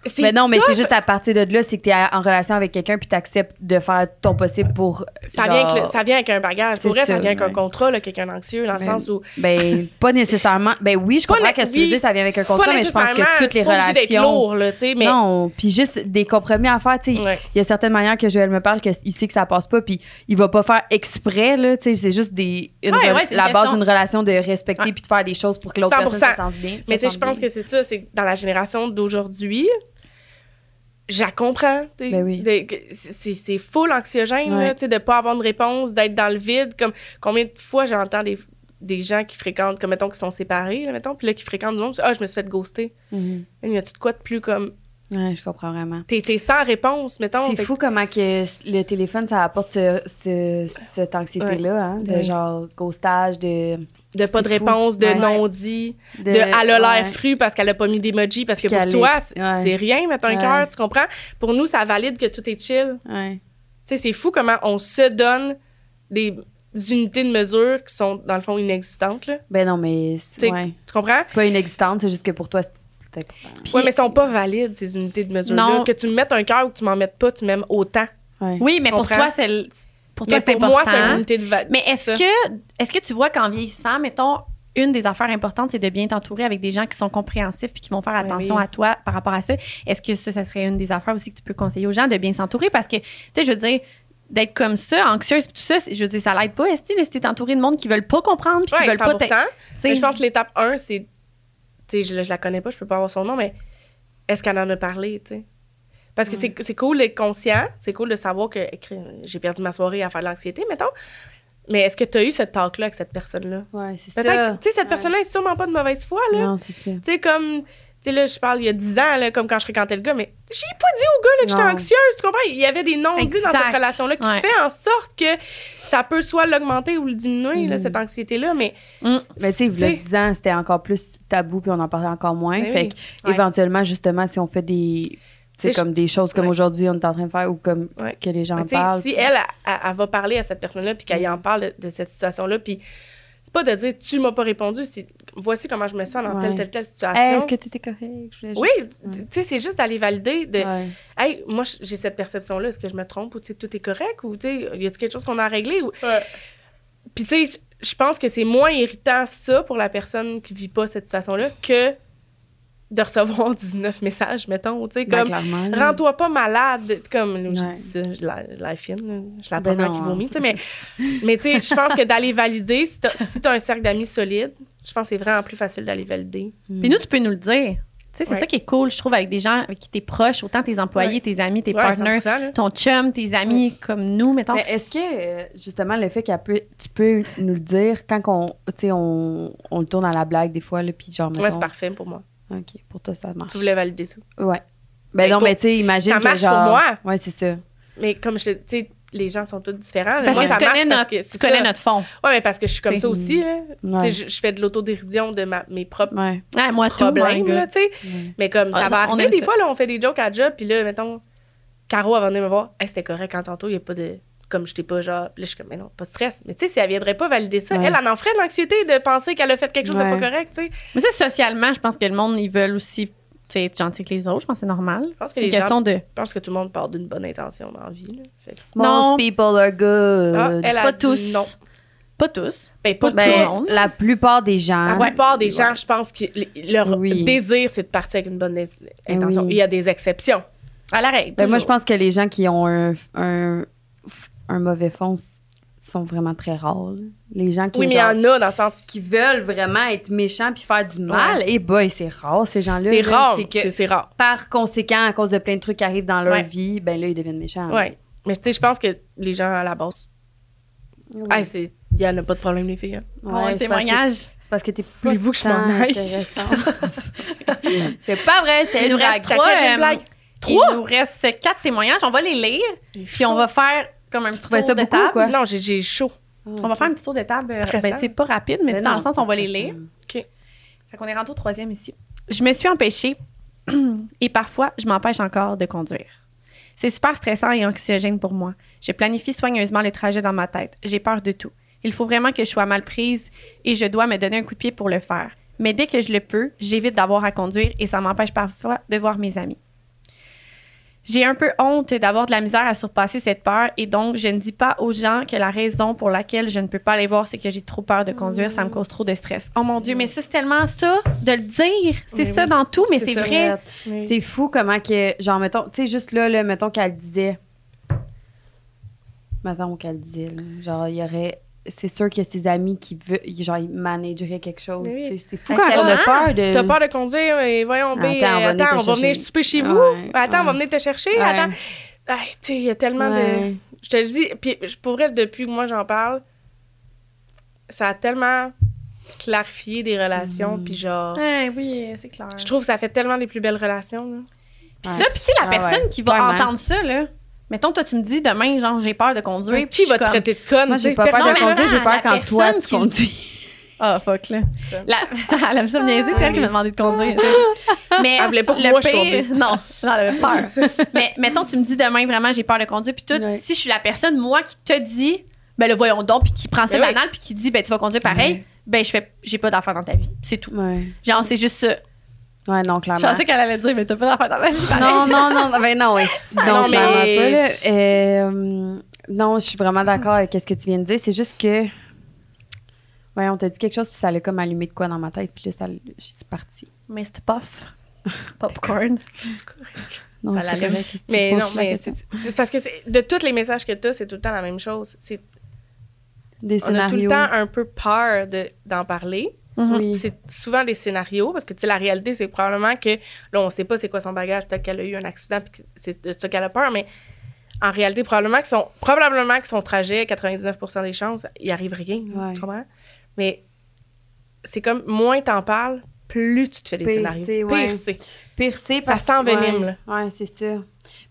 c'est
Mais non, mais c'est
tough.
juste à partir de là, c'est que t'es à- en relation avec quelqu'un puis t'acceptes de faire ton possible pour.
Ça,
genre,
vient avec le- ça vient avec un bagage. Pour
C'est
vrai, ça
ça,
vient avec un
ouais.
contrat, là, quelqu'un d'anxieux, dans le
Ben,
sens où.
Ben, pas nécessairement. Ben oui, je
Pas
comprends
né-
que ce que tu veux
oui.
dire, ça vient avec un
Pas
contrat, mais je pense
nécessairement,
que toutes les
c'est pas obligé d'être
relations.
lourd, là, tu sais, mais.
Non, puis juste des compromis à faire, tu sais.
Ouais.
Il y a certaines manières que Joël me parle qu'il sait que ça passe pas, puis il va pas faire exprès, là, tu sais, c'est juste des, une
Ouais,
re-
ouais, c'est une
la base
question-
d'une relation de respecter
Ouais.
puis de faire des choses pour que l'autre
100%.
personne se sente bien.
Mais
se
tu sais, je
sente
pense
bien.
que c'est ça, c'est que dans la génération d'aujourd'hui, je la comprends. tu sais,
Ben oui.
de- que c'est- c'est c'est full anxiogène,
Ouais.
là, tu sais, de pas avoir de réponse, d'être dans le vide. Comme, combien de fois j'entends des, des gens qui fréquentent, comme mettons, qui sont séparés, là, mettons, puis là, qui fréquentent du monde, puis, ah, je me suis fait ghoster.
Mhm.
Il y a-tu de quoi de plus comme.
Ouais, je comprends vraiment.
T'es t'es sans réponse, mettons.
C'est
Fait
fou comment que s- le téléphone, ça apporte ce- ce- cette anxiété-là, hein, de
Ouais.
genre ghostage, de...
De pas de
c'est fou.
réponse, de
Ouais.
non-dit. de, elle a
ouais.
l'air fru parce qu'elle a pas mis d'emoji parce que
Puis
pour
qu'elle
toi
est-
c'est
ouais.
c'est rien mettre un
Ouais.
cœur tu comprends pour nous ça valide que tout est chill
Ouais.
tu sais c'est fou comment on se donne des unités de mesure qui sont dans le fond inexistantes là.
Ben non, mais
T'sais,
c'est ouais.
tu comprends
pas inexistante, c'est juste que pour toi, c'est c'est important.
Oui, mais elles sont pas valides ces unités de mesure là
Non.
que tu me mettes un cœur ou que tu m'en mettes pas tu m'aimes autant
Ouais.
Oui, mais pour
comprends.
toi, c'est le- pour toi,
mais
c'est
pour
important.
moi c'est une unité de va-
Mais est-ce
ça.
que, est-ce que tu vois qu'en vieillissant, mettons, une des affaires importantes, c'est de bien t'entourer avec des gens qui sont compréhensifs puis qui vont faire
Ben oui.
attention à toi par rapport à ça. Est-ce que ça, ça serait une des affaires aussi que tu peux conseiller aux gens de bien s'entourer? Parce que, tu sais, je veux dire, d'être comme ça, anxieuse puis tout ça, c'est- je veux dire, ça l'aide pas. Est-ce que là, si t'es entouré de monde qui veulent pas comprendre puis qui
Ouais,
veulent pas...
100%.
t'sais,
Mais je pense que l'étape 1, c'est. Tu sais, je, je la connais pas, je peux pas avoir son nom, mais est-ce qu'elle en a parlé, tu sais? Parce que c'est- c'est cool d'être conscient, c'est cool de savoir que écrit, j'ai perdu ma soirée à faire de l'anxiété, mettons. Mais est-ce que tu as eu ce talk-là avec cette personne-là?
Ouais, c'est ça.
Peut-être, que- tu sais, cette
Ouais.
personne-là est sûrement pas de mauvaise foi, là.
Non, c'est ça.
Tu sais, comme. Tu sais, là, je parle il y a 10 ans, là, comme quand je fréquentais le gars, mais j'ai pas dit au gars là, que j'étais
Non.
anxieuse, tu comprends? Il y avait des non-dits dans
Exact.
cette relation-là qui
Ouais.
fait en sorte que ça peut soit l'augmenter ou le diminuer, là,
Mm.
cette anxiété-là, mais
Mais Ben, tu sais, il y a
T'sais.
10 ans, c'était encore plus tabou, puis on en parlait encore moins.
Ben
fait
oui.
que, éventuellement, justement, si on fait des. Tu
T'sais,
sais, comme des choses comme
ouais.
aujourd'hui, on est en train de faire, ou comme
Ouais.
que les gens
Mais tu sais,
parlent.
Si elle, elle, elle- elle va parler à cette personne-là, puis qu'elle en parle de, de cette situation-là, puis c'est pas de dire tu m'as pas répondu, c'est voici comment je me sens dans telle,
Ouais.
telle, telle situation.
Hey, est-ce que tout est correct? Je voulais
Oui,
juste-
tu sais, c'est juste d'aller valider de
Ouais.
hey, moi j- j'ai cette perception-là, est-ce que je me trompe ou tu sais, tout est correct ou tu sais, y a-t-il quelque chose qu'on a à régler ou... Puis tu sais, je pense que c'est moins irritant ça pour la personne qui vit pas cette situation-là que de recevoir 19 messages, mettons, tu sais,
Ben,
comme
clairement, là.
Rends-toi pas malade. Comme là,
Ouais.
je dis ça, je la, je la fine, là. je la
Ben
première
non,
qui
hein.
vomit. tu sais, Mais, mais tu sais, je pense que d'aller valider, si t'as si t'as un cercle d'amis solide, je pense que c'est vraiment plus facile d'aller valider.
Mm.
Puis nous, tu peux nous le dire. Tu sais, c'est
Ouais.
ça qui est cool, je trouve, avec des gens avec qui t'es proche, autant tes employés,
Ouais.
tes amis, tes
Ouais,
partenaires,
100%, là.
ton chum, tes amis comme nous, mettons.
Mais est-ce que, euh, justement, le fait qu'elle peut, tu peux nous le dire quand qu'on, tu sais, on, on le tourne à la blague des fois, là, puis genre,
Moi,
mettons, Ah,
c'est parfait pour moi.
OK, pour toi, ça marche.
Tu voulais valider ça.
Ouais. Ben
Ben,
non,
pour-
mais tu sais, imagine
ça
que
marche pour
genre.
moi.
Ouais, c'est ça.
Mais comme je te tu sais, les gens sont tous différents. là.
Parce
Moi,
que
ça
tu connais,
marche
notre,
parce que
tu connais
ça.
notre fond.
Ouais, mais parce que je suis comme
C'est-
ça aussi. Là. Tu sais,
Ouais.
Je, je fais de l'autodérision de ma, mes propres
Ouais.
Ouais, Ah, moi, tout, Oh my
problèmes,
God.
là, tu sais.
Ouais.
Mais comme
Ah,
ça va
on
arriver,
aime
des
ça.
fois, là, on fait des jokes à la job, puis là, mettons, Caro, elle va venir me voir, Hey, c'était correct quand tantôt, il n'y a pas de. Comme je t'ai pas, genre. Là, je suis comme, mais non, pas de stress. Mais tu sais, si elle viendrait pas valider ça,
Ouais.
elle, elle en ferait de l'anxiété de penser qu'elle a fait quelque chose
Ouais.
de pas correct, tu sais.
Mais ça, socialement, je pense que le monde, ils veulent aussi tu sais, être gentil que les autres. Je pense que c'est normal.
pense que
C'est une
les gens-
question de.
Je pense que tout le monde part d'une bonne intention dans la vie. là. Fait que-
Non.
Most people are good.
Ah, elle a
Euh, pas
dit
tous.
Non.
Pas tous.
Ben, pas
Ben,
tout le monde.
la plupart des gens.
La plupart des gens, je pense que le- leur
Oui. Eh
désir, c'est de partir avec une bonne in- intention.
oui.
Il y a des exceptions à la règle.
Ben, moi, je
toujours.
pense que les gens qui ont un, un, un mauvais fond s- sont vraiment très rares. là. Les gens qui,
Oui, mais il y
genre,
en a dans le sens.
qui veulent vraiment être méchants puis faire du mal, et boy, c'est rare, ces gens-là.
C'est
là.
rare.
C'est que
C'est c'est rare.
par conséquent, à cause de plein de trucs qui arrivent dans leur
Ouais.
vie, ben là, ils deviennent méchants.
Oui. Mais tu sais, je pense que les gens à la base.
Oui.
Ah, c'est. Il y en a pas de problème, les filles. hein.
Ouais,
Mon
c'est parce que-
témoignage.
C'est parce que t'es pas
Voulez-vous
vous
que je
tant
m'en aille?
intéressant. c'est pas vrai, c'était
Il
une
nous reste
blague.
quatre,
Trois,
une
euh,
blague.
Trois?
Il nous reste quatre témoignages. On va les lire, puis on va faire comme un petit tour
trouvais ça
de
beaucoup,
table.
quoi?
Non, j'ai- j'ai chaud.
On va faire un petit tour de table. euh,
Stressant.
Ben, tu sais, pas rapide, mais,
Ben
dans
non,
le sens, on va
c'est
les
ça.
lire. Fait qu'on est rendu au troisième ici. Je me suis empêchée et parfois, je m'empêche encore de conduire. C'est super stressant et anxiogène pour moi. Je planifie soigneusement le trajet dans ma tête. J'ai peur de tout. Il faut vraiment que je sois mal prise et je dois me donner un coup de pied pour le faire. Mais dès que je le peux, j'évite d'avoir à conduire et ça m'empêche parfois de voir mes amis. J'ai un peu honte d'avoir de la misère à surpasser cette peur et donc je ne dis pas aux gens que la raison pour laquelle je ne peux pas les voir, c'est que j'ai trop peur de conduire, ça me cause trop de stress. Oh mon Dieu, mais ça, c'est tellement ça de le dire. C'est
Mais
ça
oui.
dans tout, mais
C'est
c'est
ça.
vrai.
C'est fou comment que, genre, mettons, tu sais, juste là, là, mettons qu'elle disait. Mettons qu'elle disait, là, genre, il y aurait. C'est sûr qu'il y a ses amis qui veulent, genre, ils manageraient quelque chose.
Mais oui.
tu sais. C'est fou
Ah,
comment on a
tellement.
peur de.
T'as peur de conduire, mais voyons,
euh, Attends,
bé,
on va
euh,
venir
attends,
te
on va venir
chercher. Ah
souper chez vous.
Ouais,
attends, on va
ouais.
venir te chercher.
Ouais.
Attends. Ah, tu sais, il y a tellement de.
Ouais.
Je te le dis, puis je pourrais, depuis que moi j'en parle, ça a tellement clarifié des relations,
Mm.
puis genre.
Ah oui, c'est clair.
Je trouve que ça fait tellement des plus belles relations. là.
Puis
Ouais,
ça, puis si la
ah
personne
ouais.
qui va
Clairement.
entendre ça, là, mettons, toi, tu me dis demain, genre, j'ai peur de conduire. puis
Qui
je suis
va te
comme,
traiter de conne?
Moi,
tu sais,
j'ai pas peur
Non,
de
mais
personne-
conduire, j'ai
attends,
peur
la
quand toi,
personne
tu
qui-
conduis.
Ah, fuck, là. La, elle aime ça me niaiser, c'est elle qui m'a demandé de conduire. Mais
Elle voulait pas que
le
moi, je
pire- Non, non, elle avait peur. Mais mettons, tu me dis demain, vraiment, j'ai peur de conduire, puis tout.
Ouais.
Si je suis la personne, moi, qui te dit, ben le voyons donc, puis qui prend ça
Ben oui.
banal, puis qui dit, ben tu vas conduire pareil, ben je fais, j'ai pas d'affaires dans ta vie. C'est tout.
Ouais.
Genre, c'est juste ça.
Ouais, non,
Je
clairement.
pensais qu'elle allait dire, mais t'as pas d'affaires dans ta vie. pareil.
Non, non, non, ben non, esti,
Ah,
non,
non, mais-
clairement pas, là. Euh, non, je suis vraiment d'accord avec ce que tu viens de dire. C'est juste que. Ouais, on t'a dit quelque chose, puis ça l'a comme allumé de quoi dans ma tête, puis là, ça, l- c'est parti.
Mais c'est puff. Popcorn.
Non,
Ça
c'est
l'allume.
correct, esti,
Mais non,
pose la
mais
question.
c'est c'est parce que c'est- de tous les messages que tu as, c'est tout le temps la même chose. C'est-
Des
On a tout le
scénarios.
temps Mhm. un peu peur de- d'en parler.
Oui.
C'est souvent des scénarios parce que tu sais, la réalité, c'est probablement que là, on sait pas c'est quoi son bagage, peut-être qu'elle a eu un accident puis que c'est de ça qu'elle a peur, mais en réalité, probablement que son, probablement que son trajet, 99 des chances, il arrive rien.
Ouais.
Tu comprends? Mais c'est comme moins t'en parles, plus tu te fais des
Pire
scénarios.
c'est, ouais.
Pire c'est.
Pire, c'est
Ça
parce-
s'envenime,
ouais. Ouais, c'est ça.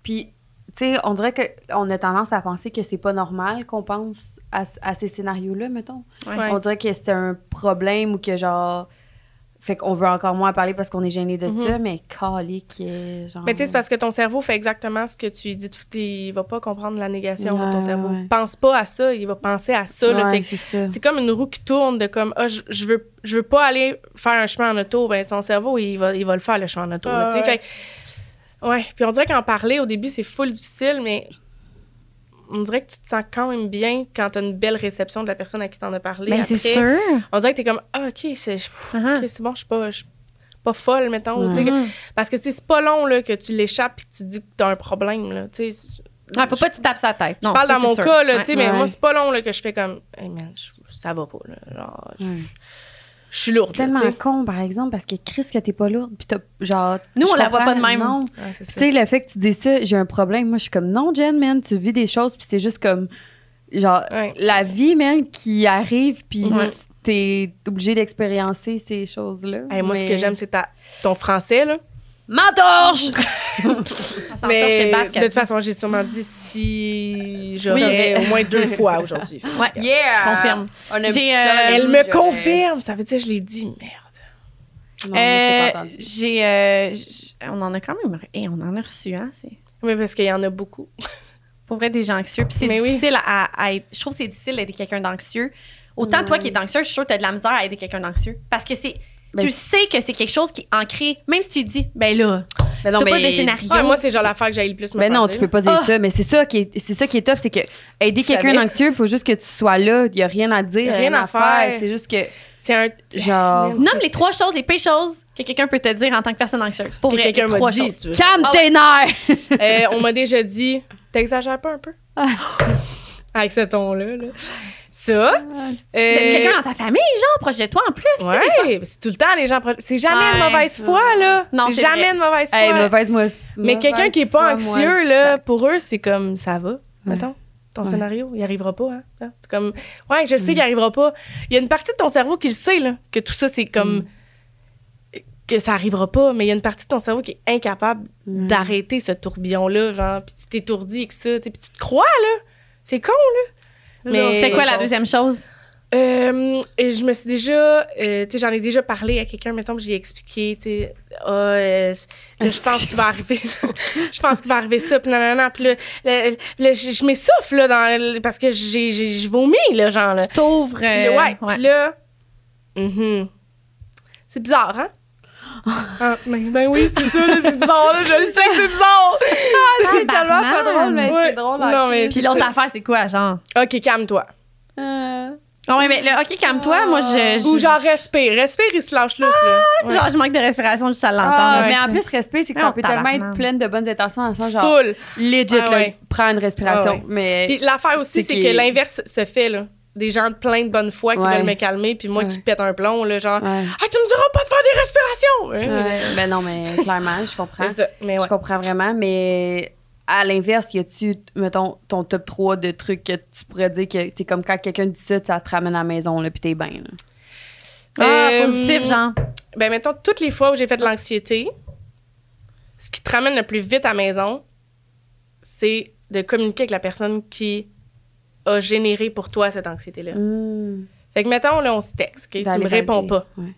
Puis, tu sais, on dirait qu'on a tendance à penser que c'est pas normal qu'on pense à, c- à ces scénarios-là, mettons.
Ouais.
On dirait que c'était un problème ou que genre. Fait qu'on veut encore moins en parler parce qu'on est gêné de
Mhm.
ça, mais calique, euh, genre.
Mais tu sais, c'est parce que ton cerveau fait exactement ce que tu lui dis. de f- Il va pas comprendre la négation.
Ouais,
ton cerveau
ouais.
pense pas à ça, il va penser à ça. là.
Ouais,
Fait que
c'est ça.
C'est comme une roue qui tourne de comme ah je, je veux je veux pas aller faire un chemin en auto ben son cerveau il va il va le faire le chemin en auto là, tu sais. Fait que- ouais puis on dirait qu'en parler au début c'est full difficile mais on dirait que tu te sens quand même bien quand t'as une belle réception de la personne à qui t'en as parlé
Mais
après.
Ben, c'est sûr.
on dirait que t'es comme ah ok c'est pff,
Ah,
ok, c'est bon je suis pas je suis pas folle mettons
Ouais.
ou tu sais que-
Mhm.
parce que tu sais, c'est pas long là que tu l'échappes puis que tu dis que t'as un problème là tu sais
Ah, faut pas que tu tapes sa tête. Non,
je parle
ça,
dans
c'est
mon
sûr.
cas, là,
Ouais.
tu sais, mais
Ouais.
moi, c'est pas long, là, que je fais comme, hey, man, je- ça va pas, là. Genre, je-
Ouais.
je suis
C'est
lourde, là, tu
tellement
sais.
con, par exemple, parce que Chris, que t'es pas lourde, pis t'as. Genre.
Nous,
je
on la voit
comprends,
pas de même.
Non.
Ouais, c'est
Puis
ça.
Tu sais, le fait que tu dis ça, j'ai un problème. Moi, je suis comme, non, Jen, man, tu vis des choses, puis c'est juste comme, genre,
Ouais.
la vie, man, qui arrive, puis
Ouais.
t'es obligé d'expériencer ces choses-là.
Hey, moi, ce
Mais-
que j'aime, c'est ta- ton français, là.
M'endorge!
On s'entorche les
Mais
bacs.
de toute façon, j'ai sûrement dit si j'aurais
Oui.
au moins deux fois aujourd'hui.
Ouais,
Yeah!
je confirme.
On aime
J'ai,
ça,
euh,
la
Elle
Elle
vie,
me
je-
confirme. Ça veut dire que je l'ai dit. Merde.
Non, moi, je t'ai pas
Euh,
entendu.
J'ai. euh, j- on en a quand même. et on en a reçu, hein? C'est
Oui, parce qu'il y en a beaucoup.
pour vrai des gens anxieux. Puis c'est
Mais oui.
difficile à, à être. Je trouve que c'est difficile d'aider quelqu'un d'anxieux. Autant toi qui es anxieux, je suis sûre que tu as de la misère à aider quelqu'un d'anxieux. Parce que c'est.
Ben,
tu sais que c'est quelque chose qui est ancré. Même si tu dis, ben là,
Mais non,
t'as pas
mais-
de scénario.
Ouais, moi, c'est genre l'affaire que j'ai le plus me
Mais Ben non,
faire
tu
dire.
peux pas dire
Ah!
ça, mais c'est ça qui est, c'est ça qui est tough, c'est que aider
tu
quelqu'un
savais.
d'anxieux, il faut juste que tu sois là, il y a rien à dire,
Y a
rien, à faire, c'est juste que
C'est un.
genre
Merde.
Nomme les trois choses, les pires choses que quelqu'un peut te dire en tant que personne anxieuse. Pour
que
vrai, les
quelqu'un
trois
m'a dit.
choses.
tu veux.
calme
Ah
tes nerfs.
Euh, on m'a déjà dit, t'exagères pas un peu?
Ah.
Avec ce ton-là. là. Ça.
Ah, C'est
euh,
quelqu'un dans ta famille, genre, proche de toi en plus.
Ouais, c'est tout le temps les gens. pro- C'est jamais
Ouais.
une mauvaise foi, là.
Non, c'est
c'est jamais
vrai.
une mauvaise foi.
Hey, mauvaise moi.
Mais quelqu'un qui est pas anxieux, là, pour eux, c'est comme ça va. Mettons, ton
Ouais.
scénario, il arrivera pas. Hein? Hein? C'est comme, ouais, je sais qu'il arrivera pas. Il y a une partie de ton cerveau qui le sait, là, que tout ça, c'est comme. que ça arrivera pas, mais il y a une partie de ton cerveau qui est incapable d'arrêter ce tourbillon-là, genre, puis tu t'étourdis avec ça, tu sais, puis tu te crois, là. C'est con, là.
Mais c'est quoi la
deuxième?
deuxième chose?
Euh, et je me suis déjà, euh, tu sais, j'en ai déjà parlé à quelqu'un, mettons, que j'ai expliqué, tu sais, ah, euh, je- je pense qu'il va arriver, ça. je pense qu'il va arriver ça, puis non, non, non, puis là, là, là, je, je m'essouffle, là, dans, le- parce que j'ai, j'ai, je vomis, là, genre, là.
T'ouvres.
Puis là,
euh,
ouais, puis là, mhm. c'est bizarre, hein? Ah, ben, ben oui, c'est ça, là, c'est bizarre, là, je le sais que c'est bizarre! Ah,
c'est tellement pas
Tabarnak.
drôle, mais
Ouais.
c'est drôle.
Non,
ok.
mais-
Puis l'autre affaire, c'est quoi, genre?
OK, calme-toi. euh,
Ah ouais, mais là, OK, calme-toi. Moi, je. je-
Ou genre, respire, respire, il se lâche lousse, là. Ouais.
Genre, je manque de respiration juste à l'entendre.
Ah,
ouais,
mais en
tu
plus, respect, c'est que
Non,
ça peut tellement être
tabarnak.
pleine de bonnes intentions dans le sens, genre,
oh, Full.
legit,
Ouais,
là,
ouais. Ah
prends une respiration,
Ouais, ouais.
mais...
Puis l'affaire aussi,
C'est
c'est
qu'il-
que l'inverse se fait, là. Des gens de plein de bonne foi qui
Ouais.
veulent me calmer, puis moi qui
Ouais.
pète un plomb, là, genre,
Ouais.
ah, tu me diras pas de faire des respirations! Hein?
Ouais. Ben non, mais clairement, je comprends.
C'est ça. Mais ouais.
Je comprends vraiment, mais à l'inverse, y a-tu, mettons, ton top 3 de trucs que tu pourrais dire que t'es comme quand quelqu'un dit ça, ça te ramène à la maison, là, pis t'es bien, là.
Ah,
Euh,
positif, genre.
Ben, mettons, toutes les fois où j'ai fait de l'anxiété, ce qui te ramène le plus vite à la maison, c'est de communiquer avec la personne qui a généré pour toi cette anxiété-là. Fait que, mettons, là, on se texte, ok? Hmm. Tu
Mm. D'aller
me réponds
valider.
pas.
Ouais.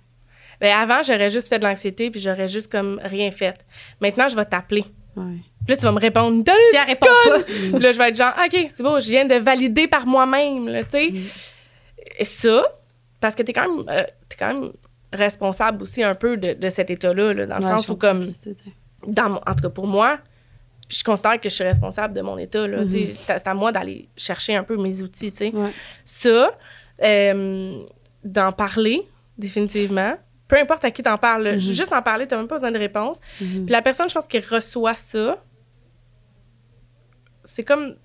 Ben, avant, j'aurais juste fait de l'anxiété, puis j'aurais juste comme rien fait. Maintenant, je vais t'appeler.
Ouais.
Puis là, tu vas me répondre, T'as
Si elle répond pas.
Puis là, je vais être genre, OK, c'est beau, je viens de valider par moi-même, là, tu
Mm.
sais. Et Ça, parce que t'es quand même, euh, t'es quand même responsable aussi un peu de, de cet état-là, là, dans le
Ouais,
sens
je
où,
comprends
comme,
ce que tu veux dire.
dans mon- en tout cas pour moi, je considère que je suis responsable de mon état, là, tu sais. C'est à- c'est à moi d'aller chercher un peu mes outils, tu sais.
Mhm. Ouais.
Ça, euh, d'en parler, définitivement. Peu importe à qui t'en parles,
Mhm.
là, juste en parler, t'as même pas besoin de réponse. Puis la personne, je pense qu'elle reçoit ça. C'est comme.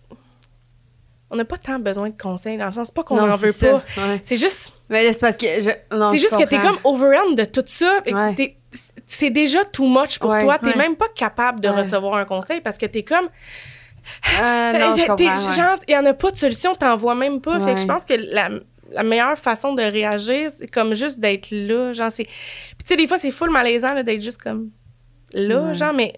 On n'a pas tant besoin de conseils, dans le sens pas qu'on
Non,
n'en
c'est
veut
ça,
pas.
ouais.
C'est juste,
Mais là, c'est parce que. je- non,
c'est
je
juste que t'es
comprends.
comme overwhelmed de tout ça. et que
Ouais.
t'es- C'est déjà too much pour
Ouais,
toi. T'es
ouais.
même pas capable de
Ouais.
recevoir un conseil parce que t'es comme.
Euh, non, je
T'es-
comprends. ouais.
Genre, il n'y en a pas de solution, t'en vois même pas. Fait
Ouais.
que je pense que la, la meilleure façon de réagir, c'est comme juste d'être là. Genre, c'est. Puis, tu sais, des fois, c'est full malaisant là, d'être juste comme là,
Ouais.
genre, mais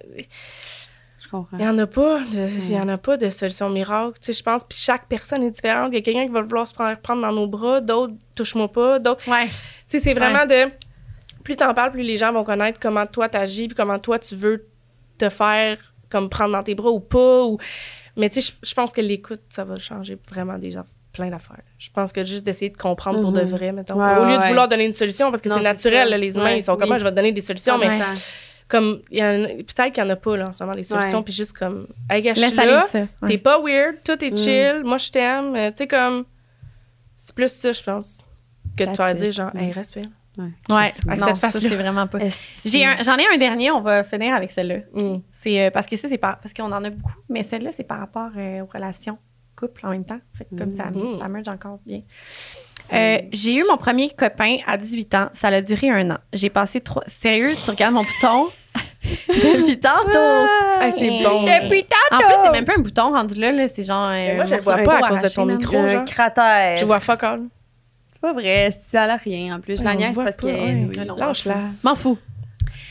Je comprends. Hmm.
il n'y en, a pas de- il y en a pas de solution miracle. Tu sais, je pense. Puis, chaque personne est différente. Il y a quelqu'un qui va vouloir se prendre, prendre dans nos bras, d'autres, touche-moi pas, d'autres.
Ouais.
Tu sais, c'est vraiment de. Plus t'en parles, plus les gens vont connaître comment toi t'agis, puis comment toi tu veux te faire comme prendre dans tes bras ou pas. Ou... Mais tu sais, je- je pense que l'écoute, ça va changer vraiment des gens plein d'affaires. Je pense que juste d'essayer de comprendre pour de
Mhm.
vrai, mettons.
Ouais,
Au lieu
ouais,
de
ouais.
vouloir donner une solution, parce que
Non,
c'est
c'est
naturel,
ça.
là, les humains,
Ouais,
ils sont comme,
oui.
Ah, je vais te donner des solutions, mais
Ouais.
comme, il y en a- peut-être qu'il n'y en a pas, là, en ce moment, des solutions,
Ouais.
puis juste comme, hey, gars, je suis
Laisse
là,
aller ça. ouais.
t'es pas weird, tout est chill, moi, je t'aime, euh, tu sais, comme, c'est plus ça, je pense, que de
That's
faire
it.
dire, genre, hey,
Ouais.
respire.
Ouais, Ah,
avec
non,
cette
ça,
face-là.
c'est vraiment pas.
Esti.
J'ai un- J'en ai, un dernier, on va finir avec celle-là.
Mm.
C'est euh, parce que ça, c'est par- parce qu'on en a beaucoup, mais celle-là, c'est par rapport euh, aux relations couple en même temps. Fait que comme ça,
Mhm.
ça merge encore bien.
Mm.
Euh, j'ai eu mon premier copain à 18 ans. Ça a duré un an. J'ai passé trois. Sérieux, tu regardes mon bouton depuis tantôt.
Ah, c'est bon.
En plus, c'est même pas un bouton rendu là. là, c'est genre. euh,
moi, je
un
le vois
morceau
pas à
peau
cause de ton
arraché, même.
micro. gros,
Un
genre.
cratère.
Je vois fuck all.
C'est pas vrai, ça a rien en plus. Je la
On
niaise
voit
parce que.
pas, ouais.
Non, non.
Lâche-la.
M'en fous.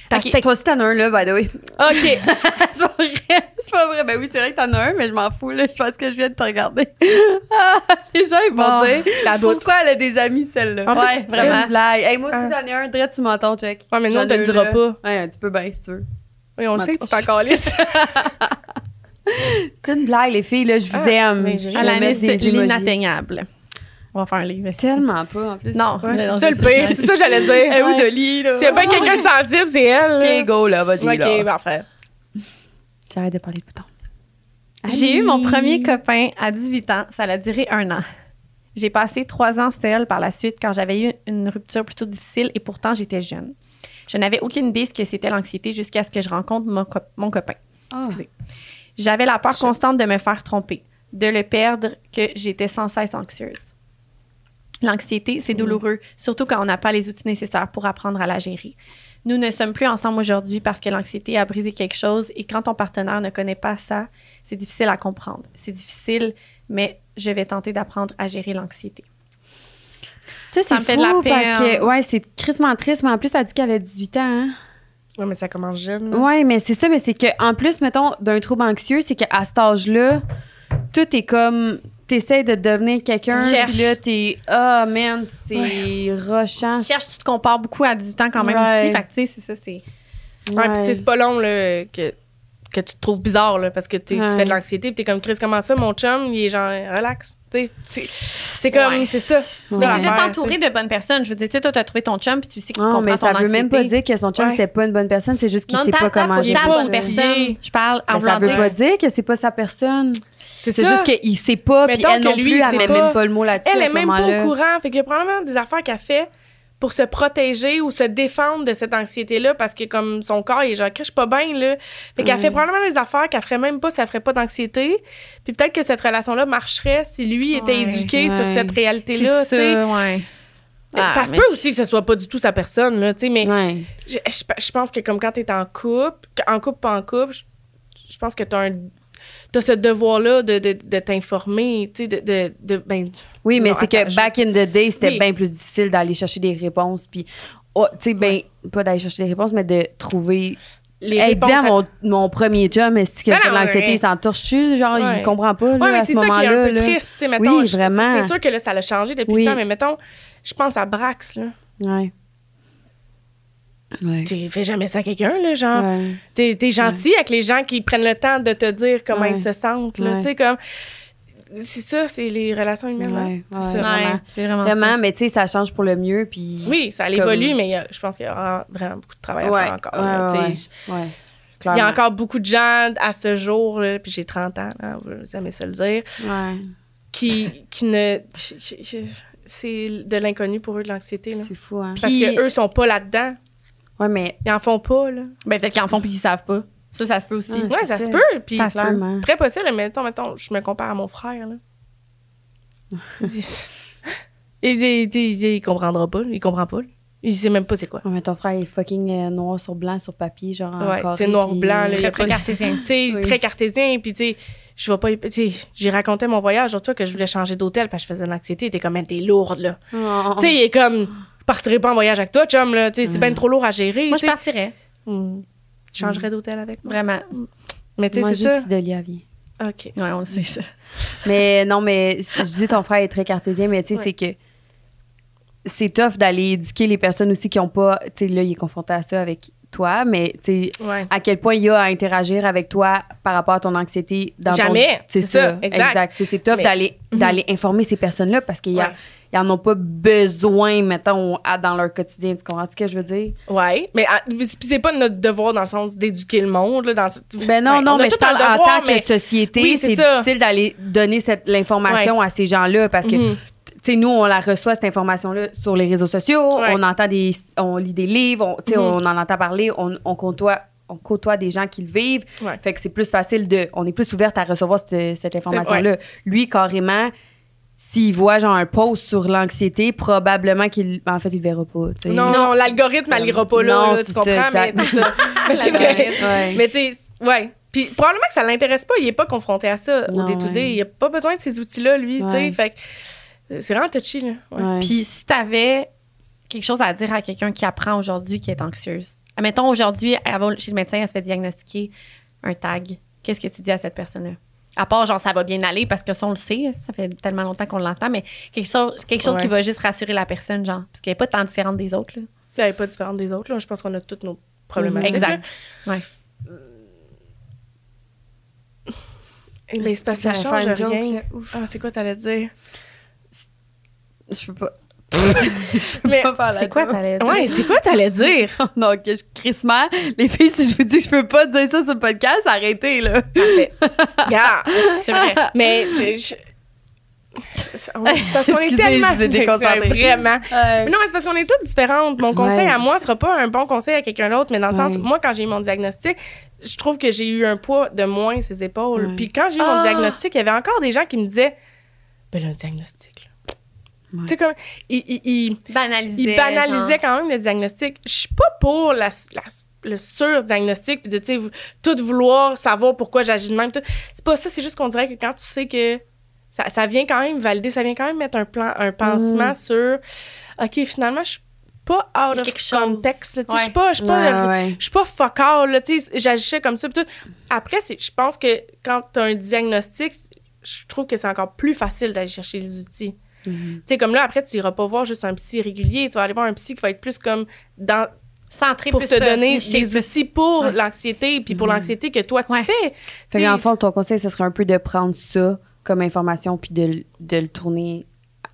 T'as
Ok,
sec.
Toi aussi, t'en as un, là, by the way.
OK.
c'est pas vrai. C'est pas vrai. Ben oui, c'est vrai que t'en as un, mais je m'en fous, là. Je pense que je viens de te regarder. Ah, les gens, ils vont
Bon,
dire.
je la doute.
Pourquoi elle a des amis, celle-là?
En plus,
ouais,
c'est
vraiment. Ah.
une
moi aussi, j'en ai un. Dre, tu m'entends, check.
Ouais, mais nous, on te le dira pas.
Ouais, tu peux bien, si tu veux.
Oui, on le
Ma
sait que
touche.
tu fais encore lisse.
C'est une blague, les filles, là. Je vous
Ah,
aime.
mais
Je
j'ai-
À
vous
la
mets
liste,
des emojis.
l'inatteignable. On va faire un livre.
Tellement pas, en plus.
Non.
Ouais,
Mais
c'est
non,
ça le pire. C'est ça que j'allais dire.
Eh oui, Dolly, là.
S'il y a bien quelqu'un de sensible, c'est elle. là.
Ok, go, là, vas-y,
Ok,
là.
ben frère.
J'arrête de parler de bouton.
J'ai eu mon premier copain à 18 ans. Ça a duré un an. J'ai passé trois ans seule par la suite quand j'avais eu une rupture plutôt difficile et pourtant j'étais jeune. Je n'avais aucune idée ce que c'était l'anxiété jusqu'à ce que je rencontre mon, cop- mon copain.
Ah.
Excusez. J'avais la peur constante de me faire tromper, de le perdre, que j'étais sans cesse anxieuse. L'anxiété,
Mm.
c'est douloureux, surtout quand on n'a pas les outils nécessaires pour apprendre à la gérer. Nous ne sommes plus ensemble aujourd'hui parce que l'anxiété a brisé quelque chose et quand ton partenaire ne connaît pas ça, c'est difficile à comprendre. C'est difficile, mais je vais tenter d'apprendre à gérer l'anxiété.
Ça, c'est
me fait
fou
de la
parce
peine.
que, ouais, c'est crissement triste, mais en plus, t'as dit qu'elle a 18 ans, hein?
Ouais, mais ça commence jeune. là.
Ouais, mais c'est ça, mais c'est que en plus, mettons, d'un trouble anxieux, c'est qu'à cet âge-là, tout est comme. T'essayes de devenir quelqu'un.
Tu cherches.
puis Là, t'es. Ah, man, c'est rochant.
Je cherche, tu te compares beaucoup à 18 ans quand même
Ah. Ouais.
aussi. Fait que, tu sais, c'est ça, c'est.
Ouais, puis tu sais, c'est pas long là, que, que tu te trouves bizarre là, parce que t'es-
Ouais.
tu fais de l'anxiété puis t'es comme Chris, comment ça, mon chum, il est genre relax. tu sais, tu- C'est comme, c'est ça.
Ouais.
Mais
Ça
c'est
l'affaire,
de t'entourer de bonnes personnes. Je veux dire, tu sais, toi, t'as trouvé ton chum, puis tu sais qu'il
Non,
comprend
mais
ton
ça veut même pas
anxiété.
dire que son chum,
Ouais.
c'était pas une bonne personne, c'est juste qu'il
Non,
sait pas
t'as-
comment
t'as-
gérer.
t'as
pas
bonne
ça.
outillé.
personne. Je parle en
Mais ça
voulant
veut
dire-
pas dire que c'est pas sa personne.
C'est
C'est
ça.
juste qu'il sait pas, puis
Mettons
elle
que
non
lui,
plus,
il
elle
sait
met
pas.
même pas le mot là-dessus.
Elle
à
est
ce
même pas
moment-là.
au courant. Fait qu'il y a probablement des affaires qu'elle fait pour se protéger ou se défendre de cette anxiété-là parce que comme son corps, il est genre, Chris, je suis pas bien, là. Fait qu'elle
Ouais.
fait probablement des affaires qu'elle ferait même pas si elle ferait pas d'anxiété. Puis peut-être que cette relation-là marcherait si lui était
Ouais.
éduqué sur
Ouais.
cette
C'est
réalité-là, tu sais.
ça, ouais.
Ça
Ah,
se
mais
peut
je-
aussi que ce soit pas du tout sa personne, là, tu sais, mais
Ouais.
je, je pe- je pense que comme quand t'es en couple, que- en couple, pas en couple, je, je pense que t'as un... T'as ce devoir-là de, de, de t'informer, tu sais, de, de, de- ben,
Oui, mais
Non,
c'est que
attends, je-
back in the day, c'était
Oui.
bien plus difficile d'aller chercher des réponses. Puis, oh, tu sais, ben, pas d'aller chercher des réponses, mais de trouver.
les
Hey, dis
réponses
à
à-
mon, mon premier chum, est-ce que
Non,
c'est de
non,
l'anxiété,
ouais.
il s'en torche-tu? Genre,
Ouais.
il comprend pas, là,
Oui, mais
à ce
c'est ça qui est
moment-là.
un peu
là.
triste, tu sais, mettons.
Oui,
je-
vraiment.
C'est sûr que là, ça l'a changé depuis
Oui.
le temps, mais mettons, je pense à Brax, là.
Ouais. Ouais.
Tu fais jamais ça à quelqu'un, là, genre.
Ouais.
T'es es gentil avec les gens qui prennent le temps de te dire comment
Ouais.
ils se sentent, là.
Ouais.
Tu sais, comme. C'est ça, c'est les relations humaines, là.
Ouais,
C'est
ouais.
ça.
vraiment.
Ouais, c'est vraiment.
Vraiment,
ça.
mais tu sais, ça change pour le mieux. Puis.
Ah, Oui, ça
Comme-
évolue, mais il y a- je pense qu'il y aura vraiment beaucoup de travail à
Ouais,
faire encore.
ouais,
là, tu sais.
ouais. Ouais.
Il y a
Clairement.
encore beaucoup de gens à ce jour, là, puis j'ai 30 ans, là, vous aimez ça le dire,
Ouais.
qui, qui ne. qui- qui- qui- C'est de l'inconnu pour eux, de l'anxiété, là.
C'est fou, hein.
Parce
Puis-
que eux sont pas là-dedans.
Ouais, mais.
Ils en font pas, là.
Ben, peut-être qu'ils en font puis qu'ils savent pas. Ça, ça se peut aussi.
Ouais.
Ouais,
c'est
ça
ça.
se peut. Puis
Ça se peut, hein. man.
c'est très possible. Mais mettons, mettons, je me compare à mon frère, là. il, il, il- il- il comprendra pas. Il comprend pas. là. Il sait même pas c'est quoi.
Ouais, mais ton frère est fucking euh, noir sur blanc sur papier, genre. en
Ouais,
carré,
c'est noir
puis-
blanc, là. il y a
Très
pas de-
cartésien.
Tu sais,
Oui.
très cartésien. Puis, tu sais, je vais pas. y- tu sais, j'ai raconté mon voyage, toi, que je voulais changer d'hôtel parce que je faisais de l'anxiété. Il était comme, mais t'es lourde, là.
Oh. Mm.
Tu sais, il est comme, je partirai pas en voyage avec toi, chum, là. Tu sais, c'est bien trop lourd à gérer.
Moi,
tu
je
sais.
partirais.
Hmm. Je changerais d'hôtel avec moi.
Vraiment.
Mais, tu
Moi,
sais,
juste
c'est
si Delia vient.
ça. OK.
Ouais, on le sait, ça.
Mais non, mais je dis ton frère est très cartésien, mais tu sais,
Ouais.
c'est que c'est tough d'aller éduquer les personnes aussi qui n'ont pas. Tu sais, là, il est confronté à ça avec toi, mais tu sais,
Ouais.
à quel point il y a à interagir avec toi par rapport à ton anxiété dans ton-
Jamais.
C'est
C'est
ça,
ça,
exact.
exact.
Tu sais, C'est tough
Mais- Mhm.
d'aller d'aller informer ces personnes-là parce qu'ils n'en
Ouais.
en ont pas besoin, mettons, à- dans leur quotidien. Tu comprends ce que je veux dire?
Oui, mais à- mais c'est puis c'est pas notre devoir dans le sens d'éduquer le monde. Là, dans ce-
Ben non,
Ouais,
non,
on a
mais je
tout un
parle en
devoir,
tant
mais-
que société,
Oui, c'est
c'est
ça.
difficile d'aller donner cette l'information à ces gens-là parce que
Mhm.
tu sais nous on la reçoit cette information là sur les réseaux sociaux,
Ouais.
on entend des on lit des livres, on, tu sais,
Mhm.
on en entend parler, on, on côtoie on côtoie des gens qui le vivent.
Ouais.
Fait que c'est plus facile de on est plus ouverte à recevoir cette, cette information là. Lui carrément s'il voit genre un post sur l'anxiété, probablement qu'il en fait il le verra pas, tu sais.
Non, non, l'algorithme, elle ira pas là,
Non,
là,
c'est
tu
ça,
comprends, mais
exact.
c'est ça. Mais c'est vrai.
L'algorithme.
Ouais.
Mais tu sais, ouais. Puis probablement que ça l'intéresse pas, il est pas confronté à ça
Non,
au day-to-day.
ouais.
Il a pas besoin de ces outils-là, lui, tu
Ouais.
sais. Fait que c'est vraiment touchy, là. Ouais.
Ouais.
Puis si t'avais quelque chose à dire à quelqu'un qui apprend aujourd'hui qui est anxieuse, Admettons, aujourd'hui, elle va chez le médecin, elle se fait diagnostiquer un tag. Qu'est-ce que tu dis à cette personne-là? À part, genre, ça va bien aller parce que ça, on le sait, ça fait tellement longtemps qu'on l'entend, mais quelque chose, quelque chose
Ouais.
qui va juste rassurer la personne, genre, parce qu'elle n'est pas tant différente des autres. Là.
Elle n'est pas différente des autres. Là. Je pense qu'on a toutes nos problématiques. là. Euh,
Exact. Ouais.
Eh, Mais c'est parce que ça change rien. Ah, c'est quoi t'allais dire?
Je peux pas.
Mais
Ah, ben,
C'est quoi ta lettre?
ouais, c'est quoi t'allais dire?
Donc, je crissement. Les filles, si je vous dis que je peux pas dire ça sur le podcast, arrêtez, là.
Gars, c'est vrai. Mais je- je- Ouais, parce qu'on est
Excusez,
tellement
je vous ai déconcentré.
vraiment.
Euh,
Mais non, mais c'est parce qu'on est toutes différentes. Mon conseil à moi sera pas un bon conseil à quelqu'un d'autre, mais dans le sens,
Ouais.
moi, quand j'ai eu mon diagnostic, je trouve que j'ai eu un poids de moins ses épaules.
Ouais.
Puis quand j'ai eu
Ah!
mon diagnostic, il y avait encore des gens qui me disaient Ben là, un diagnostic, là. Tu sais, comme. ils- ils- ils-
Banaliser.
il banalisait
genre.
quand même le diagnostic. Je suis pas pour la, la- le surdiagnostic puis de tu sais, vou- tout vouloir savoir pourquoi j'agis de même. tout. C'est pas ça, c'est juste qu'on dirait que quand tu sais que ça, ça vient quand même valider, ça vient quand même mettre un plan, un pansement sur OK, finalement je suis pas out
Mm. Il y a
of
quelque chose.
contexte. là, tu sais, Je suis
Ouais.
pas je suis
Ouais,
pas
ouais.
je suis pas fuck all, là, tu sais, j'agissais comme ça. pis tout. Après, c'est- je pense que quand tu as un diagnostic, je trouve que c'est encore plus facile d'aller chercher les outils. Tu sais, comme là, après, tu iras pas voir juste un psy régulier, tu vas aller voir un psy qui va être plus comme dans,
Centré
pour
plus
te
sur-
donner
niché
des
plus.
outils pour
Ouais.
l'anxiété, puis pour l'anxiété que toi, tu
Ouais.
fais.
Fait
Tu
que
sais,
dans le fond, ton conseil, ce serait un peu de prendre ça comme information puis de, l- de le tourner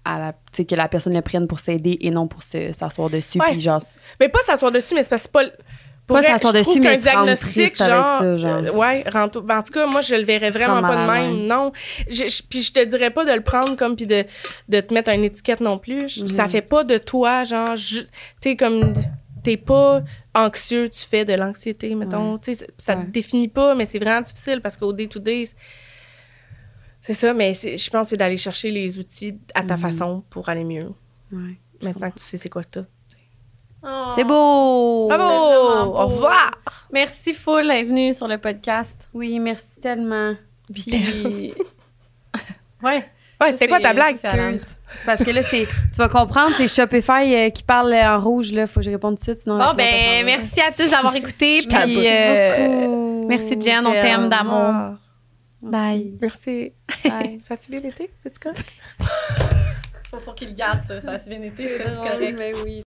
à la. Tu sais, que la personne le prenne pour s'aider et non pour se- s'asseoir dessus.
Ouais,
puis genre.
Mais pas s'asseoir dessus, mais c'est parce que c'est pas. le- Pour
Pas
vrai,
s'asseoir
je trouve
dessus, mais
qu'un
se rendre
diagnostic,
triste avec ça, genre.
euh, ouais, rend tout- ben, en tout cas, moi, je le verrais
Se
vraiment
rendre
pas de
malade,
même,
ouais.
non. Je, je- puis je te dirais pas de le prendre comme puis de, de te mettre une étiquette non plus. Je-
Mm-hmm.
Ça fait pas de toi, genre, ju- tu sais, comme t'es pas anxieux, tu fais de l'anxiété, mettons. Tu sais, ça
Ouais.
te définit pas, mais c'est vraiment difficile parce qu'au day-to-day, c'est- c'est ça, mais c'est- je pense que c'est d'aller chercher les outils à
Mm-hmm.
ta façon pour aller mieux.
Ouais.
Maintenant que tu sais c'est quoi que t'as.
Oh.
C'est beau!
Ah. Bravo!
vraiment beau.
Au revoir!
Merci full d'être venu sur le podcast.
Oui, merci tellement. Puis-
Ouais.
Ouais, c'était quoi ta blague?
Excuse. C'est parce que là, c'est, tu vas comprendre, c'est Shopify euh, qui parle euh, en rouge, là. Faut que je réponde tout de suite, sinon. la
Bon,
fille, elle va
ben,
s'en aller.
merci à tous d'avoir écouté.
capote.
Puis, euh, merci, Jen, on t'aime d'amour. Bye.
Merci.
Bye.
Ça a-tu bien été? C'est-tu correct?
Faut, faut qu'il garde ça. Ça a bien été, c'est correct.